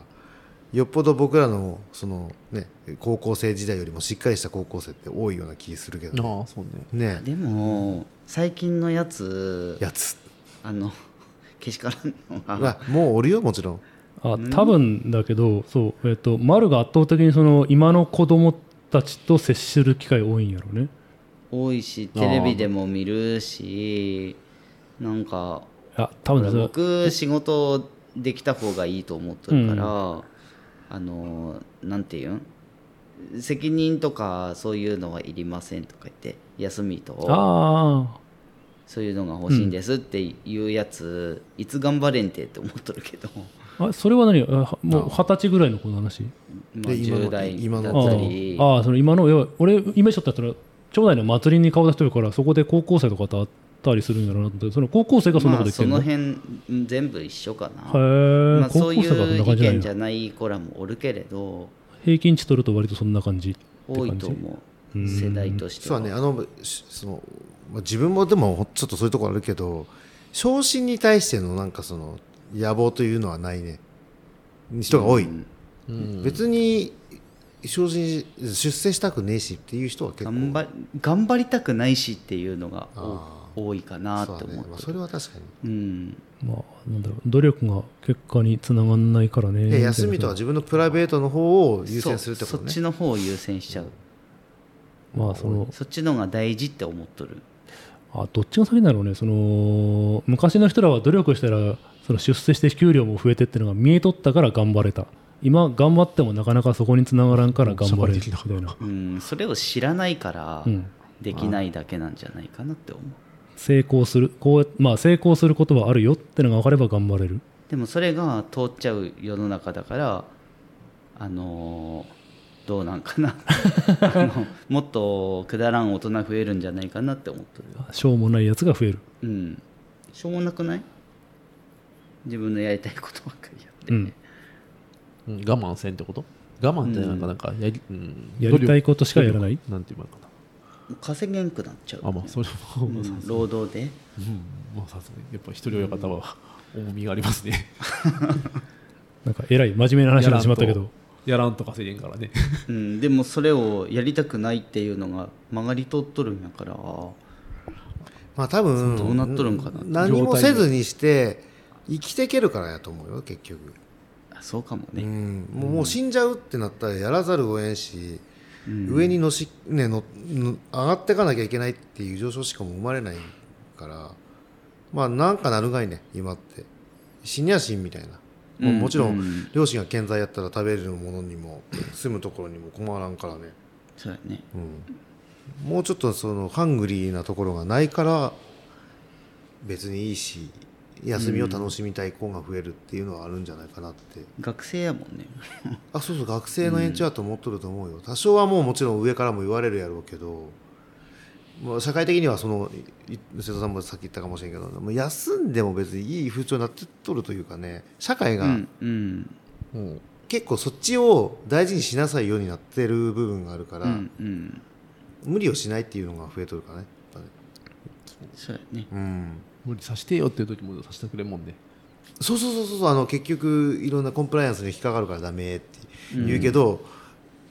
D: よっぽど僕らのその、ね、高校生時代よりもしっかりした高校生って多いような気するけどね
C: ああそうね
D: ね
B: でも最近のやつ
D: やつ
B: あのけしからんのが、
D: まあもうおるよもちろん
A: あ多分だけどそう、えっと丸が圧倒的にその今の子供たちと接する機会多いんやろね
B: 多いしテレビでも見るしなんか
A: あ多分だけど
B: 僕仕事できた方がいいと思ってるから、あのなんていうん責任とかそういうのはいりませんとか言って休みと
A: あ
B: そういうのが欲しいんですっていうやつ、いつ頑張れんてって思っとるけど、
A: ーあそれは何あはもう二十歳ぐらいの子の話
B: まあ、
D: で今の
B: 10代
D: 今
B: だ
D: の
A: あ
B: ったり
A: あああその今のいや俺イメージだったら町内の祭りに顔出してるからそこで高校生とかと会ったりするんだろうなと思ってその高校生がそんな
B: ま
A: こ
B: あ
A: と言っ
B: そ
A: てるの、
B: の辺ん全部一緒かな、
A: へえ、
B: ま
A: 高
B: あ、そ
A: 校
B: う
A: 生
B: い
A: がそん
B: う
A: な
B: 意
A: 感じなん
B: 見
A: や
B: じゃない子らもおるけれど
A: 平均値取ると割とそんな感じって
B: 多い
A: 感
B: と
A: じ
B: 思う世代として
D: 実
B: は
D: はねあのしその、まあ、自分もでもちょっとそういうところあるけど昇進に対してのなんかその野望というのはないね人が多い、別に昇進し出世したくねえしっていう人は結構
B: 頑張り頑張りたくないしっていうのがお
D: あ
B: 多いかな
D: あ
B: って
D: そうだ
B: 思
D: ね
B: っ、
D: まあ、
B: て
D: それは確か
B: うん
A: まあなんだろう努力が結果につながんないからね
D: に、いや休みとは自分のプライベートの方を優先するってこと
B: そそっ
D: ね
B: ちの方を優先しちゃう
A: まあその
B: そっちの方が大事って思っとる
A: あどっちが先だろうねその昔の人らは努力したらその出世して給料も増えてっていうのが見えとったから頑張れた今頑張ってもなかなかそこにつながらんから頑張れるみたいな
B: うんそれを知らないから
A: うん
B: できないだけなんじゃないかなって思う
A: 成功するこう、まあ、成功することはあるよってのが分かれば頑張れる
B: でもそれが通っちゃう世の中だからあのーどうなんか
D: (laughs)
B: なあのもっとくだらん大人増えるんじゃないかなって思ってる
A: しょうもないやつが増える、
B: うんしょうもなくない自分のやりたいことばっかりやって、
A: うん、
C: うん、我慢せんってこと我慢ってなんかなんかやり,、うん、
A: やりたいことしかやらない
C: 努力なんていうのかな
B: 稼げんくなっちゃう、
C: あまあそれも、
B: うん労働で
C: まあさすがにやっぱ一人親方は重みがありますね
A: なんかえらい真面目な話になってしまったけど
C: やらんと稼げんからね
B: うん、でもそれをやりたくないっていうのが曲がり通っとるんやから
D: まあ多分
B: どうなっとるんかな
D: 何もせずにして生きていけるからやと思うよ結局
B: あそうかも
D: う
B: ね、
D: ん、もうもう死んじゃうってなったらやらざるを得んし、上にのし、ね、のの上がっていかなきゃいけないっていう上昇しかも生まれないからまあなんかなるがいね今って死にゃ死んみたいな、もう
B: うん
D: もちろ
B: うんん
D: 両親が健在やったら食べるものにも住むところにも困らんからね、
B: そうやね
D: うん、もうちょっとそのハングリーなところがないから別にいいし休みを楽しみたい子が増えるっていうのはあるんじゃないかなって。
B: 学生やもんね
D: あそうそう学生の延長だと思っとると思うよ、多少はもうもちろん上からも言われるやろうけど、まあ、社会的にはそのいい瀬戸さんもさっき言ったかもしれんけどもう休んでも別にいい風潮になってっとるというかね社会
B: う
D: が
B: んうん
C: うん
D: 結構そっちを大事にしなさいようになってる部分があるから、
B: うんうん
D: 無理をしないっていうのが増えとるからねやっ
B: そうやね
D: ぱねうん
C: 無理さしてよっていう時もさせてくれんもんね
D: そうそうそうそうあの結局いろんなコンプライアンスに引っかかるからダメって言うけど、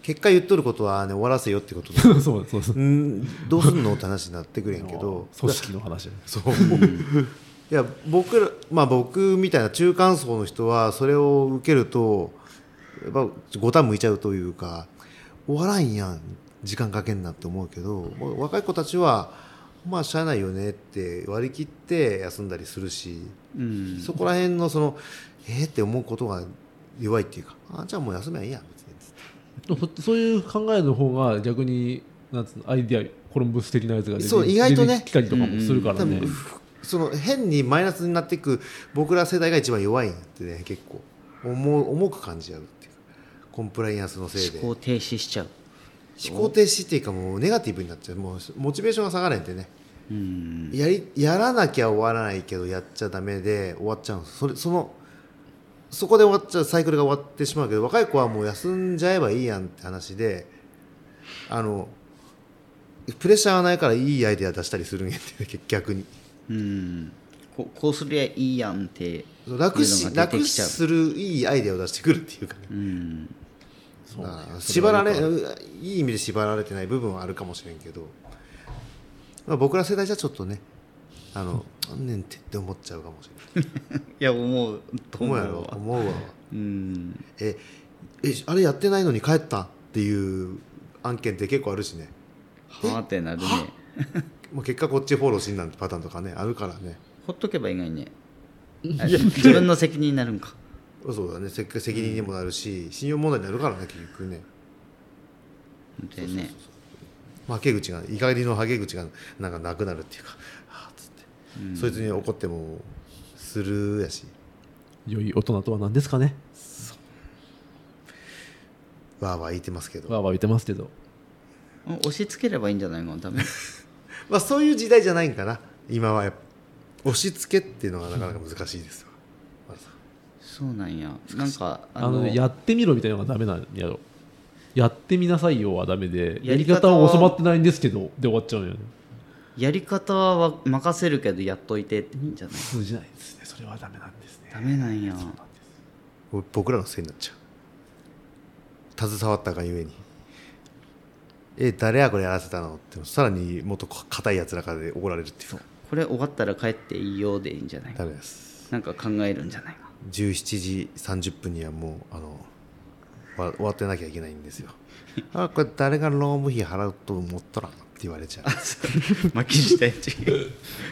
D: 結果言っとることは、ね、終わらせよってこと
C: (laughs)
D: だ
C: そうそうそう (laughs)
D: うんどうすんのって話になってくれんけど
C: 組織の話
D: そういや僕ら、まあ、僕みたいな中間層の人はそれを受けるとやっぱごたん向いちゃうというか終わらんやん時間かけんなって思うけど、もう若い子たちはまあしゃあないよねって割り切って休んだりするし、
B: うん
D: そこら辺のそのえー、って思うことが弱いっていうかあじゃあもう休めばいいやん別に
C: でもそそういう考えの方が逆になんつうのアイディアコロンブス的なやつが出て
D: そう意外とね
C: 出てきたりとかもするから
D: 多
C: ね
D: 分、ふその変にマイナスになっていく僕ら世代が一番弱いんだってね結構重重く感じちゃうっていうかコンプライアンスのせいで
B: 思考停止しちゃう
D: 思考停止っていうかもうネガティブになっちゃうもうモチベーションが下がれんってね
B: うん
D: やりやらなきゃ終わらないけどやっちゃダメで終わっちゃうんですそれそのそこで終わっちゃうサイクルが終わってしまうけど若い子はもう休んじゃえばいいやんって話であのプレッシャーがないからいいアイデア出したりするんやって逆に
B: うんここうすりゃいいやんって
D: そう楽
B: い
D: し
B: うのが出
D: 楽
B: てきちゃう
D: するいいアイデアを出してくるっていうかね
B: うん
D: だから縛られいい意味で縛られてない部分はあるかもしれんけど、まあ、僕ら世代じゃちょっとねあの何年ってって思っちゃうかもしれない
B: いや思うと
D: 思
B: 思
D: う
B: う
D: やろ
B: わ
D: 思うわ
B: うん
D: ええあれやってないのに帰ったっていう案件って結構あるしね、
B: はあってなるね
D: まあ、結果こっちフォローしんなんてパターンとかねあるからね
B: ほっとけばいいのにねあ自分の責任になるんか
D: そうだねせっかく責任にもなるし、信用問題になるからね結局ね
B: 本当にね
D: まあはけ口が怒りのはけ口がなんかなくなるっていうかはあつって、そいつに怒ってもするやし
C: 良い大人とは何ですかね
D: わーわー言ってますけど、
C: わーわー言ってますけど
B: 押し付ければいいんじゃないのダメ
D: まあ、そういう時代じゃないんかな今はやっぱ押し付けっていうのがなかなか難しいですわ、まあさ
B: そうなんやなんか
C: あのやってみろみたいなのがダメなんやろやってみなさいよはダメでや
B: やり
C: り方
B: 方は
C: は教わってないんですけどで終わっちゃうんよね
B: やり方は任せるけどやっといてっていいんじゃない
C: 通じないですねそれはダメなんですね
B: ダメなんや
D: 僕らのせいになっちゃう携わったがゆえにえ誰やこれやらせたのってさらにもっと硬いやつらからで怒られるっていう
B: これ終わったら帰っていいよでいいんじゃない
D: ダメです
B: なんか考えるんじゃないか
D: 17時30分にはもうあのわ終わってなきゃいけないんですよあこれ誰が労務費払うと思っとらんのって言われちゃう
B: 巻き舌一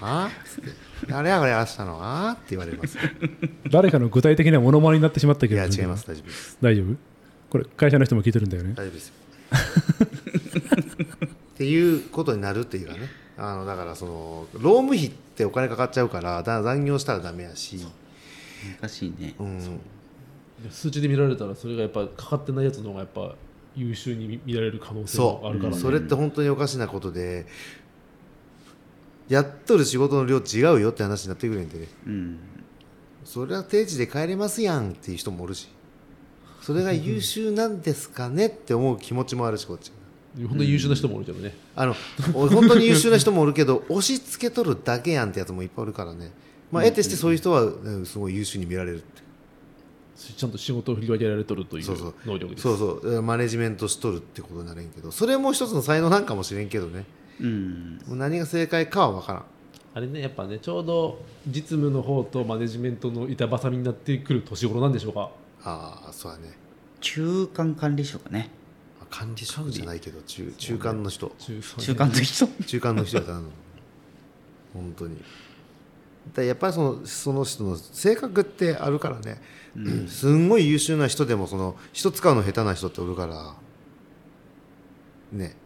D: あつって誰やこれやらせたのあって言われますい
A: 誰かの具体的なモノマネになってしまったけど
D: や違います大丈夫です
A: 大丈夫これ会社の人も聞いてるんだよね
D: 大丈夫ですよっていうことになるっていうかねあのだからその労務費ってお金かかっちゃうからだ残業したらダメやし
B: 難しいね
D: う、ん、
C: 数値で見られたらそれがやっぱかかってないやつの方がやっぱ優秀に見られる可能性
D: そ
C: も
D: う
C: あるからね
D: それって本当におかしなことでやっとる仕事の量違うよって話になってくるんでね
B: うん、
D: それは定時で帰れますやんっていう人もおるしそれが優秀なんですかねって思う気持ちもあるしこっち
C: 本当に優秀な人もおるけどね、
D: あの
C: (laughs)
D: お本当に優秀な人もおるけど押し付けとるだけやんってやつもいっぱいおるからねまあ得てしてそういう人はうんすごい優秀に見られるって
C: ちゃんと仕事を振り分けられとるという
D: そうそう
C: 能力です
D: そうそうマネジメントしとるってことになれんけどそれも一つの才能なんかもしれんけどね
B: うん、
D: もう何が正解かは分からん
C: あれねやっぱねちょうど実務の方とマネジメントの板挟みになってくる年頃なんでしょうか
D: ああそうだね
B: 中間管理職ね
D: まあ管理職じゃないけど中中間の人
C: 中
B: 中間の人
D: 中間の人だっ
C: (laughs)
D: たの本当にでやっぱりそのその人の性格ってあるからね、すんごい優秀な人でもその人使うの下手な人っておるからね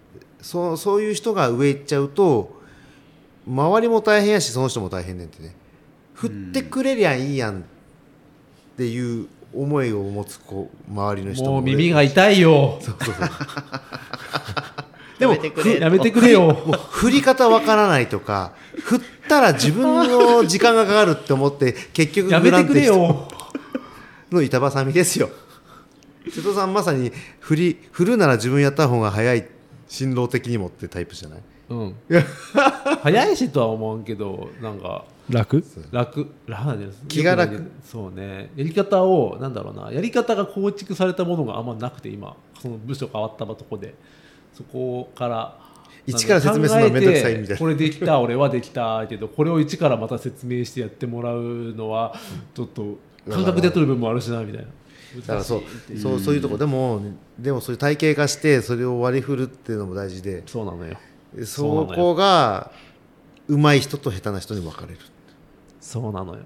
D: そうそういう人が上行っちゃうと周りも大変やしその人も大変ねんってね振ってくれりゃいいやんっていう思いを持つ子周りの人
C: もう
D: 俺
C: 耳が痛いよ
D: でも
B: やめてくれ
C: やめてくれよ
D: (laughs) もう振り方わからないとか、振ったら自分の時間がかかるって思って、結局
C: やめてくれ
D: グラン
C: よ
D: テの板挟みですよ。瀬戸さんまさに振り、振るなら自分やった方が早い、心労的にもってタイプじゃない
C: うん早いしとは思わんけどなんか
A: 楽
C: 楽楽です
D: 気が楽
C: よくないそうねやり方をなんだろうなやり方が構築されたものがあんまなくて今その部署変わったとこでそこから
D: 一から説明するのはめんどくさいみた
C: 考えて
D: いな
C: これできた俺はできたけどこれを一からまた説明してやってもらうのはちょっと感覚でやってる部分もあるしなみたいな
D: だからそうそうそういうとこでもでもそういう体系化してそれを割り振るっていうのも大事で
C: そうなのよそうな
D: そ
C: のよ
D: こが上手い人と下手な人に分かれる
C: そうなのよだか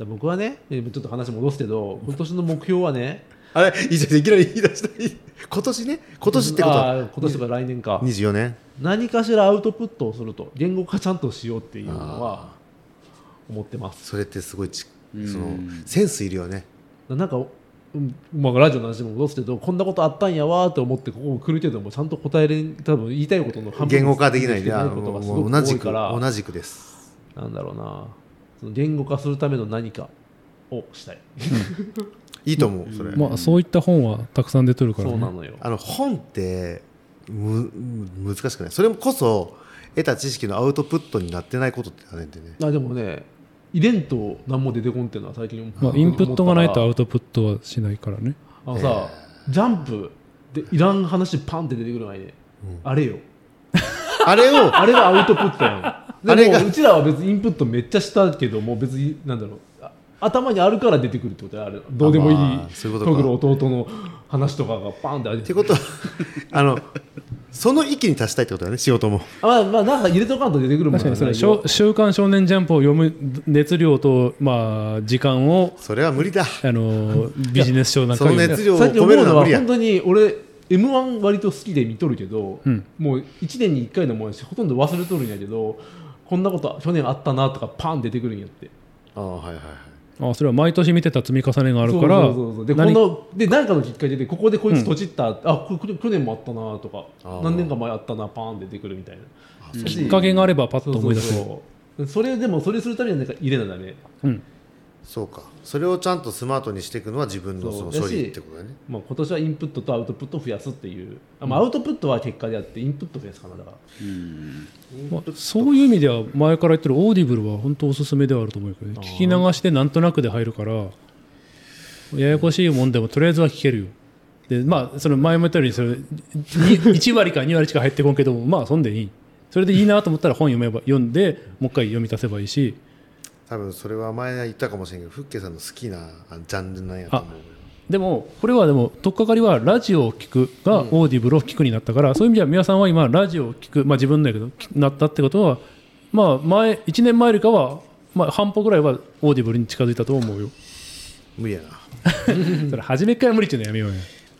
C: ら僕はねちょっと話戻すけど今年の目標はね
D: あれいいじゃんいきなり言い出した今年ね今年ってこと
C: あ
D: は
C: ー今年とか来年か
D: 24年
C: 何かしらアウトプットをすると言語化ちゃんとしようっていうのは思ってます
D: それってすごいち
B: うん
D: そのセンスいるよね
C: なんか、うんまあ、ラジオの話にも戻すけどこんなことあったんやわーって思ってここ来るけどもちゃんと答えれん多分言いたいことの半分
D: 言語化できない
C: き
D: で
C: て
D: あ
C: ない
D: の
C: ことがす
D: も
C: ご
D: う
C: く
D: 同じ
C: 多い
D: く
C: から
D: 同じくです
C: なんだろうなその言語化するための何かをしたい
D: いいと思うそれ
A: まあ、そういった本はたくさん出てるから、
C: そう
A: ね、
C: なのよ
D: あの本ってむむ難しくないそれこそ得た知識のアウトプットになってないことってあるんでね
C: あでもね入れんと何も出てこんっていうのは最近思った
A: まあ、インプットがないとアウトプットはしないからね
C: あのさ、ジャンプでいらん話パンって出てくる前に、あれよ
D: あれ
C: (laughs)
D: を
C: あれがアウトプットやんで
D: (laughs) あれが
C: もうちらは別にインプットめっちゃしたけども別になんだろうあ頭にあるから出てくるってことやあれどうでもいい
D: あまあそういうことか
C: トグル弟の話とかがパンってあ
D: ってことはあのその域に達したいってことだよね仕事も
C: あまあまあなんか入れとかんと出てくるもん
A: 確かにそれ「
C: 内容
A: 週週刊少年ジャンプ」を読む熱量と、まあ、時間を
D: それは無理だ
A: あのビジネス書なんかに
D: その熱量を
C: さっき
D: 込
C: 思
D: める
C: う
D: の
C: の
D: は
C: は
D: 無理や
C: 本当に俺 m 1割と好きで見とるけど、
A: うん
C: もう1年に1回のもんやしほとんど忘れとるんやけどこんなこと去年あったなとかパン出てくるんやって
D: ああはいはいはい
A: あそれは毎年見てた積み重ねがあるから
C: そうそうそうそうでこ
A: 何
C: ので何かのきっかけでここでこいつ閉じった、あここ去年もあったなとか
D: あー
C: 何年か前あったなパーン出てくるみたいな
A: きっかけがあればパッと
C: そう
A: 思い出
C: そう
A: す
C: そうそれでもそれするためにはなんか入れなダメ、
A: うん
D: そうかそれをちゃんとスマートにしていくのは自分のその
C: そう
D: 処
C: だし
D: 理ってことだね
C: まあ、今年はインプットとアウトプットを増やすっていう、あまあ、アウトプットは結果であってインプットを増やすかなだから
A: まあ、そういう意味では前から言ってるオーディブルは本当おすすめではあると思うけど、ね、聞き流してなんとなくで入るからややこしいもんでもとりあえずは聞けるよでまあその前も言ったようにそれ1割か2割しか入ってこんけどもまあそんでいいそれでいいなと思ったら本読めば読んでもう一回読み足せばいいし
D: 多分それは前言ったかもしれんけどフッケさんの好きなあジャンルなんやと思うよ
A: でもこれはでも取っかかりはラジオを聞くがオーディブルを聞くになったから、そういう意味では皆さんは今ラジオを聞く、まあ、自分だけどきなったってことは、まあ、前1年前よりかは、まあ、半歩ぐらいはオーディブルに近づいたと思
D: (laughs)
A: うよ、
D: 無理やな
A: それ初めから無理っていうのやめようよ、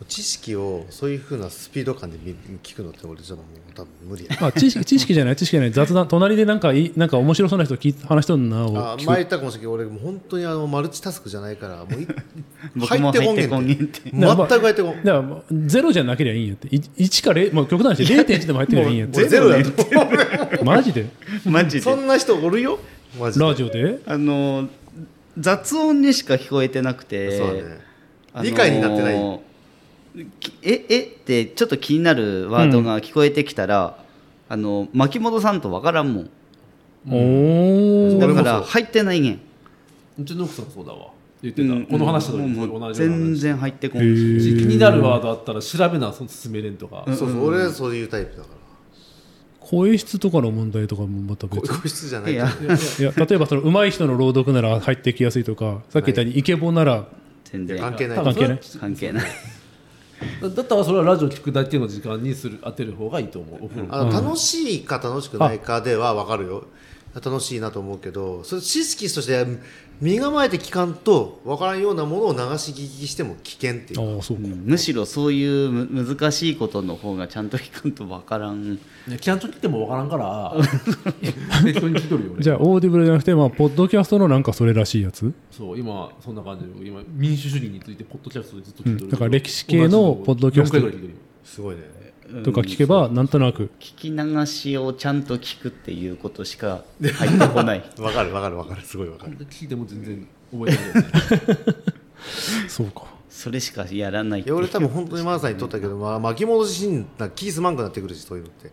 D: 知識をそういうふうなスピード感で見聞くのって俺じゃもう多分無理や
A: まあ、知識知識じゃない知識じゃない雑談隣でなんかいいなんか面白そうな人聞い話しとるな (laughs) を
D: あ
A: 聞
D: 前
A: く
D: 言ったかもしれんけど俺もう本当にあのマルチタスクじゃないからもうい
B: 僕も入ってこんねん
D: 入
B: っ
D: って
B: て
D: こんねんって全く入ってこ
A: だ
D: ん
A: からもうゼロじゃなければいいんやってい1か0、まあ、極端にして0.1でも入ってればいいんやって
D: 俺ゼロやと思う
A: マジで
B: マジ
D: そ
B: で
D: んな人おるよマジ
A: (laughs)
D: で
A: ラジオで
B: あの雑音にしか聞こえてなくて
D: そうだね
B: あの
D: 理解になってない
B: きええってちょっと気になるワードが聞こえてきたら、あの巻き戻さんとわからんもん
A: おー
B: だか
D: 俺もそ
B: ら
D: う
B: 入ってないげん
C: うちの奥さんそうだわ言ってた、この話と同じよ
B: も
C: う
B: うも
C: な
B: う
C: 話
B: 全然入ってこん
C: 気
B: し
C: になるワードあったら調べなその進めれんとか、
D: そうそう俺はそういうタイプだから
A: 声質とかの問題とかもまた別
D: 個室じゃないい
B: や
D: から
A: いや例えばその上手い人の朗読なら入ってきやすいとかさっき言ったようにイケボなら
B: 全
D: いや
B: 然
D: 関係ない
C: 多分それ
A: 関
B: 関係ない
C: だだったらそれはラジオ聞くだけの時間にする当てる方がいいと思うお風呂
D: あの楽しいか楽しくないかでは分かるよ楽しいなと思うけどそれ知識として身構えて聞かんと分からんようなものを流し聞きしても危険っていう
A: ああそうか、
B: むしろそういうむ難しいことの方がちゃんと聞かんとわからん
C: いやちゃんと聞いてもわからんから
A: (laughs)
C: 適当に聞いとるよ俺
A: じゃあオーディブルじゃなくて、まあ、ポッドキャストのなんかそれらしいやつ、
C: そう今そんな感じで今民主主義についてポッドキャストでずっと聞いてる、
A: うんだから歴史系のポッドキャスト
C: 同じのを四回ぐらい聞いてるよ
D: すごいね
A: とか聞けばなんとなく
B: 聞き流しをちゃんと聞くっていうことしか入ってこ
D: (laughs)
B: ない
D: 分かる分かる分かるすごい
A: (laughs)
D: 分かる
C: 聞いても全然覚えてないよね
A: そうか
B: それしかやらないっ
D: い
B: てい
D: や
B: う
D: 俺多分本当にマナさんにとったけど、まあ、巻き戻しになんか気すまんくなってくるしそういうのって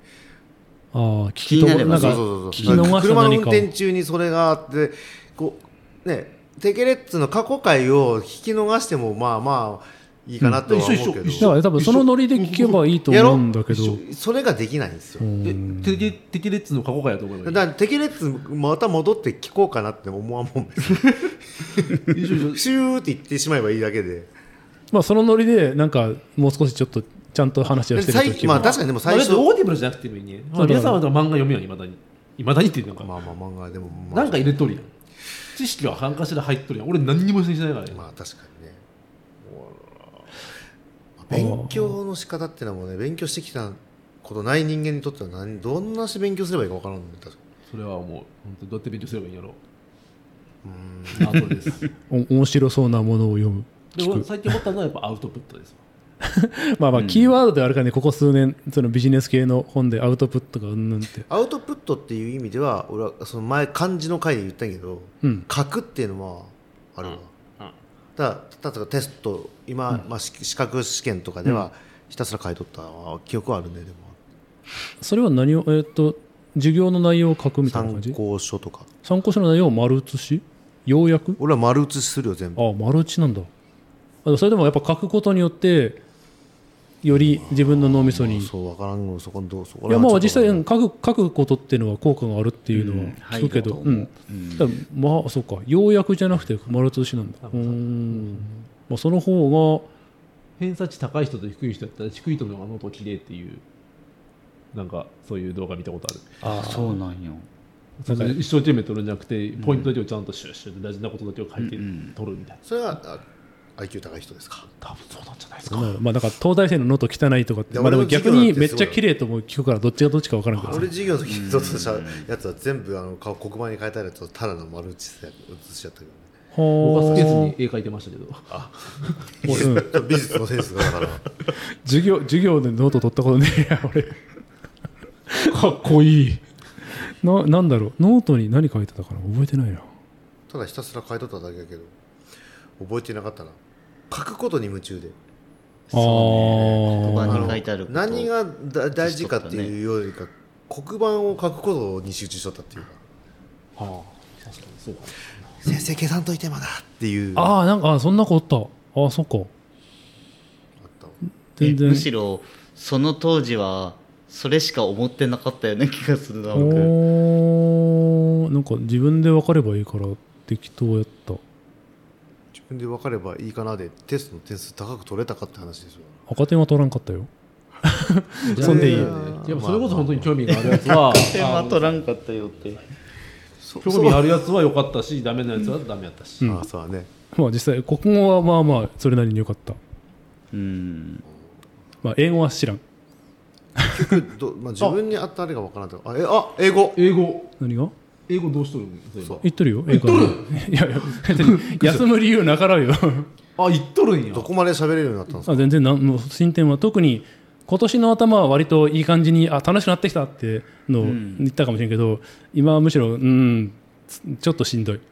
A: ああ聞きと
B: 気になれば
A: なんか
D: そう
A: 聞
D: そう
A: き
D: そう
A: 逃
D: そう
A: した
D: 車の運
A: 何かを
D: 転中にそれがあってこうねテケレッツの過去回を聞き逃してもまあまあいいかなとは思うけ
C: うん一緒一
A: だ
C: 緒緒
D: ど
A: から多分そのノリで聞けばいいと
D: やろ
A: 思うんだ
D: (laughs)
A: けど
D: それができないんですよ
C: でテキテキレッツの過去回やと思えば
D: だ
C: いい
D: からテキレッツまた戻って聞こうかなって思わんも
C: (laughs)
D: んですよ
C: 一緒一緒
D: シューって言ってしまえばいいだけで
A: まあそのノリでなんかもう少しちょっとちゃんと話をしてる
D: 最
A: 時
D: 近まあ
A: は
D: 確かにでも
C: まあ
D: 最
C: だって
D: 初
C: オーディブルじゃなくてもいいね。まあ、皆さんはだから漫画読むよ、いまだに。いまだにっていうのか、
D: まあまあ漫画でもまあ
C: なんか入れとるやん。知識は半かしら入っとるやん。俺何にもしてないからね。
D: まあ確かにね勉強の仕方ってのはもうね勉強してきたことない人間にとっては何どんなし勉強すればいいか分からんのだ確か
C: それはもう、本当にどうやって勉強すればいいん
A: (laughs)
C: やろう。うん、アウトです。で
A: お面白そうなものを読む
C: 俺最近思ったのはやっぱアウトプットですわ。
A: まあまあキーワードではあるからねここ数年そのビジネス系の本でアウトプットがうんぬんって
D: アウトプットっていう意味では俺はその前漢字の回で言ったんやけど、
A: うん
D: 書くっていうのはあるわ、だから例えばテスト今、まあ、し資格試験とかではひたすら書いとった記憶はあるねでも
A: それは何をえーっと授業の内容を書くみたいな感
D: 参
A: じ
D: 考書とか
A: 参考書の内容を丸写し要約
D: 俺は丸写しするよ全部
A: ああ丸打ちなんだあそれでもやっぱ書くことによってより自分の脳みそにい
D: そう分からんのそこんどうそこら
A: や
D: 辺
A: まあ
D: はちょ
A: 実
D: っと
A: 際うん書く書くことっていうのは効果があるっていうのは聞くけど、
B: う
A: うんんだからまあそうか要約じゃなくて丸写しなんだうん、まあ、その方が
C: 偏差値高い人と低い人だったら、低い人の方がノート綺麗っていう、なんかそういう動画見たことある。
B: あそうなんよ
C: その一生懸命撮るんじゃなくて、ポイントだけをちゃんとシュッシュッで大事なことだけを書いて撮るみたいな。
D: それはあ IQ 高い人ですか
C: 多分そうなんじゃないです
A: ど
C: か
A: う。なのまあ、なんか東大生のノート汚いとかって、
D: いや
A: まあ、でも
D: 俺の
A: 逆
D: 授業なん
A: に
D: て
A: めっちゃ綺麗とも聞くからどっちがどっちか分からんけど
D: 俺授業の時に撮ってたやつは全部あの顔黒板に変えたやつをただの丸写しや写しちゃったけどね
C: 僕はスケー
A: は
C: に絵描いてましたけど。
A: あうん
D: 美術のセンスがだ
A: (laughs)
D: から
A: 授業授業でノート取ったことねえや (laughs) 俺かっこいいななんだろうノートに何書いてたかな覚えてないな
D: ただひたすら変えとっただけだけど覚えてなかったな書くことに夢中で
B: 黒
A: ああ
B: 板に書いてあること
D: 何がだ大事かっていうよりか、黒板を書くことに集中しとったっていうか
C: はあ、確かにそうか。
D: 先生計算といてまだっていう
A: ああなんかあそんな子おったああそっか
D: あったわ
A: 全
B: え
A: 然
B: むしろその当時はそれしか思ってなかったような気がするな僕
A: おーなんか自分で分かればいいから適当やった
D: 自分で分かればいいかなでテストの点数高く取れたかって話ですよ
A: 赤点は取らんかったよそんでいい
C: や
A: よ
C: っぱそれこそ本当に興味があるやつは、
B: 手間取らんかったよって
D: そ
C: 興味あるやつは良かったし、ダメなやつはダメやったし。
D: ああそうだね
A: まあ実際国語はまあまあそれなりに良かった
B: うん
A: まあ英語は知らん
D: 結局ど、まあ、自分に合ったあれが分からんとあえあ英語
C: 英語、
A: 何が
C: 英語どうしとるんです
D: そう
A: 言っとるよ英語は (laughs) いやいや別に休む理由なからよ
C: あ、言っとるんや
D: ど。こまで喋れるようになったんですか
A: あ全然なんもう進展は特に今年の頭は割といい感じにあ楽しくなってきたってのを言ったかもしれんけど、今はむしろうんつちょっとしんどいって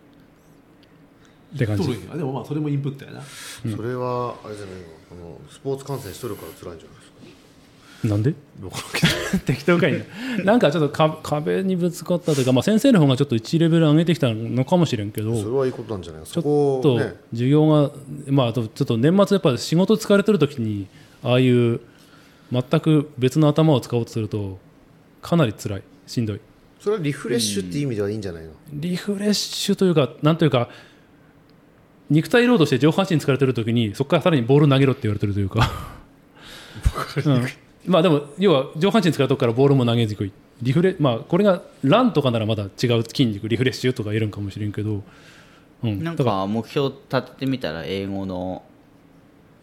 C: 言
A: 感
C: っと
A: じ
C: るんや。でもまあ、それもインプットやな。
D: それはあれじゃないのあのスポーツ観戦しとるから辛いんじゃないですか
A: なんで (laughs) 適当かいななんかちょっとか壁にぶつかったというか、まあ、先生の方がちょっと1レベル上げてきたのかもしれんけど
D: それはいいことなんじゃない
A: ちょ
D: そ
A: っ
D: こを
A: と
D: ね
A: 授業が、まあ、あとちょっと年末やっぱ仕事疲れてる時にああいう全く別の頭を使おうとするとかなり辛いしんどい
D: それはリフレッシュっていう意味ではいいんじゃないの、
A: リフレッシュというかなんというか肉体労働して上半身疲れてる時にそこからさらにボール投げろって言われてるというか、うんまあでも要は上半身疲れたとこからボールも投げにくいリフレ、まあ、これがランとかならまだ違う筋肉リフレッシュとか言えるんかもしれんけど、うん、
B: なん
A: だら
B: か目標立ててみたら英語の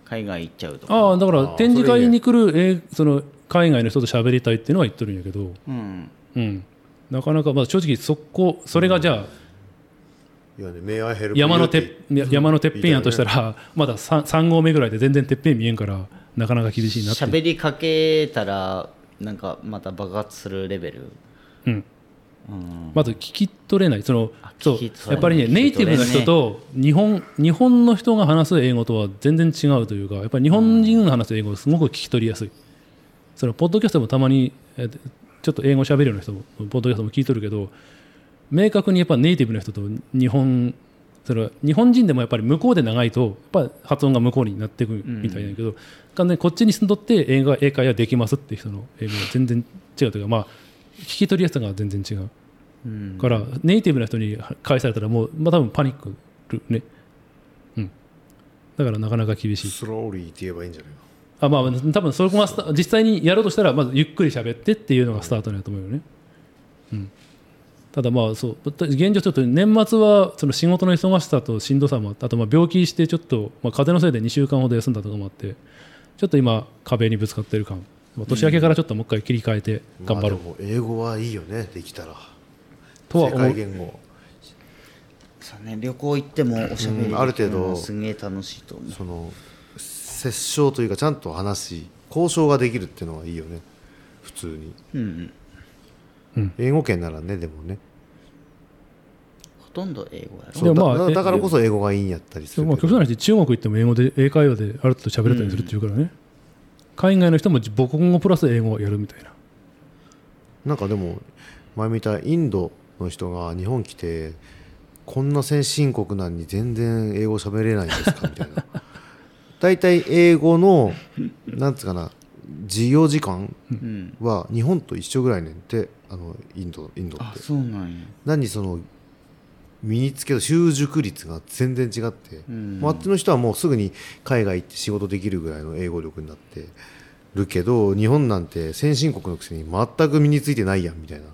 B: 海外行っちゃうとか
A: ああだから
D: あー
A: 展示会に来る、えーその海外の人と喋りたいっていうのは言ってるんやけど、
B: うん
A: うん、なかなか、まあ、正直そこそれがじゃあ
D: いやね、メイアヘルプ
A: 山のてっ、
D: ユーティ
A: いや山のてっぺんやとしたら、まだ 3, 三合目ぐらいで全然てっぺん見えんからなかなか厳しいなって
B: 喋りかけたらなんかまた爆発するレベル
A: うん、
B: うん
A: まず聞き取れないその
B: あ
A: そう
B: 聞き取れない
A: やっぱりね
B: 聞き
A: ネイティ
B: 取
A: ブ
B: れな
A: の
B: い
A: 人と日本日本の人が話す英語とは全然違うというかやっぱり日本人が話す英語すごく聞き取りやすいそのポッドキャストもたまにえーちょっと英語喋るような人もポッドキャストも聞いとるけど明確にやっぱネイティブの人と日本それは日本人でもやっぱり向こうで長いとやっぱ発音が向こうになっていくみたいだけど、完全にこっちに住んどって英語は英会話できますっていう人の英語は全然違うというか、まあ、聞き取りやすさが全然違う、
B: うん
A: からネイティブな人に返されたらもう、まあ、多分パニックるね、うん、だからなかなか厳しい
D: スローリーって言えばいいんじゃないか
A: あまあ多分そこがスタ実際にやろうとしたらまずゆっくり喋ってっていうのがスタートだと思うよね、うん、ただまあそう現状ちょっと年末はその仕事の忙しさとしんどさもあってあとまあ病気してちょっと、まあ、風邪のせいで2週間ほど休んだとかもあってちょっと今壁にぶつかってる感まあ年明けからちょっともう一回切り替えて頑張ろう
D: まあでも英語はいいよねできたら
A: とは
D: 世
A: 思
D: 界
A: う
D: 言語
B: そうね旅行行ってもおしゃべりでき
D: う
B: る
D: ん
B: の
D: ある程度
B: すげえ楽しいと思う
D: その折衝というかちゃんと話し交渉ができるっていうのはいいよね普通に
B: うんうん
D: 英語圏ならねでもね
B: ほとんど英語やろ
D: そう
A: でもまあ
D: だ
A: え
D: だからこそ英語がいいんやったりす
A: そう
D: る
A: まあ
D: け
A: 極
D: ど
A: 端な話中国行っても英語で英会話である程度喋れたりするっていうからね、海外の人も母国語プラス英語をやるみたいな
D: なんかでも前見たインドの人が日本来てこんな先進国なのに全然英語喋れないんですかみたいな大体英語のなんつうかな授業時間
B: うん
D: は日本と一緒ぐらいねんってあのインドインドっ
B: あ
D: て
B: そうなんや
D: 何その身につけた習熟率が全然違って、
B: うん
D: まああっちの人はもうすぐに海外行って仕事できるぐらいの英語力になってるけど日本なんて先進国のくせに全く身についてないやんみたいな
B: やっ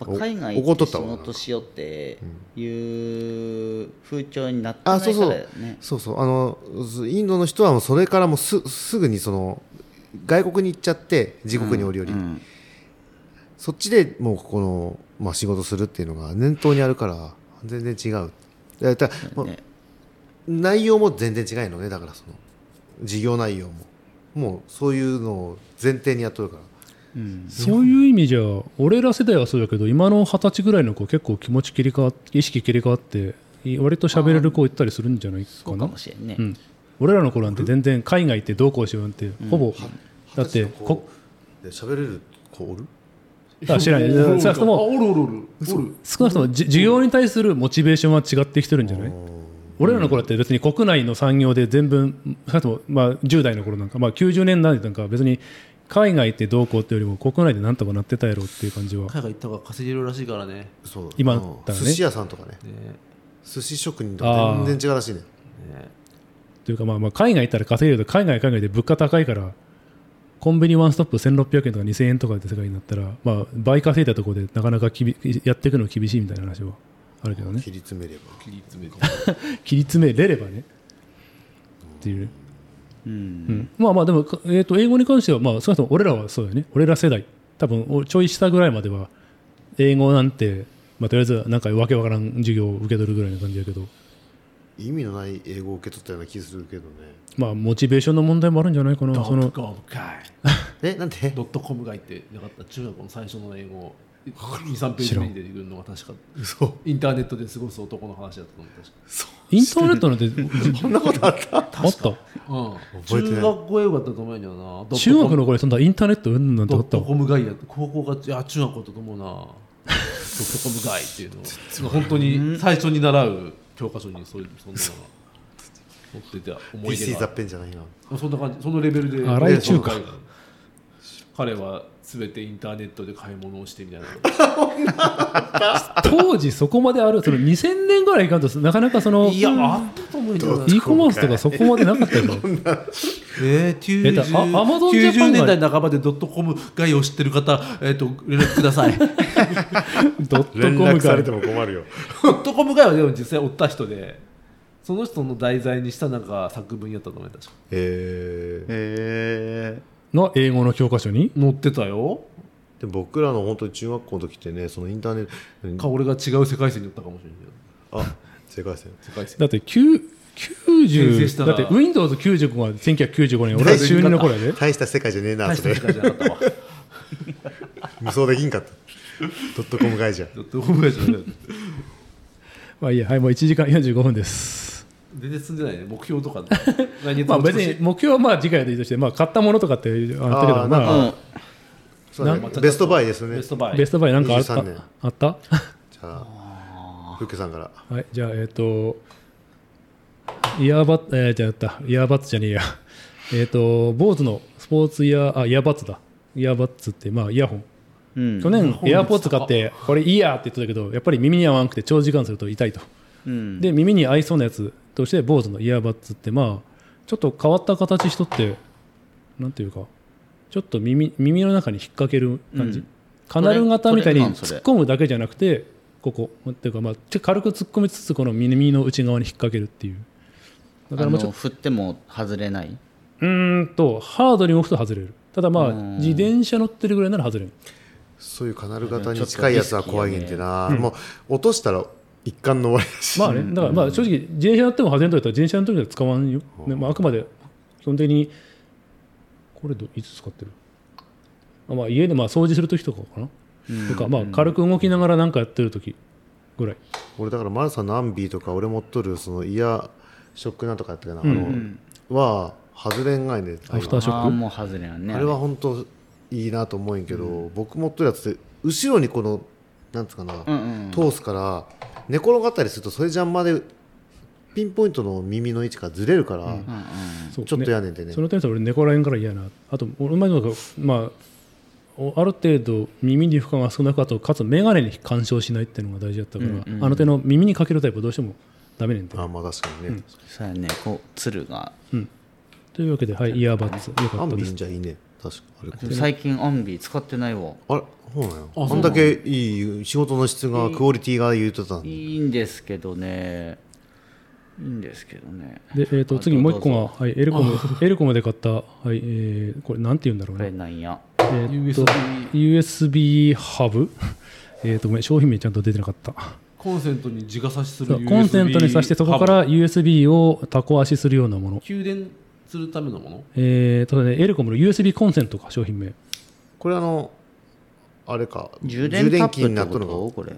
B: ぱ海外
D: お怒
B: 行
D: っ
B: って
D: とっ
B: 仕
D: たわ
B: 事しようっていう風潮になってな
D: あ
B: いか
D: そうそ
B: ら
D: う
B: よね
D: そうそうあのずインドの人はもうそれからもうすすぐにその外国に行っちゃって自国におりおり、
B: うん
D: そっちでもうここの、まあ、仕事するっていうのが念頭にあるから全然違うだだまあ
B: ね
D: 内容も全然違いのねだからその事業内容ももうそういうのを前提にやっとるから
B: うん
A: そういう意味じゃ俺ら世代はそうだけど今の二十歳ぐらいの子結構気持ち切り替わ意識切り替わってい割と喋れる子いったりするんじゃない
B: そ
A: か
B: う
A: な
B: かもしれんね
A: うん、俺らの頃なんて全然海外行ってどうこうしようなんてほぼ、だってこ
D: こで喋れる子おる
A: あ知らない
C: おるおる
A: 少なくとも
C: あおるおるおるおる
A: 少なくともじ需要に対するモチベーションは違ってきてるんじゃない俺らの頃って別に国内の産業で全部少なくともまあ10代の頃なんか、まあ、90年代なんかは別に海外行ってどうこうっていうよりも国内でなんとかなってたやろっていう感じは
C: 海外行った方が稼げるらしいからね
D: そう
A: 今
D: あ
A: だね
D: の寿司屋さんとかね
C: ね
D: 寿司職人とか全然違うらしいね
C: ね
A: というか、まあ、まあ海外行ったら稼げるけど海外は海外で物価高いからコンビニワンストップ1600円とか2000円とかで世界になったら、まあ、倍稼いだところでなかなかきびやっていくの厳しいみたいな話はあるけどね
D: 切り詰めれば
C: 切り詰めて
A: 切り詰めれればねっていう、
B: うん
A: うんまあまあでも、かえー、と英語に関しては、まあ、少なくとも俺らはそうだよね俺ら世代多分おちょい下ぐらいまでは英語なんて、まあ、とりあえずなんかわけわからん授業を受け取るぐらいな感じだけど
D: 意味のない英語を受け取ったような気するけどね
A: まあモチベーションの問題もあるんじゃないかな
C: ド
A: そ
C: ット
A: の
C: コムかい
D: えなんで
C: ドットコムがいってなかった中学の最初の英語23ペー
A: 知
C: ジ
A: らん
C: 目に出てくるのが確か
D: 嘘
C: インターネットで過ごす男の話だったと思う確か
A: インターネットなんて
D: そんなことあった
A: あった
C: うん、
D: 覚えてない
C: 中学校英語だったと思うんやな
A: 中学の頃にそんなインターネットうんぬんなんてあ
C: ド
A: っ
C: ッ
A: た
C: ト
A: わ
C: コムガイやって高校がいや中学校だと思う
D: (laughs)
C: なドットコムガイっていうの本当に最初に習う教科書にそういうそんなのが載ってて思い出
D: PC
C: が
D: ザ
C: あ
D: ッペンじゃないな
C: るそんな感じそのレベルで
A: 荒井中華
C: ねその彼は全てインターネットで買い物をしてみたいな
A: 当時そこまであるその2000年ぐらいいかんとなかなかその
C: いやあったと思うんだよな
A: うん e コマースとかそこまでなかったよね
C: (laughs) えー、
A: えっと
C: 90,
A: あ Amazon
C: 90
A: Japan
C: 年
A: が
C: 代半ばでドットコム外を知ってる方、えっと連絡ください。 (laughs) ド
A: ドット
D: 連
A: コム
D: 絡さ
A: が
D: れても困るよ
C: ットコム外はでも実際おった人で、その人の題材にしたなんか作文やったと思います。確か
D: えー
B: へえ
A: の英語の教科書に
C: 載ってたよ。
D: で僕らの本当に中学校の時ってねそのインターネッ
C: か
D: ト
C: 俺が違う世界線におったかもしれないよ。
D: あ世界線
C: 世界線。
A: だって9 90
C: 生した
A: だ
C: ら
A: って Windows95 が1995年俺ら中2の頃や
D: (laughs)
A: で
D: 大した世界じゃねえな
C: 大し
D: そ
C: た
D: れ
C: 世界じゃなかったわ。
D: 無双できんかったドットコム会社
C: (laughs) ドットコム外じゃなかった。
A: まあいいやはいもう1時間45分です
C: (laughs) 全然進んでないね。目標と (laughs) か、ね、来月
A: まあ
C: の
A: 別
C: 年
A: に目標はまあ次回でいいとしてまあ買ったものとかってあったけど
D: あー
A: まあ
B: うん
D: そうだね
C: なんか
D: ベストバイですね
C: ベス
D: じ
C: トバイ。
A: ベストバイなんかあった
D: 23年
A: あった
D: ゃあふっけさんから
A: はいじゃあえっ、とイヤーバッツ、えー、じゃあやった、イヤーバッツじゃねえや。 (laughs) えっと、坊主のスポーツイヤー、あ、イヤーバッツだ。イヤーバッツって、まあ、イヤホン。
B: うん
A: 去年、エアポーツ買って、これいいやって言ってたけど、やっぱり耳に合わなくて長時間すると痛いと。
B: うん
A: で、耳に合いそうなやつとして、坊主のイヤーバッツって、まあ、ちょっと変わった形しとって、なんていうか、ちょっと耳耳の中に引っ掛ける感じ。
B: うん
A: カナル型みたいに
B: 取れるかもそ
A: 突
B: れ
A: っ込むだけじゃなくて、ここ、っていうか、まあ、ちょ軽く突っ込みつつ、この耳の内側に引っ掛けるっていう。だからもうちょっと
B: あの振っても外れないう
A: ーんとハードに動くと外れるただまあ
B: うん
A: 自転車乗ってるぐらいなら外れる
F: そういうカナル型に近いやつは怖いねんてな、もう落としたら一貫の終わりだし、
A: まあねだからまあ正直自転車乗っても外れんといったら自転車の時は使わんよ、ねまあ、あくまで基本的にこれどいつ使ってるあまあ家でまあ掃除する時とかかな、とかまあ軽く動きながら何かやってる時ぐらい
F: 俺だからマルサのアンビーとか俺持っとるそのイヤーショックなんとかやったかな、あのは外れんがいね
A: アフターショッ
B: あー
A: ク
B: もう外れなんね
F: あれは本当いいなと思うんやけど、僕持っとるやつって後ろにこのなんつうかな、
B: うんうん
F: 通すから寝転がったりするとそれ邪魔でピンポイントの耳の位置がずれるから、
B: うんうん
A: そう
F: ちょっとやねんてね
A: その点さ俺猫らへんから嫌やなあと俺前の方がまあおある程度耳に負荷が少なくあとかつ眼鏡に干渉しないっていうのが大事だったから、あの手の耳にかけるタイプはどうしてもダメねんて
F: あまあ確かにね、
B: そうやねこうつるが
A: というわけで、はい、イヤーバッツよか
F: ア
A: っ
F: ン
A: た
F: ビ
A: で
F: ー
A: す
F: んじゃいいね確かあれ
B: でも最近アンビ使ってないわ
F: あれそうなんや
C: そうな
F: あ
C: の
F: んだけいい仕事の質がクオリティが言うてたんで
B: いいんですけどねいいんですけどね
A: で、えー、と次もう一個
B: ど
A: が、はい、エルコムエルコムで買った、はいえーこれなんて言うんだろう
B: これ
A: ね、
B: なんや
A: えー、と USB ハブ (laughs) えーとごめん商品名ちゃんと出てなかった
C: コンセントに直差し
A: そ
C: する
A: うコンセントに挿してそこか
C: ハ
A: ら USB をタコ足するようなもの
C: ブ給電するためのもの
A: えーとねエルコムの USB コンセントか商品名
F: これあのあれか
B: 充電タップ
F: にな
B: っ
F: ってと
B: こ
F: るの
B: と
F: か
B: これ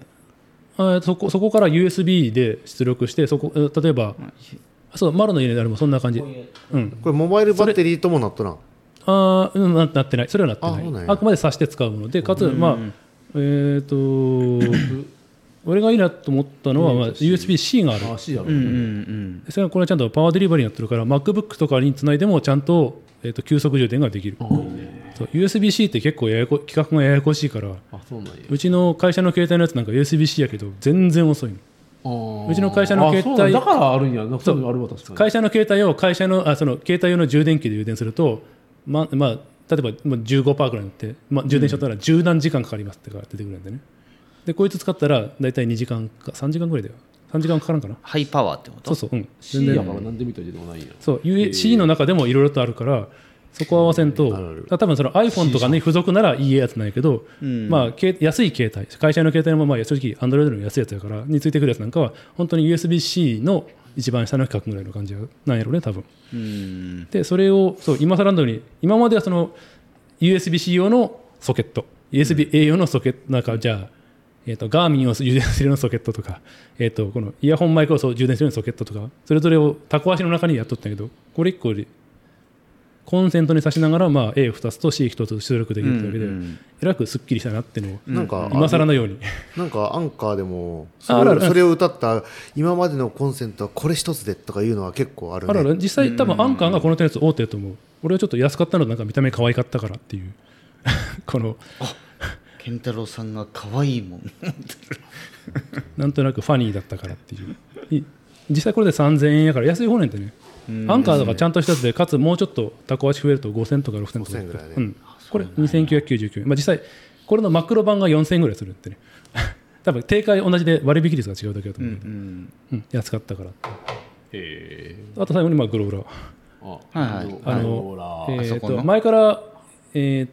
A: あーそこそこから USB で出力してそこえー例えばそうマロの家であれもそんな感じうん
F: これモバイルバッテリーともなっとらん
A: ああ、うん、ななってない。それはなって
F: あそう
A: な
F: なん
A: い。
F: や
A: あくまで差して使うもので、かつ、まあ、えっ、と、
F: (laughs)
A: 俺がいいなと思ったのは、まあ、USB-C がある。
C: あ足やろ、
B: うんうん
A: それはこれはちゃんとパワーデリバリーになってるから、MacBook とかにつないでも、ちゃんと,、えー、と急速充電ができる。そう USB-C って結構ややこ、規格がややこしいから、
C: あそうなんや
A: うちの会社の携帯のやつなんか USB-C やけど、全然遅いの。
C: う
A: うちの会社の携帯
C: だからあるんやなそういうのあるわ確かに
A: 会社の携帯を会社のあその携帯用の充電器で充電すると、ままあ、例えばまあ15%ぐらいになって、まあ、充電しちゃったら十何時間かかりますってか出てくるんでねでこいつ使ったら大体2時間か3時間ぐらいだよ3時間かからんかな
B: ハイパワーってこと
A: そうそううん全
C: C や
A: 然
C: から何で見たりでもないんや
A: そう UC の中でもいろいろとあるからそこを合わせんとた多分その iPhone とかに付属ならいいやつなんやけど、まあ、け安い携帯会社の携帯もまあ正直 Android の安いやつやからについてくるやつなんかは本当に USB-C の一番下の規格ぐらいの感じなんやろうね多分。
B: うん
A: でそれをそう今更のように今まではその USB-C 用のソケット USB-A 用のソケット、なんかじゃあ、えー、とガーミンを充電するようなソケットとか、えー、とこのイヤホンマイクをそう充電するようなソケットとかそれぞれをタコ足の中にやっとったんやけどこれ1個でコンセントに挿しながら、まあ、A2 つと C1 つ出力できるってだけで、
B: うんうん
A: えらくすっきりしたなっていうのを
F: なんか
A: 今更のように
F: なんかアンカーでも
A: ああ
F: そ
A: るあ
F: れ
A: る
F: をそれを歌った今までのコンセントはこれ一つでとかいうのは結構あるね
A: あらら実際多分アンカーがこの手のやつ大手だと思う俺はちょっと安かったのとなんか見た目可愛かったからっていう (laughs) この
B: 健太郎さんが可愛いもん
A: なんとなくファニーだったからっていうい実際これで3000円やから安い方なんてねアンカーとかちゃんとしたやつでかつもうちょっとタコ足増えると5000とか6000とか
F: 5000ぐらいね
A: うん、これ2999円、まあ、実際これのマクロ版が4000円ぐらいするってね多分定価同じで割引率が違うだけだと思う、うん
B: うん
A: 安かったからって
C: へえ
A: あと最後にまあグローラー
C: あ
B: はいはい
A: あの
C: ほら、
A: えー
B: あそことの
A: 前から、えー、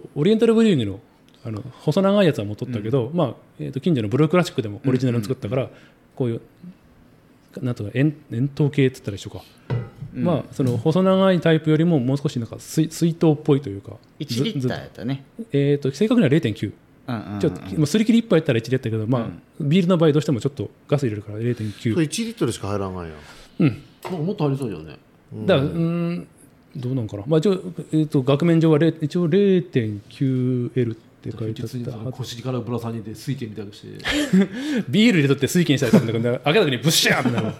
A: とオリエンタルブリューイングのあの細長いやつは持っとったけど、まあえー、と近所のブルークラシックでもオリジナルの作ったから、こういうなんとか円円筒形って言ったら一緒か、まあその細長いタイプよりももう少しなんか水水筒っぽいというか
B: 1リッター
A: ず
B: やったね
A: ずえー、と正確には0.9
B: うんうんうん
A: ちょっともうすり切り1杯やったら1でやったけど、まあビールの場合どうしてもちょっとガス入れるから0.9
F: それ1リットルしか入らんがんや
C: なんかもっとありそうだよね
A: だからうーんどうなんかな、まあ一応えー、と額面上は0一応 0.9L でかいとっ
C: 実に
A: た
C: その腰からぶら下げて水拳みたいにして
A: (laughs) ビール入れとって水拳したら多分なんか開けた時にブッシャーってなる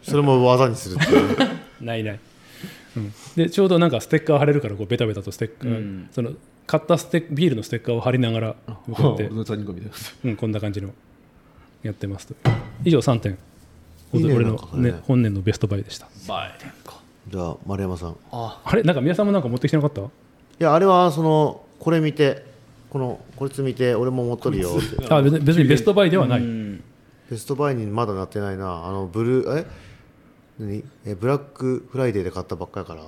D: それも技にするっていう
A: ないない、うん、でちょうどなんかステッカー貼れるからこうベタベタとステッカー、
B: うん
A: その買ったステッビールのステッカーを貼りながら
C: (laughs) う
A: こうやって、
C: のみたいな
A: うん、こんな感じのやってますと以上3点
D: いいね
A: 俺
D: なん
A: の
D: か、それね
A: ね、本年のベストバイでした
C: バイ
D: (laughs) じゃあ丸山さんい
B: あ
A: あれなんか宮さんもなんか持ってきてなかった
D: やあれはそのこれ見てこのこいつ見て俺も持っとるよって
A: あ別に別にベストバイではない、
B: うん
D: ベストバイにまだなってないなあのブルーえ何えブラックフライデーで買ったばっかやからあ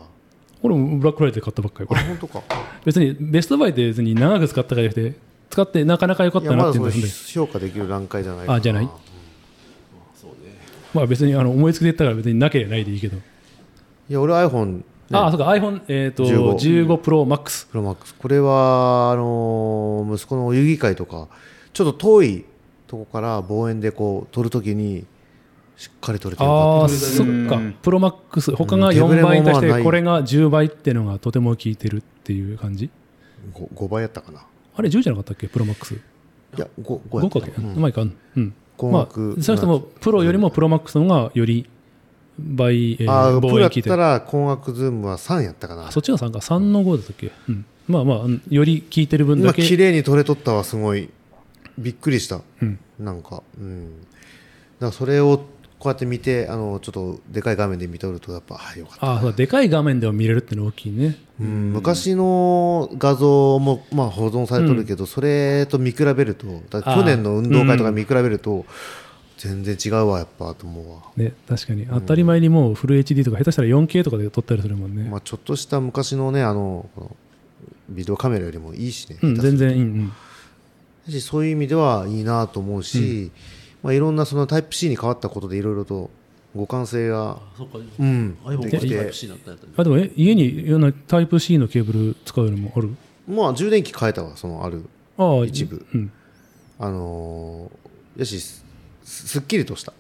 A: これもブラックフライデーで買ったばっかりこれ
D: 本当か
A: 別にベストバイで別に長く使ったからじゃなくて使ってなかなか良かっ
D: い
A: た
D: やま
A: なっ
D: だ
A: てい
D: そうの
A: ので
D: 評価できる段階じゃないから
A: あじゃない
C: そうね
A: まあ別にあの思いつきで言ったから別になければないでいいけど、
D: いや俺 iPhone ね
A: ああそうか iPhone15、えーと、15
D: 15
A: Pro Max
D: プロマックスこれはあのー息子のお遊戯会とかちょっと遠いとこから望遠でこう撮るときにしっかり撮れてる
A: あ
D: か
A: あ
D: っ
A: そっか
B: うん
A: プロマックス他が
D: うん手ぶれ
A: 4
D: も
A: 倍に対し
D: まあな
A: て
D: い
A: これが10倍っていうのがとても効いてるっていう感じ
D: た 5, 倍やったかな
A: あれ10じゃなかったっけプロマックス
D: いや 5, 5や
A: 5
D: った
A: か
D: か
A: け、
D: な
A: うまいかうん
D: 五
A: まあ
D: 目
A: 少なくともプロよりもプロマックスの方がより倍、えー
D: ああプ
A: 望
D: ロや
A: 遠
D: っ
A: 効いて
D: た
A: る
D: ら光学ズームは3やったかな
A: あそっちが3か3の5だったっけ、うん、まあまあうんより効いてる分だ
D: 今
A: け
D: 綺麗に撮れとったわすごいびっくりした、
A: うん
D: なんかうんだからそれをこうやって見てあのちょっとでかい画面で見とるとやっぱあよかった
A: ああそうだでかい画面でも見れるっての大きいね
D: うん昔の画像も、まあ、保存されとるけど、それと見比べるとだから
A: あー
D: 去年の運動会とか見比べると、全然違うわやっぱと思うわ、
A: ね確かに当たり前にもうフル HD とか下手したら 4K とかで撮ったりするもんね、
D: まあ、ちょっとした昔のねあのこのビデオカメラよりもいいしね、
A: うん全然いい、うん、
D: だしそういう意味ではいいなと思うし、まあ、いろんなそのタイプ C に変わったことでいろいろと互換性が、
C: そっか
D: うん、
C: iPhone が
D: でき
C: タイ
D: て
C: プ C になったやつね
A: あでもえ家にいろんなタイプ C のケーブル使うのもある
D: まあ充電器変えたわそのある
A: ああ
D: 一部、
A: うん、
D: あのーよしすすっきりとした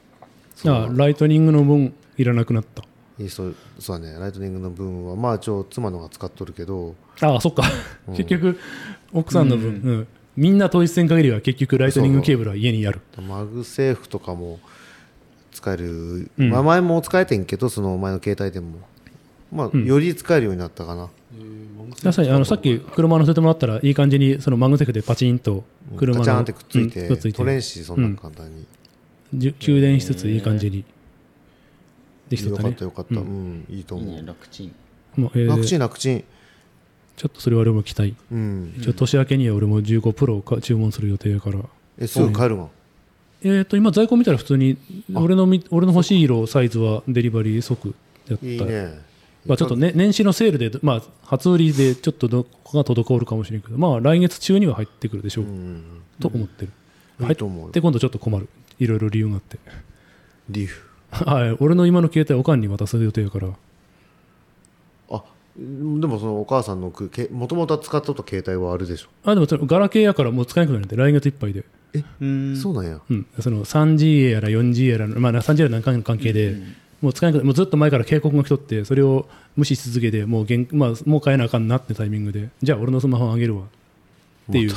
D: その
A: あライトニングの分いらなくなった
D: いいそうそうだねライトニングの分はまあ一応妻のが使っとるけど
A: ああそっか、結局奥さんの分、うんみんな統一線限りは結局ライトニングケーブルは家にある
D: マグセーフとかも使える、まあ前も使えてんけどその前の携帯でもまあ、より使えるようになったかな
A: 確かにあのさっき車乗せてもらったらいい感じにそのマグセフでパチンと車
D: ガチャン
A: の
D: ってくっついて,、
A: うんくっつい
D: 取れ
A: て
D: んしそんな簡単に、
A: じゅ給電しつついい感じにできて
D: よ
A: た
D: かっ
A: ね
D: たよかった、うんいい
B: い
D: と
B: い
D: 思う、
B: ね楽ちん
A: もうえー
D: 楽ちん楽ちん
A: ちょっとそれは俺も期待
D: うん
A: 一応年明けには俺も15プロをか注文する予定やから
D: えすぐ帰るもん
A: えっ、と今在庫見たら普通に俺のみ俺の欲しい色サイズはデリバリー即やった
D: いいね
A: まあ、ちょっと、ね、年始のセールで、まあ、初売りでちょっとどこが滞るかもしれないけど、まあ、来月中には入ってくるでしょう、
D: うん、
A: と思ってる。
D: いいと思うよ
A: 入って今度ちょっと困る。いろいろ理由があって。 (laughs)
D: リーフ
A: はい、俺の今の携帯、おかんに渡す予定やから、
D: あでもそのお母さんのもともと使っとった携帯はあるでしょ
A: あでもそのガラケーやからもう使えなくなるんで、来月いっぱいで、
B: うん
D: そうなんや。
A: うん、その 3G やら 4G やら、まあ、3G やら何回の関係で、もう使えなくなるもうずっと前から警告が来とって、それを無視し続けて、もうげん、まあ、もう変えなあかんなってタイミングで、じゃあ、俺のスマホあげるわっていう。
B: よ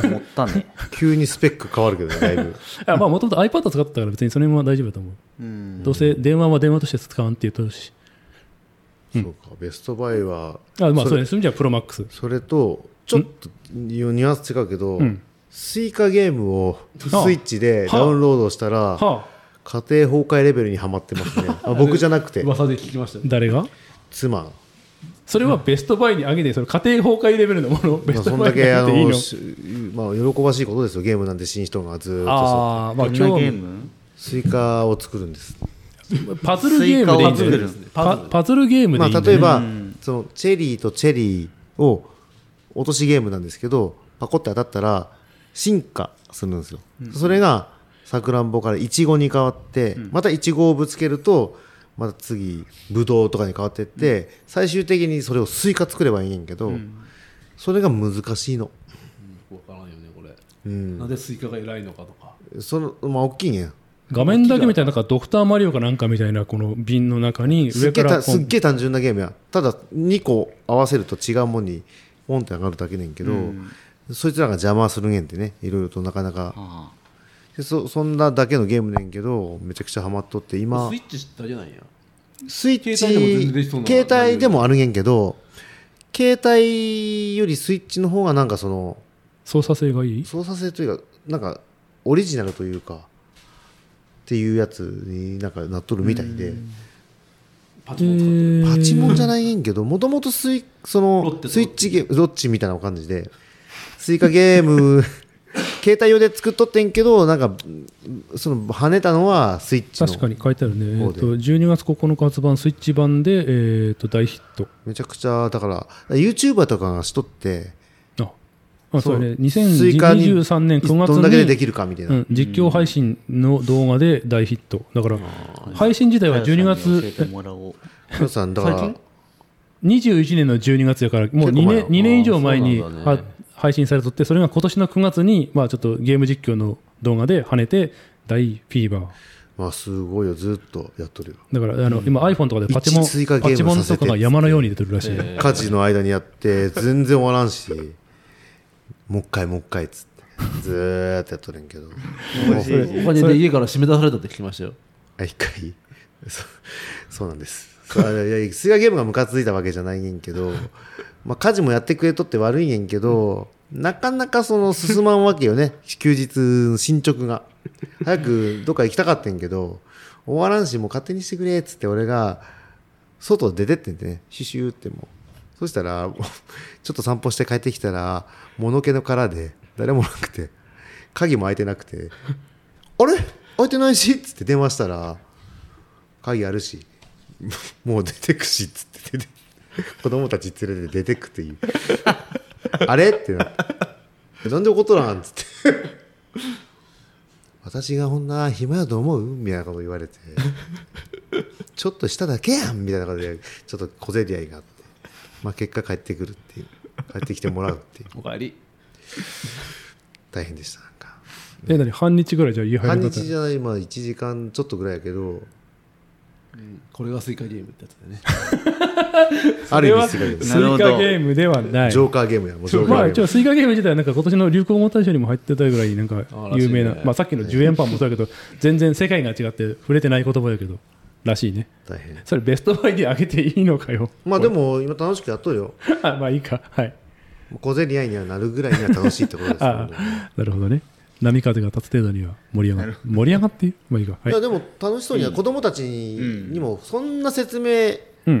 B: う持ったね
D: 急にスペック変わるけどね、だいぶ。
A: あまあもともと iPad 使ってたから別にその辺は大丈夫だと思う、
B: うん
A: どうせ電話は電話として使わんって言うとるし
D: そうか、ベストバイは、
A: あまあそうですじゃあプロマックス
D: それと、ちょっとニュアンス違うけど
A: うん、
D: スイカゲームをスイ
A: あ
D: ッチでダウンロードしたら、家
A: はあ
D: 庭崩壊レベルにはまってますね。あ僕じゃな
C: (laughs)
D: くて、
C: 噂で聞きましたよ
A: 誰が
D: 妻。
A: それはベストバイに上げてその家庭崩壊レベルのものをベ
D: まあ
A: スト
D: そん
A: バイに
D: だ
A: 上
D: け、あ
A: げていい
D: の、
A: の
D: しまあ、喜ばしいことですよ、ゲームなんてしん人がずーっとそう
A: ああーま
B: ど
A: あ
B: んな
A: 今
B: ゲ
A: 日
B: ーム
D: スイカを作るんです。
A: パズルゲームでいいんじゃない
B: スイカを作る
A: パパズルゲームで
D: ま
A: い
D: あ、
A: いんじゃない
D: 例えば、そのチェリーとチェリーを落としゲームなんですけどパコって当たったら進化するんですよ、それがさくらんぼからイチゴに変わって、またイチゴをぶつけるとまた次ブドウとかに変わってって、最終的にそれをスイカ作ればいいんやけど、それが難しいの、
C: くわからんよねこれ
D: うん、
C: なんでスイカが偉いのかとか
D: そのまあ大きいんや
A: 画面だけみたいななんかドクターマリオかなんかみたいなこの瓶の中に
D: す
A: 上
D: っげ
A: か
D: えた
A: らこ
D: す
A: う
D: っげえ単純なゲームやただ2個合わせると違うもんにポンって上がるだけねんけど、そいつらが邪魔するげんってねいろいろとなかなか
B: あ
D: でそそんなだけのゲームねんけどめちゃくちゃハマっとって今
C: スイッチしたじゃないや
D: スイッチ
C: 携帯でも全然できそうな
D: 携帯でもあるげんけど携帯よりスイッチの方がなんかその
A: 操作性がいい
D: 操作性というかなんかオリジナルというかっていうやつになんかなっとるみたいで
C: パチモン使って
D: パチモンじゃないんけどもともとスイそ
C: ロッテ
D: の
C: と
D: スイッチゲームロッチみたいな感じでスイカゲーム (laughs) 携帯用で作っとってんけどなんかその跳ねたのはスイッチ
A: 確か
D: の
A: に書いてあるね、え
D: 方
A: っ
D: で
A: と12月9日発売スイッチ版で、えっと大ヒット
D: めちゃくちゃだから YouTuber とかがしとって
A: ああそうだね
D: スイカに
A: 2023年9月
D: どんだけでで
A: に
D: きるかみたいな、
A: うん、実況配信の動画で大ヒットだから配信自体
B: あ
A: は12
B: さんに教え
A: 月
B: てもらおう
D: (laughs) ヒロさんだから
C: 最近
A: 21年の12月やからもう
D: 結構
A: 2
D: 前
A: 年 ,2 年以上前に
C: あそうなんだ
A: は
C: ね
A: 配信されとってそれが今年の9月に、まあ、ちょっとゲーム実況の動画で跳ねて大フィーバー
D: まあすごいよずっとやっとるよ
A: だからあの、今 iPhone とかでパチモン
D: 一追加ゲーム
A: パチモンとかが山のように出てるらしい、
C: えー
D: 家事の間にやって全然終わらんしもう一回もう一回っつってずーっとやっとるんやけど
C: お金で家から締め出されたって聞きましたよ
D: あ一回 (laughs) そそうなんですそうあいやいやスイカゲームがムカついたわけじゃないねんけど、まあ、家事もやってくれとって悪いねんけどなかなかその進まんわけよね休日の進捗が早くどっか行きたかったんけど終わらんしもう勝手にしてくれっつって俺が外出てってんでねシュシューってもうそしたらもう (laughs) ちょっと散歩して帰ってきたら物気の殻で誰もなくて鍵も開いてなくてあれ開いてないしっつって電話したら鍵あるし (laughs) もう出てくしっつって出て子供たち連れて出てくっていう (laughs) あれってなってなんで怒っとらんっつって (laughs) 私がこんな暇やと思うみたいなこと言われてちょっとしただけやんみたいなことでちょっと小競り合いがあって、まあ、結果帰ってくるっていう帰ってきてもらうっていう
C: おかえり
D: 大変でしたなんか
A: え何半日ぐらいじゃあ家入
D: 半
A: るんだった
D: 日じゃないまあ1時間ちょっとぐらいやけど
C: これがスイカゲームってやつだよね
D: ある意味すごいです
A: スイカゲームではない
D: ジョーカーゲームやもうジョーカ
A: まあ
D: ー
A: 一
D: ゲー
A: 応
D: ム
A: スイカゲーム自体はなんか今年の流行語大賞にも入ってたぐらいなんか
C: あらしいね
A: 有名な、まあ、さっきの10円パンもそうだけど全然世界が違って触れてない言葉だけどらしいね
D: 大変
A: それベストバイであげていいのかよ
D: まあでも今楽しくやっとるよ
A: あまあいいかはい
D: 小競り合いにはなるぐらいには楽しいってことです
A: (laughs)
D: よ、
A: ああなるほどね波風が立つ程度には盛り上がる盛り上がっていうまあいいか、
D: い、
A: はい
D: や、でも楽しそうには子供たちにもそんな説明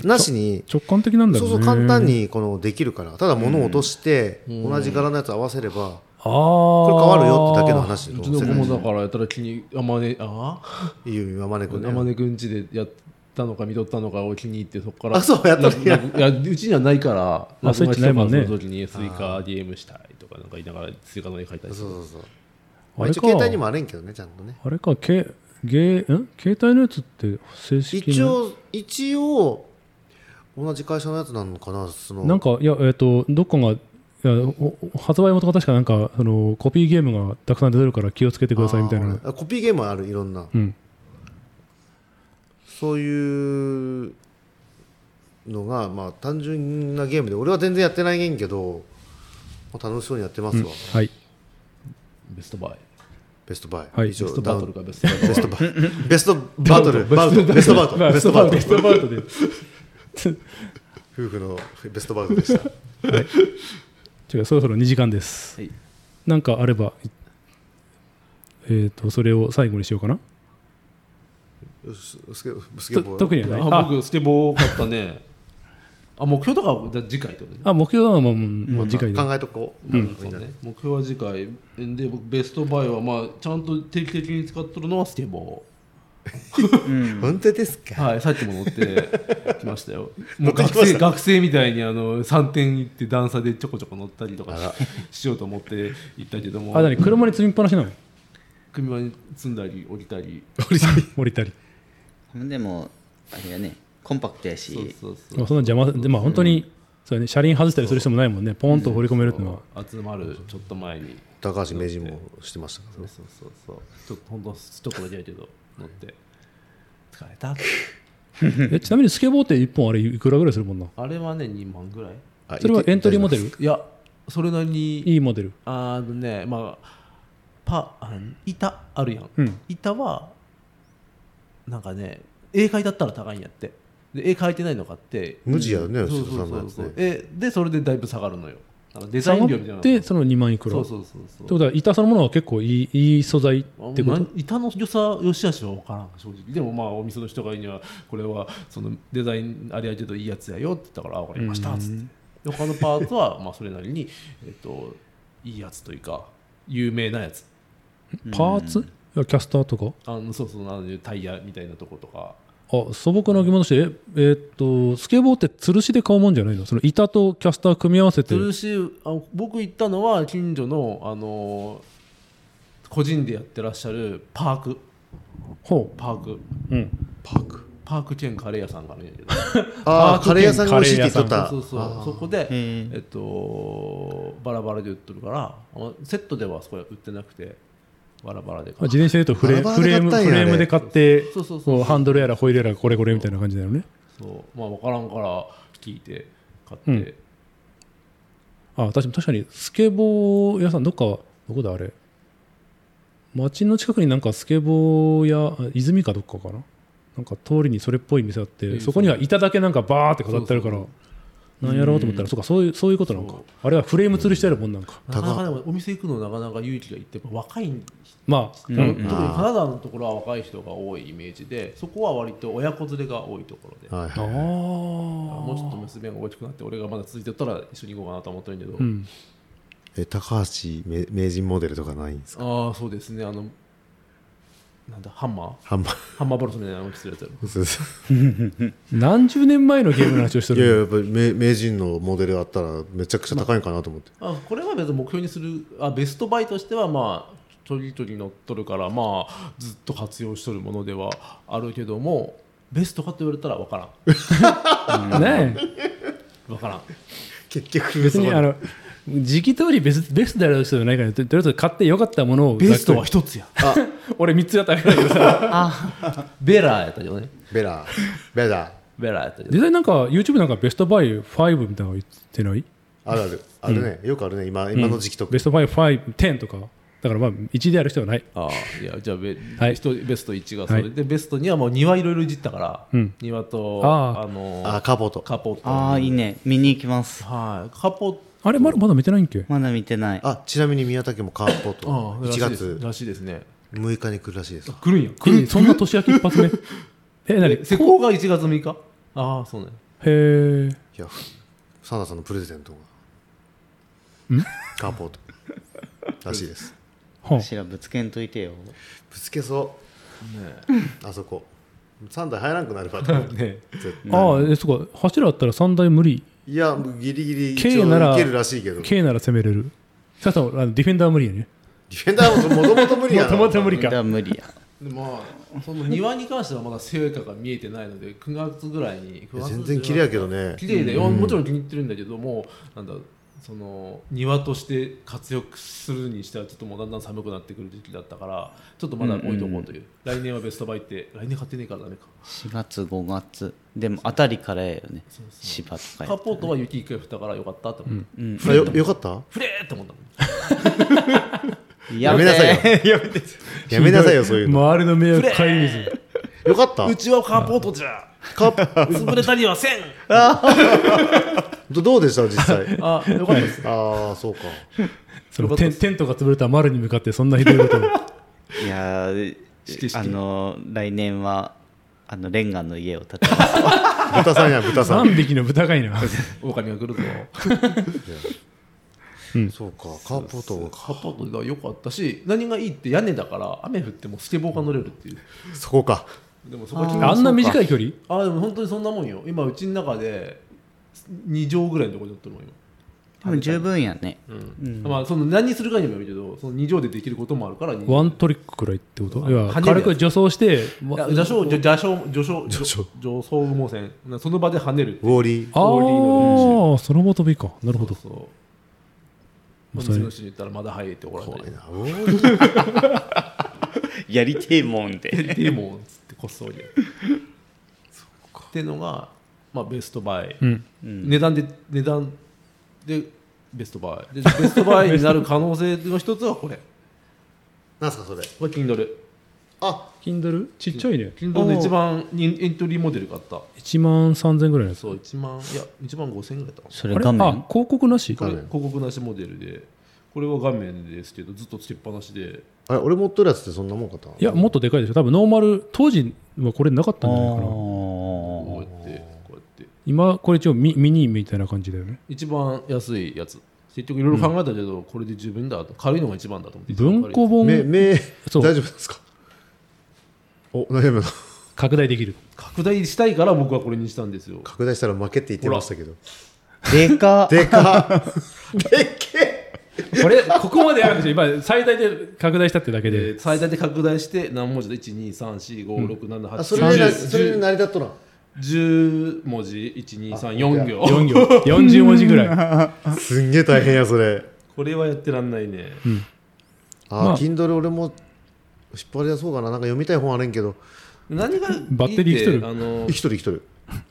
D: なしに、
A: 直感的なんだ
D: そ
A: ろ
D: う
A: うね
D: そう簡単にこのできるからただ物を落として同じ柄のやつ合わせれば
A: あ
D: これ変わるよってだけの
A: 話
D: 話
C: う
D: と
C: (laughs) ちの子もだからやったら気にあまねあ
D: いいよ今まねくん
C: あまねくんちでやったのか見とったのかを気に入ってそこから
D: あそうやったの
C: いやいやうちにはないから
A: あスイッチないもんね
C: その時にスイカゲームしたいとかなんか言いながらスイカの絵描いたり
D: そう
C: する
D: そうそうま
A: あ
D: あ
A: れ
D: 一
A: か
D: 応携帯にもあれんけどねちゃんとね
A: あれかけゲーん携帯のやつって正式な
D: 一応一応同じ会社のやつなのかなその
A: なんか、いや、えっ、と、どっかが、いやおお発売元が確かなんか、そのコピーゲームがたくさん出てるから気をつけてくださいみたいな。
D: あコピーゲームあるいろんな
A: うん。
D: そういうのがまあ単純なゲームで俺は全然やってないねんけど、まあ、楽しそうにやってますわ、
A: はい。
C: ベストバイ
D: ベストバイ、
A: はい
D: 以上
C: ベストバトルかベストバ
D: ベストバイベストバトルバウトベストバト
A: まあ
D: ルベストバウト
A: ベストバウトで。
D: 夫婦のベストバウトでした
A: 違う、そろそろ2時間です。
B: はい
A: なんかあれば、えっ、と、それを最後にしようかな。
D: ススケスケ
A: と
D: ボー
A: 特に
C: イ
A: はない。
C: あ
A: あ、
C: 僕スケボー買ったねあ目標とかはじゃあ次回ってことね
A: あ目標はもうもう次回で。
D: 考えとこう、
C: そうね、目標は次回で僕ベストバイは、まあ、ちゃんと定期的に使っとるのはスケボ
D: 本当ですか
C: ー、はい、さっきも乗ってきましたよも
D: 乗っ
C: う
D: てき
C: 学
D: ま
C: 生
D: した
C: 学生みたいにあの3点行って段差でちょこちょこ乗ったりとかししようと思って行ったけども
A: あ、何車に積みっぱなしなの
C: 組輪に積んだり降りたり
A: (laughs) 降りたり。
B: でもあれやねコンパクトやし
C: そうそう
A: そん
C: そう
A: な邪魔、でまあ本当に、そうね、車輪外したりする人もないもんね。ポンと放り込めるっていうのは。
C: 集まるちょっと前に
D: 高橋名人もしてましたから
C: そうそうそうそうちょっとほんとちょっとだけやけど乗って疲れた
A: えちなみにスケボーって1本あれいくらぐらいするもんな
C: あれはね2万ぐらい
D: あ
A: それはエントリーモデル
C: いやそれなりに
A: いいモデル
C: あのねまあパあの板あるやん、
A: うん
C: 板はなんかね絵描いだったら高いんやってで絵描いてないの買って
F: 無地やね
C: うんそう
F: 吉
C: そ
F: 田さ
C: う
F: んのやつ
C: そう
F: ね
C: そうえでそれでだいぶ下がるのよなんかデザ
A: 下が
C: イン料みたい
A: っ
C: な
A: てその2万いくら
C: そう
A: って
C: そうそうそう
A: ことは板そのものは結構いいいい素材っ
C: あ
A: てこ
C: まあ
A: と
C: 板の良さ良し悪しは分からん正直でもまあお店の人が言うにはこれはそのデザインありありといいやつやよって言ったからあ分かりましたっつってで他のパーツはまあそれなりに、えっといいやつというか有名なやつ
A: パーツいやキャスターとか
C: あのそうそうあのタイヤみたいなとことか
A: あ素朴な疑問としてええーっとスケボーって吊るしで買うもんじゃないのその板とキャスター組み合わせて
C: 吊るしあ僕行ったのは近所の、あの個人でやってらっしゃるパーク
A: ほ
C: パーク
A: う、うん、
F: パーク
C: パーク兼カレー屋さんがあるんやけど
F: ああ
A: パ
F: カ
A: ーク兼
F: レー屋さんが美味しいって言っとった
C: そうそう
F: あ
C: そう
F: ー
C: そこで、
B: へー
C: えっと、バラバラで売ってるからあのセットではそこは売ってなくてバラバラで
A: まあ
C: 買う
A: 自転車で言うとフレ
F: バラ
A: フ
F: バラ
A: レ
F: だ
A: ーム
F: ったんや
A: フレームで買って
C: そうそうそう
A: こうハンドルやらホイールやらこれこれみたいな感じだよね
C: そうまあ分からんから聞いて買って、
A: うんあ私も確かにスケボー屋さんどっかどこだあれ町の近くになんかスケボー屋あ泉かどっかかななんか通りにそれっぽい店あって、
C: うん
A: そこには板だけなんかバーって飾ってあるから
C: そう
A: なんやろうと思ったら、そうかそういうそういうことなんかあれはフレーム吊るしてあるもんなんか、
F: 高
C: なかなかでもお店行くのなかなか勇気がいってやっぱ若いん
A: まあ、うん
C: 特に金沢のところは若い人が多いイメージでそこは割と親子連れが多いところで
F: はいはい
C: もうちょっと
A: ああ
C: 娘が大きくなって俺がまだ続いてたら一緒に行こうかなと思ってるんだけど、
A: うん
F: え高橋名名人モデルとかないんですか
C: ああそうですねあのなんだハンマー
F: ハンバ
C: ハンマーボルトみたいなのを着てるやつやろ
F: ーグ
A: 何十年前のゲームの話をして
F: いやいや
A: る
F: やっぱり名名人のモデルあったらめちゃくちゃ高いんかなと思って、
C: あこれは別に目標にするあベストバイとしてはまあちょりちょり乗っとるからまあずっと活用しとるものではあるけどもベストかと言われたら分からん
A: の、ねえ
C: 分からん
A: (laughs)
F: 結局
A: 別にあの時期通りベスベストである人じゃないからととりあえず買ってよかったものを
C: ベストは一つや
A: (laughs) 俺3つやったらけだけどさ
C: ベラーやったよね
F: ベラベラ
C: ベラーやったけど
A: 実際なんか YouTube なんかベストバイ5みたいなの言ってない
F: あるあるあるね、よくあるね今今の時期とか、
A: ベストバイ510とかだからまあ1である人はない
C: ああいやじゃあベ,、
A: はい
C: 人ベスト1がそれ
A: はい
C: でベスト2はもう庭いろいろいじったから、
A: うん
C: 庭と
A: ああ
C: あの
F: あカポと
C: カポット
B: ああいいね見に行きます
C: はいカポット
A: あれまだまだ見てないんけ
B: まだ見てない
F: あちなみに宮崎もカポと
C: ああ
F: 1月
C: らしいですね
F: 6日に来るらしいです
C: 来るんや
A: えそんな年明け一発目え何
C: 施工が1月6日ああそうね
A: へえ
F: いやサンダーさんのプレゼントがカポとらしいです
A: は
B: しらぶつけんといてよ
F: ぶつけそうあそこ3台入らんくなるかと思っ
A: (laughs)
F: て
C: ね
F: 絶対
A: あああえそうか柱あったら3台無理
F: いやもうギリギリ
A: K
F: 一
A: な
F: 応
A: ら
F: いけるらしいけどディ
A: K なら攻めれるさあさああのディフェンダーは無理やね
F: フェンダーももともと無理や
A: も
F: な
A: ともと無理
B: だか
A: から
B: 無理や
C: でまあその庭に関してはまだ成果が見えてないので9月ぐらいに9月
F: 全然綺麗やけどね
C: 綺麗で、うんもちろん気に入ってるんだけどもなんだその庭として活躍するにしてはちょっともうだんだん寒くなってくる時期だったからちょっとまだ置いとこうという、来年はベストバイって来年買ってねえからダメか
B: 4月5月でもあたりからやよね芝とかや
C: カポートは雪一回降ったからよかったって思った、
F: あよよかった
C: 降れーって思ったもん
F: やめなさい
A: (laughs)
B: よ
F: やめなさいよそういうの
A: 周りの迷惑帰り水
F: よかった
C: うちはカポートじゃ潰れたりはせん
F: どどうでした実
A: (laughs)
F: 際
C: あよかったです
F: ああそうか
A: そのテンテントが潰れた丸に向かってそんなひど
F: (laughs)
A: いことを
B: いやー
C: してして
B: あの来年はあのレンガの家を建てます
F: 豚さんや豚さん
A: 3匹の豚が
F: (laughs)
A: いな
C: 狼が来るぞ
F: そうかカーポート
C: カポートが良かったし何がいいって屋根だから雨降ってもスケボーが乗れるっていう
F: そこか
C: でもそこは気にな
A: あ
C: る
A: んな短い距離
C: あーでも本当にそんなもんよ今うちの中で2畳ぐらいのところに乗ってるもん今
B: でも十分やね
C: うんまあその何するかにもよるけどその2畳でできることもあるから2
A: ワントリックくらいってこといや
C: 跳ねるやつ
A: 軽く助走して、わ
C: いや序章序章序章序章序章羽毛線その場で跳ねる
F: ウォーリー
A: あ
C: 氷の
A: あその場飛びかなるほど
C: そう
A: まあ
C: お
A: それ
C: 店の人に言ったらまだ入れって怒られ
F: 怖い
C: た
F: なウォーリー
B: やりてえもんで
C: りでもつってこっそりっていうのが、まあ、ベストバイ、
A: うん
C: 値段で値段でベストバイでベストバイになる可能性の一つはこれ
D: なんすかそれ
C: これ Kindle
D: あ
A: Kindle ちっちゃいね
C: Kindle で一番にエントリーモデル買った
A: 1万3000ぐらいのやつ
C: そう1万いや1万5000円ぐらいだったか
B: そ
A: あ
B: れ
A: れあ
B: 画面
A: 広告なし
C: なこれ広告なしモデルでこれは画面ですけどずっとつけっぱなしで
D: あれ俺持ってるやつってそんなもんかった
A: いやもっとでかいでしょ多分ノーマル当時はこれなかったんじゃないかな
B: あ
C: こうやってこうやって
A: 今これ一応ミミニみたいな感じだよね
C: 一番安いやつ結局いろいろ考えたけど、これで十分だと軽いのが一番だと思って
A: 文庫
D: 目
A: 本
D: 目
A: そう
D: 大丈夫ですかお悩むの
A: 拡大できる
C: 拡大したいから僕はこれにしたんですよ
D: 拡大したら負けって言ってましたけど
B: あでかっ
D: でかっでっけ
A: これ (laughs) ここまでやるんでしょ今最大で拡大したってだけで
C: で最大で拡大して何文字だ12345678910
D: あそれでなそれで成り立っとらん
C: 10文字1234行
A: 4行40文字ぐらい
D: すんげえ大変やそれ
C: これはやってらんないね、
D: あ、
A: まあ
D: Kindle 俺も引っ張り出そうかななんか読みたい本あるんけど
C: 何がいいって
A: バッテリー生きとる
C: あの
D: 生きとる生きとる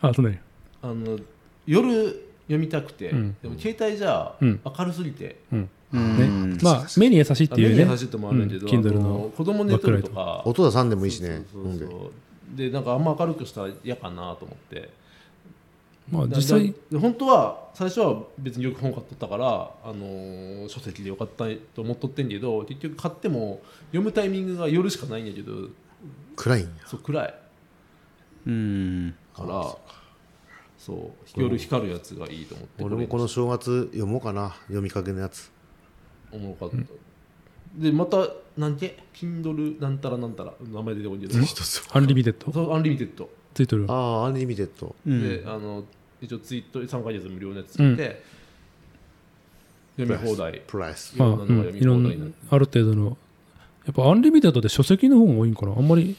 A: あそうね
C: あの夜読みたくて、
A: うん
C: でも携帯じゃ
A: うん
C: 明るすぎて、
B: うん
A: まあ目に優しいっていう
C: 目に
A: ね
C: 走ってもあるんだけど、
A: うん Kindle
C: あ
A: の
C: 子供寝てるとか
D: 音出さんでもいいしね
C: そう
D: 飲ん
C: そう
D: で
C: そうでなんかあんま明るくしたら嫌かなと思って
A: まあ
C: だ
A: 実際
C: だ本当は最初は別によく本買っとったから、あのー書籍でよかったと思っとってんけど結局買っても読むタイミングが夜しかないんやけど
D: 暗いんや
C: そう暗い
B: うん
C: からそう夜光るやつがいいと思って
D: 俺もこの正月読もうかな読みかけのやつ
C: おもろかった、でまた何け Kindle なんたらなんたら名前出てこんけど
D: 一つ
A: アンリミテッド
C: そうアンリミテッド
A: ついてる
D: ああアンリミテッド
B: うん
C: であの一応ツイートで3ヶ月無料のやつついて、読み放題
D: プライス
C: い
A: まあ
C: ろん
A: う
C: なのが
A: ん
C: 読
A: いろん
C: み
A: な
C: 放題になって、
A: ある程度のやっぱアンリミテッドで書籍の方が多いんかなあんまり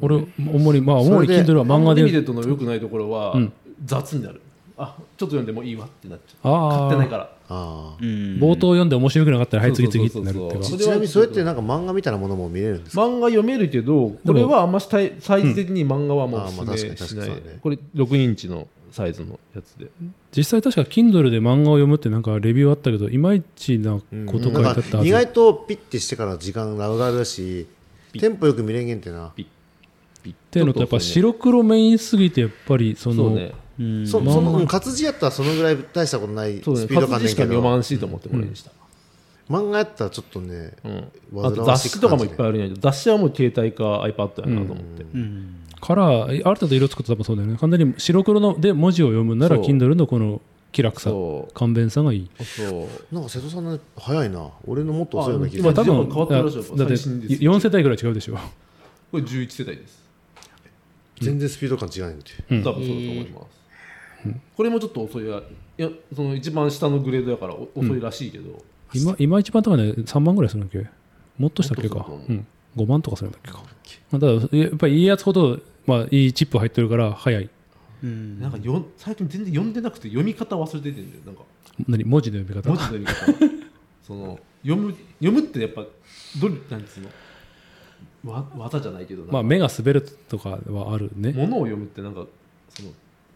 A: 俺主にまあ主
D: それ
A: に
D: で
A: Kindle は漫
C: ア
A: 画
C: ンリミテ
A: で
C: ッドの良くないところは、
A: うん
C: 雑になるあちょっと読んでもいいわってなっちゃう買
A: あ
C: ってない
A: あ
C: から
D: ああ
B: うん
A: 冒頭読んで面白くなかったらはい
C: そう
A: 次
C: そうそ
A: 次ってなるっ
C: うそう
A: てか
C: そ
D: ち
C: う
D: なみにそれってなんか漫画みたいなものも見れるんですか
C: 漫画読めるけどこれはあんましサイサイズ的に漫画はもうお
D: うんあーまあ
C: すすめ
D: 確
C: し
D: か
C: な
D: に
C: い、
D: 確かにそうだね
C: これ6インチのサイズのやつで
A: 実際確か Kindle で漫画を読むってなんかレビューあったけどいまいちなこと書いてあ
D: な
A: っ
D: ん
A: た
D: か
A: は
D: 意
A: ず
D: 外とピッてしてから時間ラウガルだしテンポよく見れんげんってな
A: っていうのとやっぱ白黒メインすぎてやっぱりそ
C: そう
A: の
C: ね
B: うん
D: そその活字やったらそのぐらい大したことないスピ
C: そうね
D: ード感
C: 活字
D: ねん
C: しか
D: け
C: 読ま
D: ど
C: んしいと思ってこれにした、
D: 漫画やったらちょっとね
C: うん
D: 煩
C: あと
D: わ
C: 雑
D: し
C: 誌
D: く感じる
C: とかもいっぱいあるんやけど雑誌はもう携帯か iPad やなと思って、
B: うん
A: カラーある程度色つくと多分そうだよね完全に白黒ので文字を読むなら
C: そう
A: Kindle のこの気楽さ
C: そう
A: 勘弁さがいい
C: そう
D: なんか瀬戸さんの早いな俺のもっと遅いような気
C: ま
D: が
C: あ
D: す
A: 多
D: る
A: 分
C: 変わってるらしいよ
A: だって
C: 最新です
A: 4世代ぐらい違うで
C: (laughs)
A: しょ
C: これ11世代です
D: 全然スピード感違うねんて
C: 多分そうだと思います、これもちょっと遅いやいやその一番下のグレードやからお遅いらしいけど、
A: 今今一番高いのは3万ぐらいするんだっけもっとしたっけ
C: もっ
A: か
C: とすると思う
A: うん5万とかするんだっけかまあただやっぱりいいやつほどまあいいチップ入ってるから早い
B: うん
C: なんかよ最近全然読んでなくて読み方忘れててんだよなんか
A: 何文字の読み方
C: 文字の読み方
D: (laughs)
C: その読む読むってやっぱどれなんつうのわ技じゃないけどなんか
A: まあ目が滑るとかはあるね
C: 物を読むってなんかその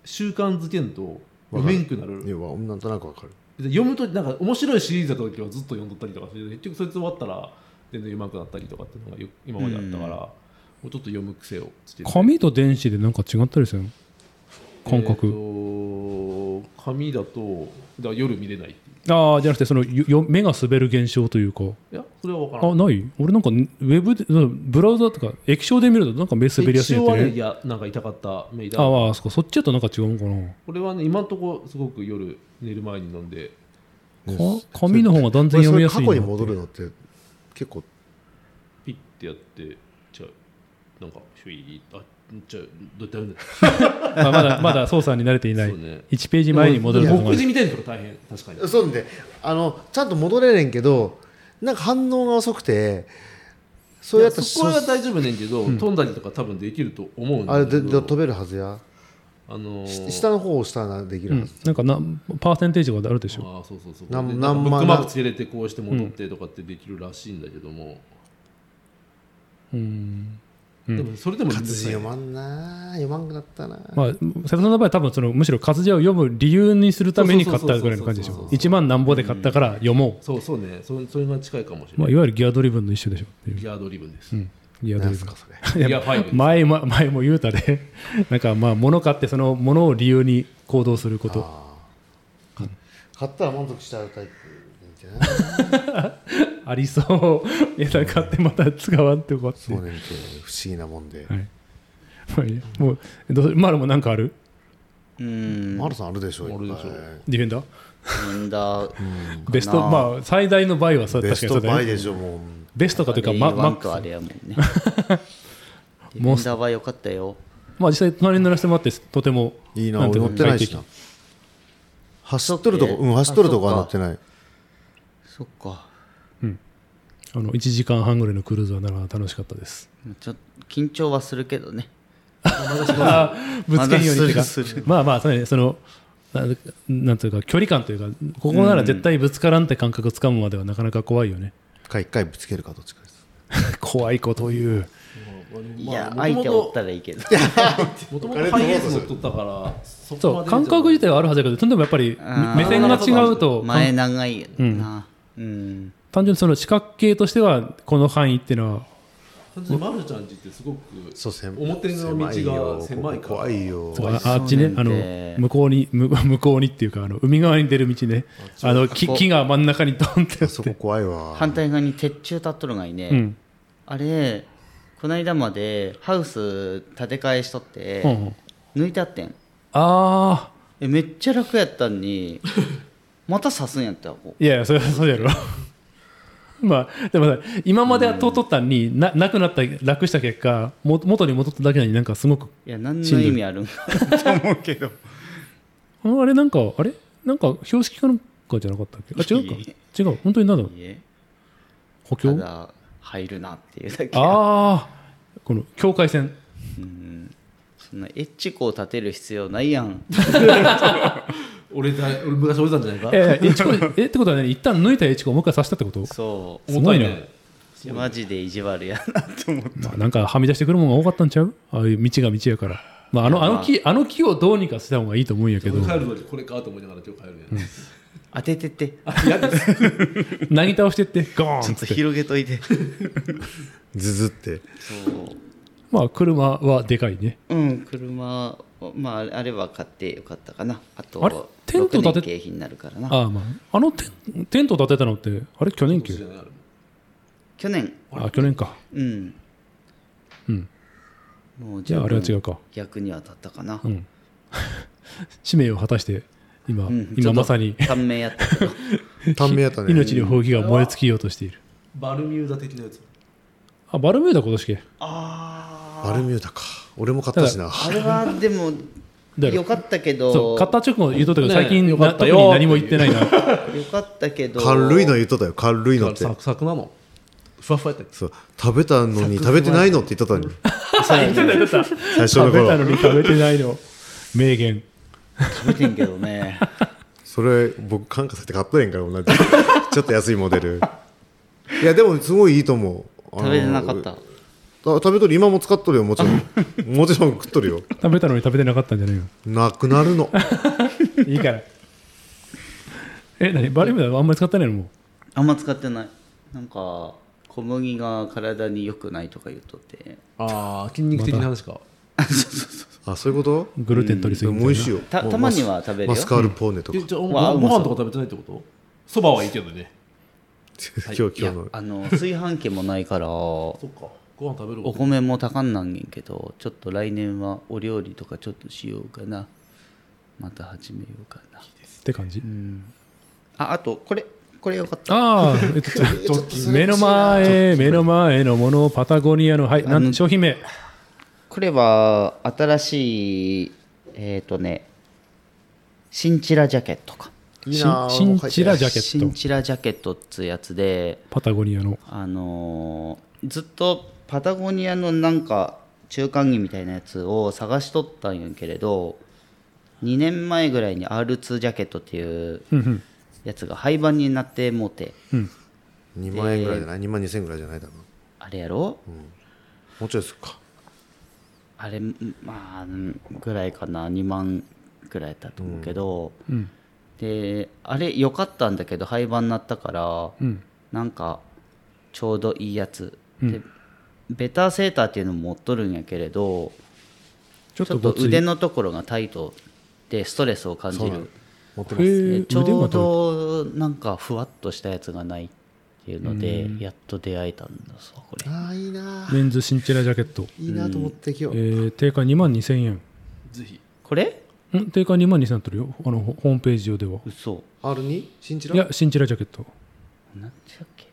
C: 習慣づけんと読めんくなる
D: いやわなんとなくわかる
C: で読むとなんか面白いシリーズだった時はずっと読んどったりとかして結局そいつ終わったら全然上手くなったりとかっていうのがよ今まであったから、もうちょっと読む癖をつけて
A: 紙と電子でなんか違ったりするの感覚、
C: えーと紙だとだから夜見れないってい
A: ああじゃなくてそのよよ目が滑る現象というか
C: ういやそれは分から
A: あ
C: ん
A: ない俺なんかウェブでうんブラウザとか液晶で見るとなんか目滑りやすい
C: 一
A: っ
C: 応は
A: て
C: ね
A: ね
C: いやなんか痛かった目痛
A: あ
C: かった
A: ああそこそっちだとなんか違うのかな
C: これはね今のところすごく夜寝る前に飲んで
A: か紙の方が断然
D: 俺
A: 読
D: そ
A: み
D: れ
A: やす
D: 過
A: い
D: 去に
A: な
D: 戻るのって結構
C: ピッてやって違うなんかヒュイーあじゃあどうやってやるんだ
A: まあまだまだ操作に慣れていない、
C: そうね
A: 1ページ前に戻るのが
C: 目次みたいなとこ大変確かに
D: そうであのちゃんと戻れねんけどなんか反応が遅くてそう
C: い
D: や
C: や
D: ったら
C: そこは大丈夫ねんけど、飛んだりとか多分できると思うん
D: あれ
C: だけ
D: でで
C: ど
D: 飛べるはずや
C: あのー
D: し下の方を押したらでき
A: う
D: るは
A: ん
D: ず、、
A: なんかなパーセンテージがあるでしょ
C: ああそうそうそう
D: なん
C: で
D: なん
C: ブ
D: ま
C: ックマークつけれてこうして戻ってとかってできるらしいんだけども、
A: うんうん
C: でもそれでも
F: 活字読まんな読まんくなったな
A: まあ、瀬戸さんの場合は多分そのむしろ活字を読む理由にするために買ったぐらいの感じでし
C: そうそうそうそうそうそ
A: ょ
C: う
A: 1万なんぼで買ったから読も
C: そうそうねそれそれが近いかもし
A: う、
C: れ
A: ま
C: な
A: あ、
C: い、
A: いわゆるギアドリブンの一緒でしょっていう
C: ギアドリブンです、
A: ギアドリブン
C: ギア5
A: 前も前も言うたで (laughs) なんかまあ物買ってその物を理由に行動すること
F: 買ったら満足しちゃうタイプでいいんじゃない
A: ありそう (laughs) いやなんか買ってまた使わんってこと
F: そうねんて不思議なもんで、
A: はいまあいいやもうどうマルも何かある
B: うん
F: マルさんあるでしょいっぱい
C: あるでしょ
A: ディフェンダー
B: なんだ
A: ベスト
B: かな
A: まあ最大の倍はさ確か
F: ベ
A: に
F: ス
A: そ
F: ト
A: うだ
F: バ
A: ね
F: イでしょもう
A: ベストかというかまマ
B: マ
A: ッ
B: ッ
A: クス
B: クあれやもん
A: (laughs)
B: ねディフ
A: モン
B: ェ
A: ス
B: ンダーは良かったよ
A: まあ実際隣に乗らせてもらってとても
F: いいな
A: なんて
F: 俺
A: いう
F: 乗
A: の
F: ってないしな走っとるとこうん走っとるとこは乗ってない
B: そっか
A: あの1時間半ぐらいのクルーズはなら楽しかったです
B: ちょっと緊張はするけどね
A: あーぶつけんようにってか
B: まだするす
A: まあまあそうねそのななんというか距離感というかここなら絶対ぶつからんって感覚つかむまではなかなか怖いよね
F: か一回ぶつけるかどっちかです
A: (laughs) 怖いことを言う
B: い
C: まあ
B: や
C: 元々
B: 相手おったらいいけど
C: もともとハイエース乗っとったからそこ
A: そ
C: ま
A: う
C: で
A: 感覚自体はあるはずだけどとんでもやっぱり目線が違うと
B: (laughs) 前長いなうん
A: 単純にその視覚系としてはこの範囲っていうのは
C: 単純にマルちゃんちってすごく
F: そう狭い
C: 表の道が狭いから
F: 怖いよ
A: そうああっちねあ
B: そうなん
A: の
B: で
A: 向こうにむ (laughs) 向こうにっていうかあの海側に出る道ねあの木
B: ここ
A: 木が真ん中にドンって
F: あそこ怖いわ
B: 反対側に鉄柱立っとるがいね、
A: うん
B: あれこの間までハウス建て替えしとって、
A: うんうん
B: 抜いてあってん
A: ああ
B: えめっちゃ楽やった
A: (laughs)
B: んにまた刺すんやったわこ
A: いやいやそれはそうやろ (laughs) まあでもさ今までは通っとったんにななくなった楽した結果も元に戻っただけなのになんかすごく
B: ういや何の意味あるんかなと思う
A: (laughs)
B: けど
A: ああれなんかあれなんか標識かなんかじゃなかったっけあ違うか
B: いい
A: 違う本当になんだろう
B: いいえ
A: 補強
B: ただ入るなっていうだけ
A: ああこの境界線
B: そんなエッチコを立てる必要ないやん
C: 俺だ俺昔折れたんじゃないか
A: ええ H コえってことはね一旦抜いた H コをもう一回刺したってこと
B: そう
A: すごいね
C: 重た
B: いやマジで意地悪や
A: (laughs)
B: なって思って
A: まあ、なんかはみ出してくるものが多かったんちゃうああいう道が道やから、まあ、あのあの木あの木をどうにかした方がいいと思うんやけど
C: 俺帰るのにこれかと思いながら今日帰るやん
B: 当ててって
C: あ嫌です
A: (laughs) なぎ倒してってゴーンっつって
B: 広げといて
F: ズズって
B: そう
A: まあ車はでかいね
B: うん、車を、まあ、あれあれは買ってよかったかな。あと、
A: あれテント建て
B: 6年景品になるからな。
A: ああまああのテンテント建てたのってあれ去年級
B: 去年、
A: あ去年か
B: うん。
A: うん
B: もう
A: じゃああれは違うか
B: 逆には立ったかな。
A: うん使命を果たして今、
B: うん
A: 今まさに
B: 短命やったけど。
F: 短命やったね
A: 命の放棄が燃え尽きようとしている
C: バルミューダ的なやつ
A: あバルミューダ今年け
F: バルミューダか俺も買ったしな
B: あれはでも、
A: だよ
B: よかったけど、
A: そう買った直後言うとったけど
C: ね
A: 最近
C: よ
A: な、
C: かった
A: 特
C: よ
A: に何も言ってないな
B: よかったけど、
F: 軽いの言っとったよ軽いのって
C: サクサクなのふわふわやったやつ
F: そう食べたのに食べてないのって言っとったのに最初の
A: (laughs) 食べたの
F: 頃
A: に食べてないの名言
B: 食べてんけど
F: (laughs)
B: ね。
F: それ僕感化されて買ったやんから同じ (laughs) ちょっと安いモデルいやでもすごいいいと思う
B: 食べてなかった
F: あ。のあ食べとる今も使っとるよもちろ (laughs) んもちろん食っとるよ
A: 食べたのに食べてなかったんじゃないの
F: なくなるの
A: いいから。え、何バリウムだあんまり使ってないのもう。
B: あんま使ってない。なんか、小麦が体に良くないとか言っとって。
C: ああ筋肉的な話か
F: あそういうこと
A: グルテン取りす
F: で
A: ぎみ
F: も
A: たい
F: 美
A: な
F: 味しいよ
B: た
F: もう
B: たまには食べるよ
F: マスカルポーネとか
C: えじゃあご
B: わあう
C: ご
B: まそう
C: 飯とか食べてないってことそばはいいけどね
F: 今日今
B: い
F: 日
B: や
F: の
B: あの炊飯器もないから
C: そっかご飯食べる
B: お
C: こと
B: 米も高んなんねんけどちょっと来年はお料理とかちょっとしようかなまた始めようかな
A: って感じ。
B: ああとこれこれよかった
A: ああ、えっと目の前、目の前のもの、パタゴニアの、はい、なん商品名。
B: これは新しいえっ、とねシンチラジャケットか
F: いいなあ
A: シンシンチラジャケ
B: シ
A: ッ
B: ン
A: ト。
B: チラジャケットっつうやつで
A: パタゴニアの。
B: あのーずっとパタゴニアのなんか中間着みたいなやつを探しとったんやけれど2年前ぐらいに R2 ジャケットっていう
A: うんうん
B: やつが廃盤になってもうて
A: うん。
F: 2万円ぐらいじゃない2万2千円ぐらいじゃないだろう
B: あれやろ
F: もうちょいするか
B: あれまあうんぐらいかな2万ぐらいだと思うけど、
A: うん
B: であれ良かったんだけど廃盤になったから
A: うん
B: なんかちょうどいいやつ、
A: うん
B: でベターセーターっていうのも持っとるんやけれど
A: ちょっ
B: ちょ
A: と
B: っと
A: ごつい
B: 腕のところがタイトでストレスを感じる
F: 持ってます
A: へ
B: で
A: ー
B: ちょう
A: 腕が
B: どなんかふわっとしたやつがないっていうのでやっと出会えたんださこれ
F: ああいいな
A: メンズシンチェラジャケット、
F: いいなと思って今
A: え
F: 日
A: ー定価2万2000円
C: ぜひ
B: これ
A: ん定価2万2000円になってるよあのホホームページ上では
B: 嘘
F: R2 信じ
A: い
F: ら
A: やシンチェラジャケット
B: なんてやっけ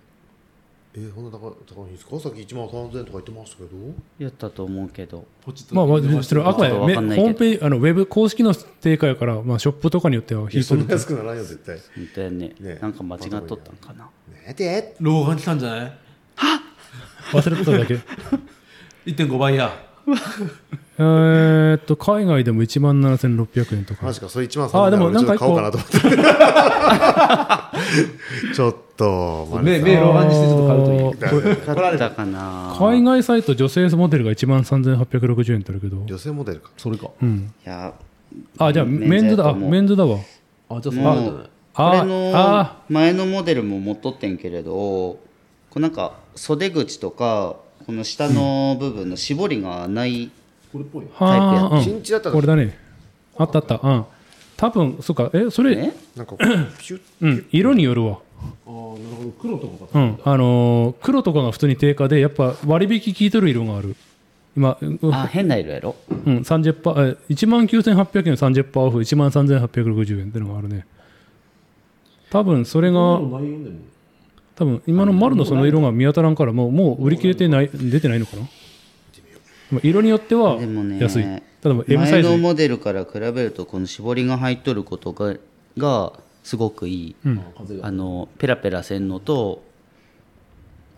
F: えー、そんな高い高いんですかさっき1万3000円とか言ってましたけど
B: やったと思うけど
C: ポチッと
A: まあまあそれあくまで
B: わ
A: め
B: かんないけ
A: ホ
B: ど
A: ームページあのウェブ公式の定価やからまあショップとかによっては引いて
F: そ
A: る
F: んな安くならんよ絶対ね
B: 本当やね
F: ね
B: なんか間違っとったんかな
F: えで
C: 老眼来たんじゃない
A: 忘れてただけ (laughs)
C: 1.5倍や
A: えーっと海外でも1万7600円とか
F: マジかそれ1万3000
A: あーで
F: 円
A: もなん
F: ちょっ
A: か
F: と買おうかなと思って (laughs) ちょっとマネ
C: 目
F: さん
C: 目老眼にしてちょっと買うといい
A: あーこれ
B: 分かったかな
A: 海外サイト女性モデルが1万3860円ってあるけど
F: 女性モデルか
C: それか
A: うん
B: いや
A: あじゃあ
B: メン
A: メン
B: ズ
A: ズだ
B: や
A: あ
B: と思う
A: メンズだわ
C: あじゃあそんな
B: も
C: んじゃないう
B: こ
A: あ
B: れ
A: ー
B: の
A: あ
B: 前のモデルも持っとってんけれどこうなんか袖口とかこの下の部分の絞りがない
C: これっぽい
A: ーは
B: タ
A: あ、う
F: 新
A: ん、
F: 地だったら
A: これだねあったあったうん多分そっかえそれ
B: ね
F: なんかこうピュッ
A: うん色によるわ
C: ああなるほど黒とか
A: う
C: か
A: んあのー黒とかが普通に定価でやっぱ割引効いてる色がある今うん
B: あ変な色やろ
A: うん、30%パーえ1万9800円30%オフ1万3860円っていうのがあるね多分それが
C: もうないよねもう
A: 多分今の丸のその色が見当たらんからもうもう売り切れてない出てないのかなまあ色によっては
B: でもね
A: 安い、ただもう M サ
B: 前
A: イズ
B: のモデルから比べるとこの絞りが入っとることががすごくいい、
C: あ風が
B: あのペラペラせんのと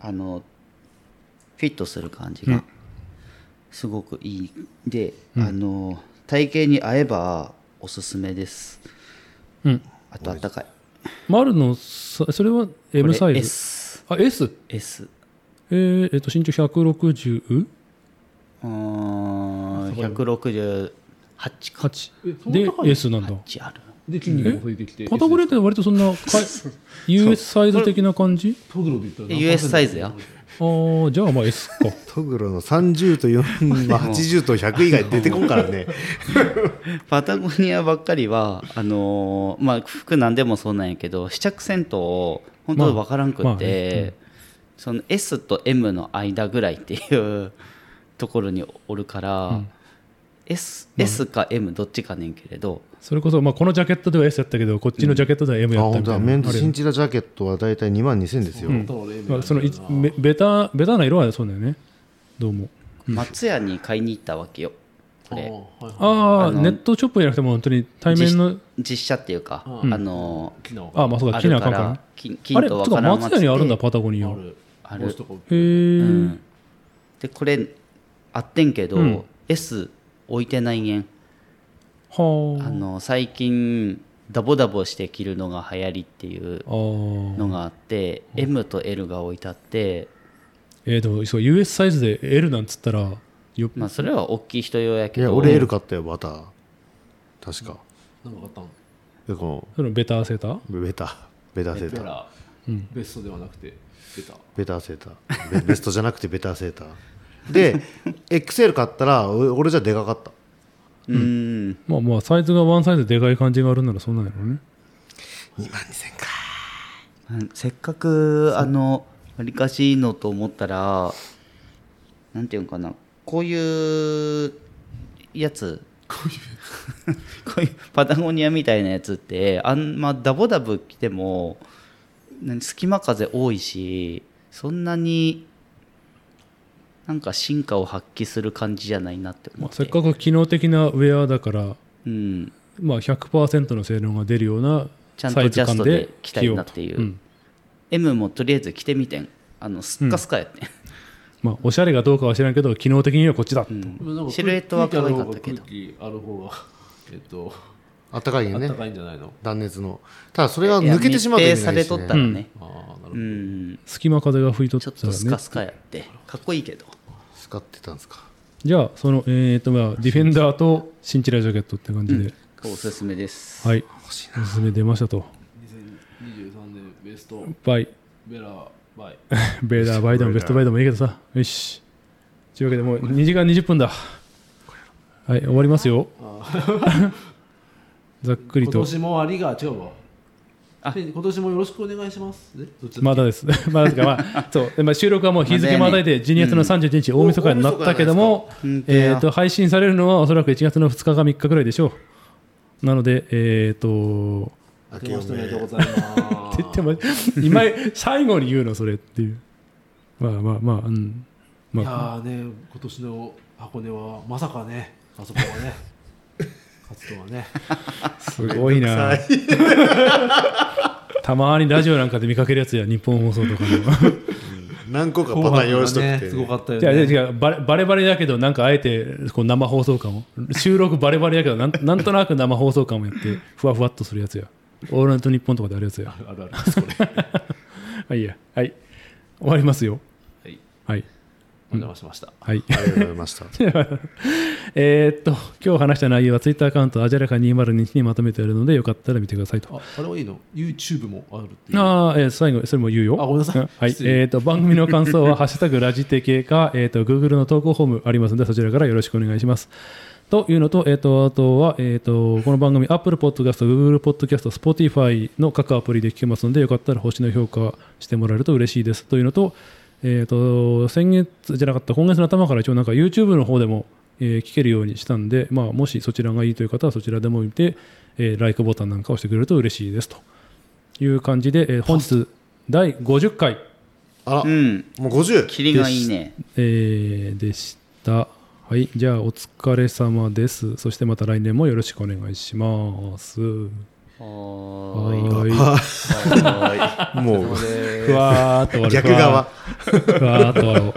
B: あのフィットする感じがすごくいいで、あの体型に合えばおすすめです
A: うん
B: あとあったかい
A: 丸のさそれは M サイズ
B: S
A: あ S
B: S
A: えーえっと身長168
B: うーん168か
C: えそん
A: で
C: な高い
A: S なんだ
B: 8ある
C: で筋肉も増えてきて
A: パタゴレって割とそん
C: (laughs)
A: なかい US サイズ的な感じ
C: トグロで言ったら
B: で
C: 何
B: US サイズや
A: ああじゃあまあ S か (laughs)
F: トグロの30と4、まあ、80と100以外出てこんから
A: (laughs)
F: ね
B: パタゴニアばっかりはあのーまあ服なんでもそうなんやけど試着せんと本当に分からんくって、
A: まあまあね
B: その S と M の間ぐらいっていう (laughs) ところにおるから、S, S か M どっちかねんけれど、
A: それこそ、まあ、このジャケットでは S やったけど、こっちのジャケットでは M
F: あ
A: やった
F: 本
A: み
F: 当
A: た
F: だ
A: いな。
F: メンズ
A: あれ
F: シンチラジャケットは大体2万2000ですよ、
C: パタゴレ
A: まあ、そのいベベタ、ベタな色はそうだよね。どうも。
B: 松屋に買いに行ったわけよこれ
C: ああはいはい
A: ああ、
B: あの
A: ネットショップじゃなくても、本当に対面の。
B: 実写っていうか、
C: うん
B: あの
C: 昨日
A: ああ、まあ、そう
B: ー
A: か、
B: あ
A: 木
B: る
A: なあか
B: か
A: んから
B: ら
A: な。
B: 金
A: あ
B: 金
A: れ、
B: と
A: と
B: わか
A: から
B: ん
A: 松屋にあるんだ、
B: 松
A: パタゴニア。
C: あ
A: へ
C: る
B: ある
C: 帽子とか売ってる
A: え。
B: でこれあってんけど、
A: うん
B: S 置いてないげんあ
A: は
B: の最近ダボダボして着るのが流行りっていう
A: あ。ああ。
B: のがあって、M と L が置いてあって、
A: えー、でも、そう、US サイズで L なんつったら、よっ
B: まあ、それは大きい人用や
F: い
B: け
F: や
B: ど
F: 俺 L 買ったよバター確か
C: なんか買ったん
F: でこ
A: そのベターセーター
F: のベタベタセ
C: ベ
F: ータ
C: タ
F: ー
C: ラベストではなくてベタ
F: ベタセーターベベストじゃなくてベタセーターで XL 買ったらお俺じゃでかかった
B: うーん
A: まあまあ、サイズがワンサイズでかい感じがあるなら、そんなんやろうね。
B: うんせっかくあのわりかしいのと思ったらなんていうんかなこういうやつこ (laughs) ういうパタゴニアみたいなやつってあんまダボダボ着ても何隙間風多いしそんなになんか進化を発揮する感じじゃないなって思
A: ま
B: っ
A: あ、
B: て、
A: せっかく機能的なウェアだから、
B: うん、
A: まあ、100%の性能が出るような
B: ちゃん
A: サ
B: と
A: イズ
B: ジャス
A: 感
B: トで
A: で
B: 着たいなっていう、M もとりあえず着てみてんあのすっかすかやってん、
A: まあ、おしゃれがどうかは知らんけど機能的にはこっちだ、
C: ー
B: シルエットは可愛かったけど
C: 空気ある方が (laughs) 空気ある方がえっと
F: あったかい
C: あ
F: よ
C: っ
F: ね
C: たかいんじゃないの
F: 断熱のただそれが抜けてしまうと
B: い
F: 意
B: や
F: 味
B: 密
F: な
B: 閉さ
F: い
B: れ
F: し
B: とっ
F: ね
B: たらね、
C: ああな
B: う
C: る
B: ん、
A: 隙間風が吹いとっ
B: ちょった
A: ら
B: とスカ
A: ね
B: スカやってかっこいいけど
F: 使ってたんですか
A: じゃあその、えーとまあ、ディフェンダーとシンチラジャケットって感じで、
B: おすすめです。
A: はいおすすめ出ましたと
C: 2023年ベスト
A: バイ (laughs)
C: ベラバイ
A: ベーダーバイドもベストバイドもいいけどさよしというわけでもう2時間20分だはい終わりますよ (laughs) ざっくり
C: 今
A: と
C: 年もありが違うわ
B: あ
C: で今年もよろしくお願いしますねどっちだっけ
A: まだです (laughs) まだですかまあそうでまあ収録はもう日付も
B: ま
A: 与
B: だ
A: え
B: やね
A: て12月の31日大晦日になったけども
B: うん
A: えーと配信されるのはおそらく1月の2日か3日ぐらいでしょうなのでえっと
C: 明けましておめでとうございます
A: って言っても今最後に言うのそれっていうまあまあまあうん
C: い
A: ま
C: や
A: あ
C: ーね今年の箱根はまさかねあそこは
A: (laughs)
C: ね活動はね
A: すごいな (laughs) たまにラジオなんかで見かけるやつや日本放送とかの
D: 何個かパターン用意しとく
C: 紅白
D: っ
C: がね
D: て
C: すごかったよ
A: じゃあ
C: ね
A: じゃあバレバレバレだけどなんかあえてこう生放送感を収録バレバレだけどなん (laughs) なんとなく生放送感をやってふわふわっとするやつやオールナイトニッポンとかであるやつや
C: あるあるそれお
A: はいいやはい終わりますよ
C: はい
A: はい
C: 邪魔しました
A: はい (laughs)
D: ありがとうございました
A: えーっと今日話した内容はツイッターアカウントアジャラカ2021にまとめてあるのでよかったら見てくださいと。
C: ああれはいいの YouTube もあるっていう
A: あーえー最後、それも言うよ。
C: あごめんなさい
A: うんはい。
C: 失礼
A: えーっ、と、番組の感想は、ハッシュタグラジテ系か、えーっ、と、Google の投稿フォームありますので、そちらからよろしくお願いします。というのと、えーっ、と、あとは、えーっ、と、この番組、Apple Podcast、Google Podcast、Spotify の各アプリで聞けますので、よかったら星の評価してもらえると嬉しいです。というのと、えーっ、と、先月じゃなかった、今月の頭から一応なんか YouTube の方でも、えー聞けるようにしたんで、まあ、もしそちらがいいという方はそちらでも見て、えー、LIKE ボタンなんかを押してくれると嬉しいですという感じで、えー本日第50回、
D: あら
B: うん。
D: もう 50!
B: 霧がいいね。
A: えーでした。はい、じゃあお疲れ様です。そしてまた来年もよろしくお願いします。
B: は
A: は
B: ーい。
A: ーい。
D: も
A: (laughs) ふわーっと終わる
D: う逆側。
A: ふわーっと終わろう。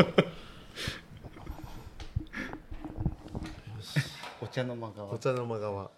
B: お茶の間が
D: お茶の間側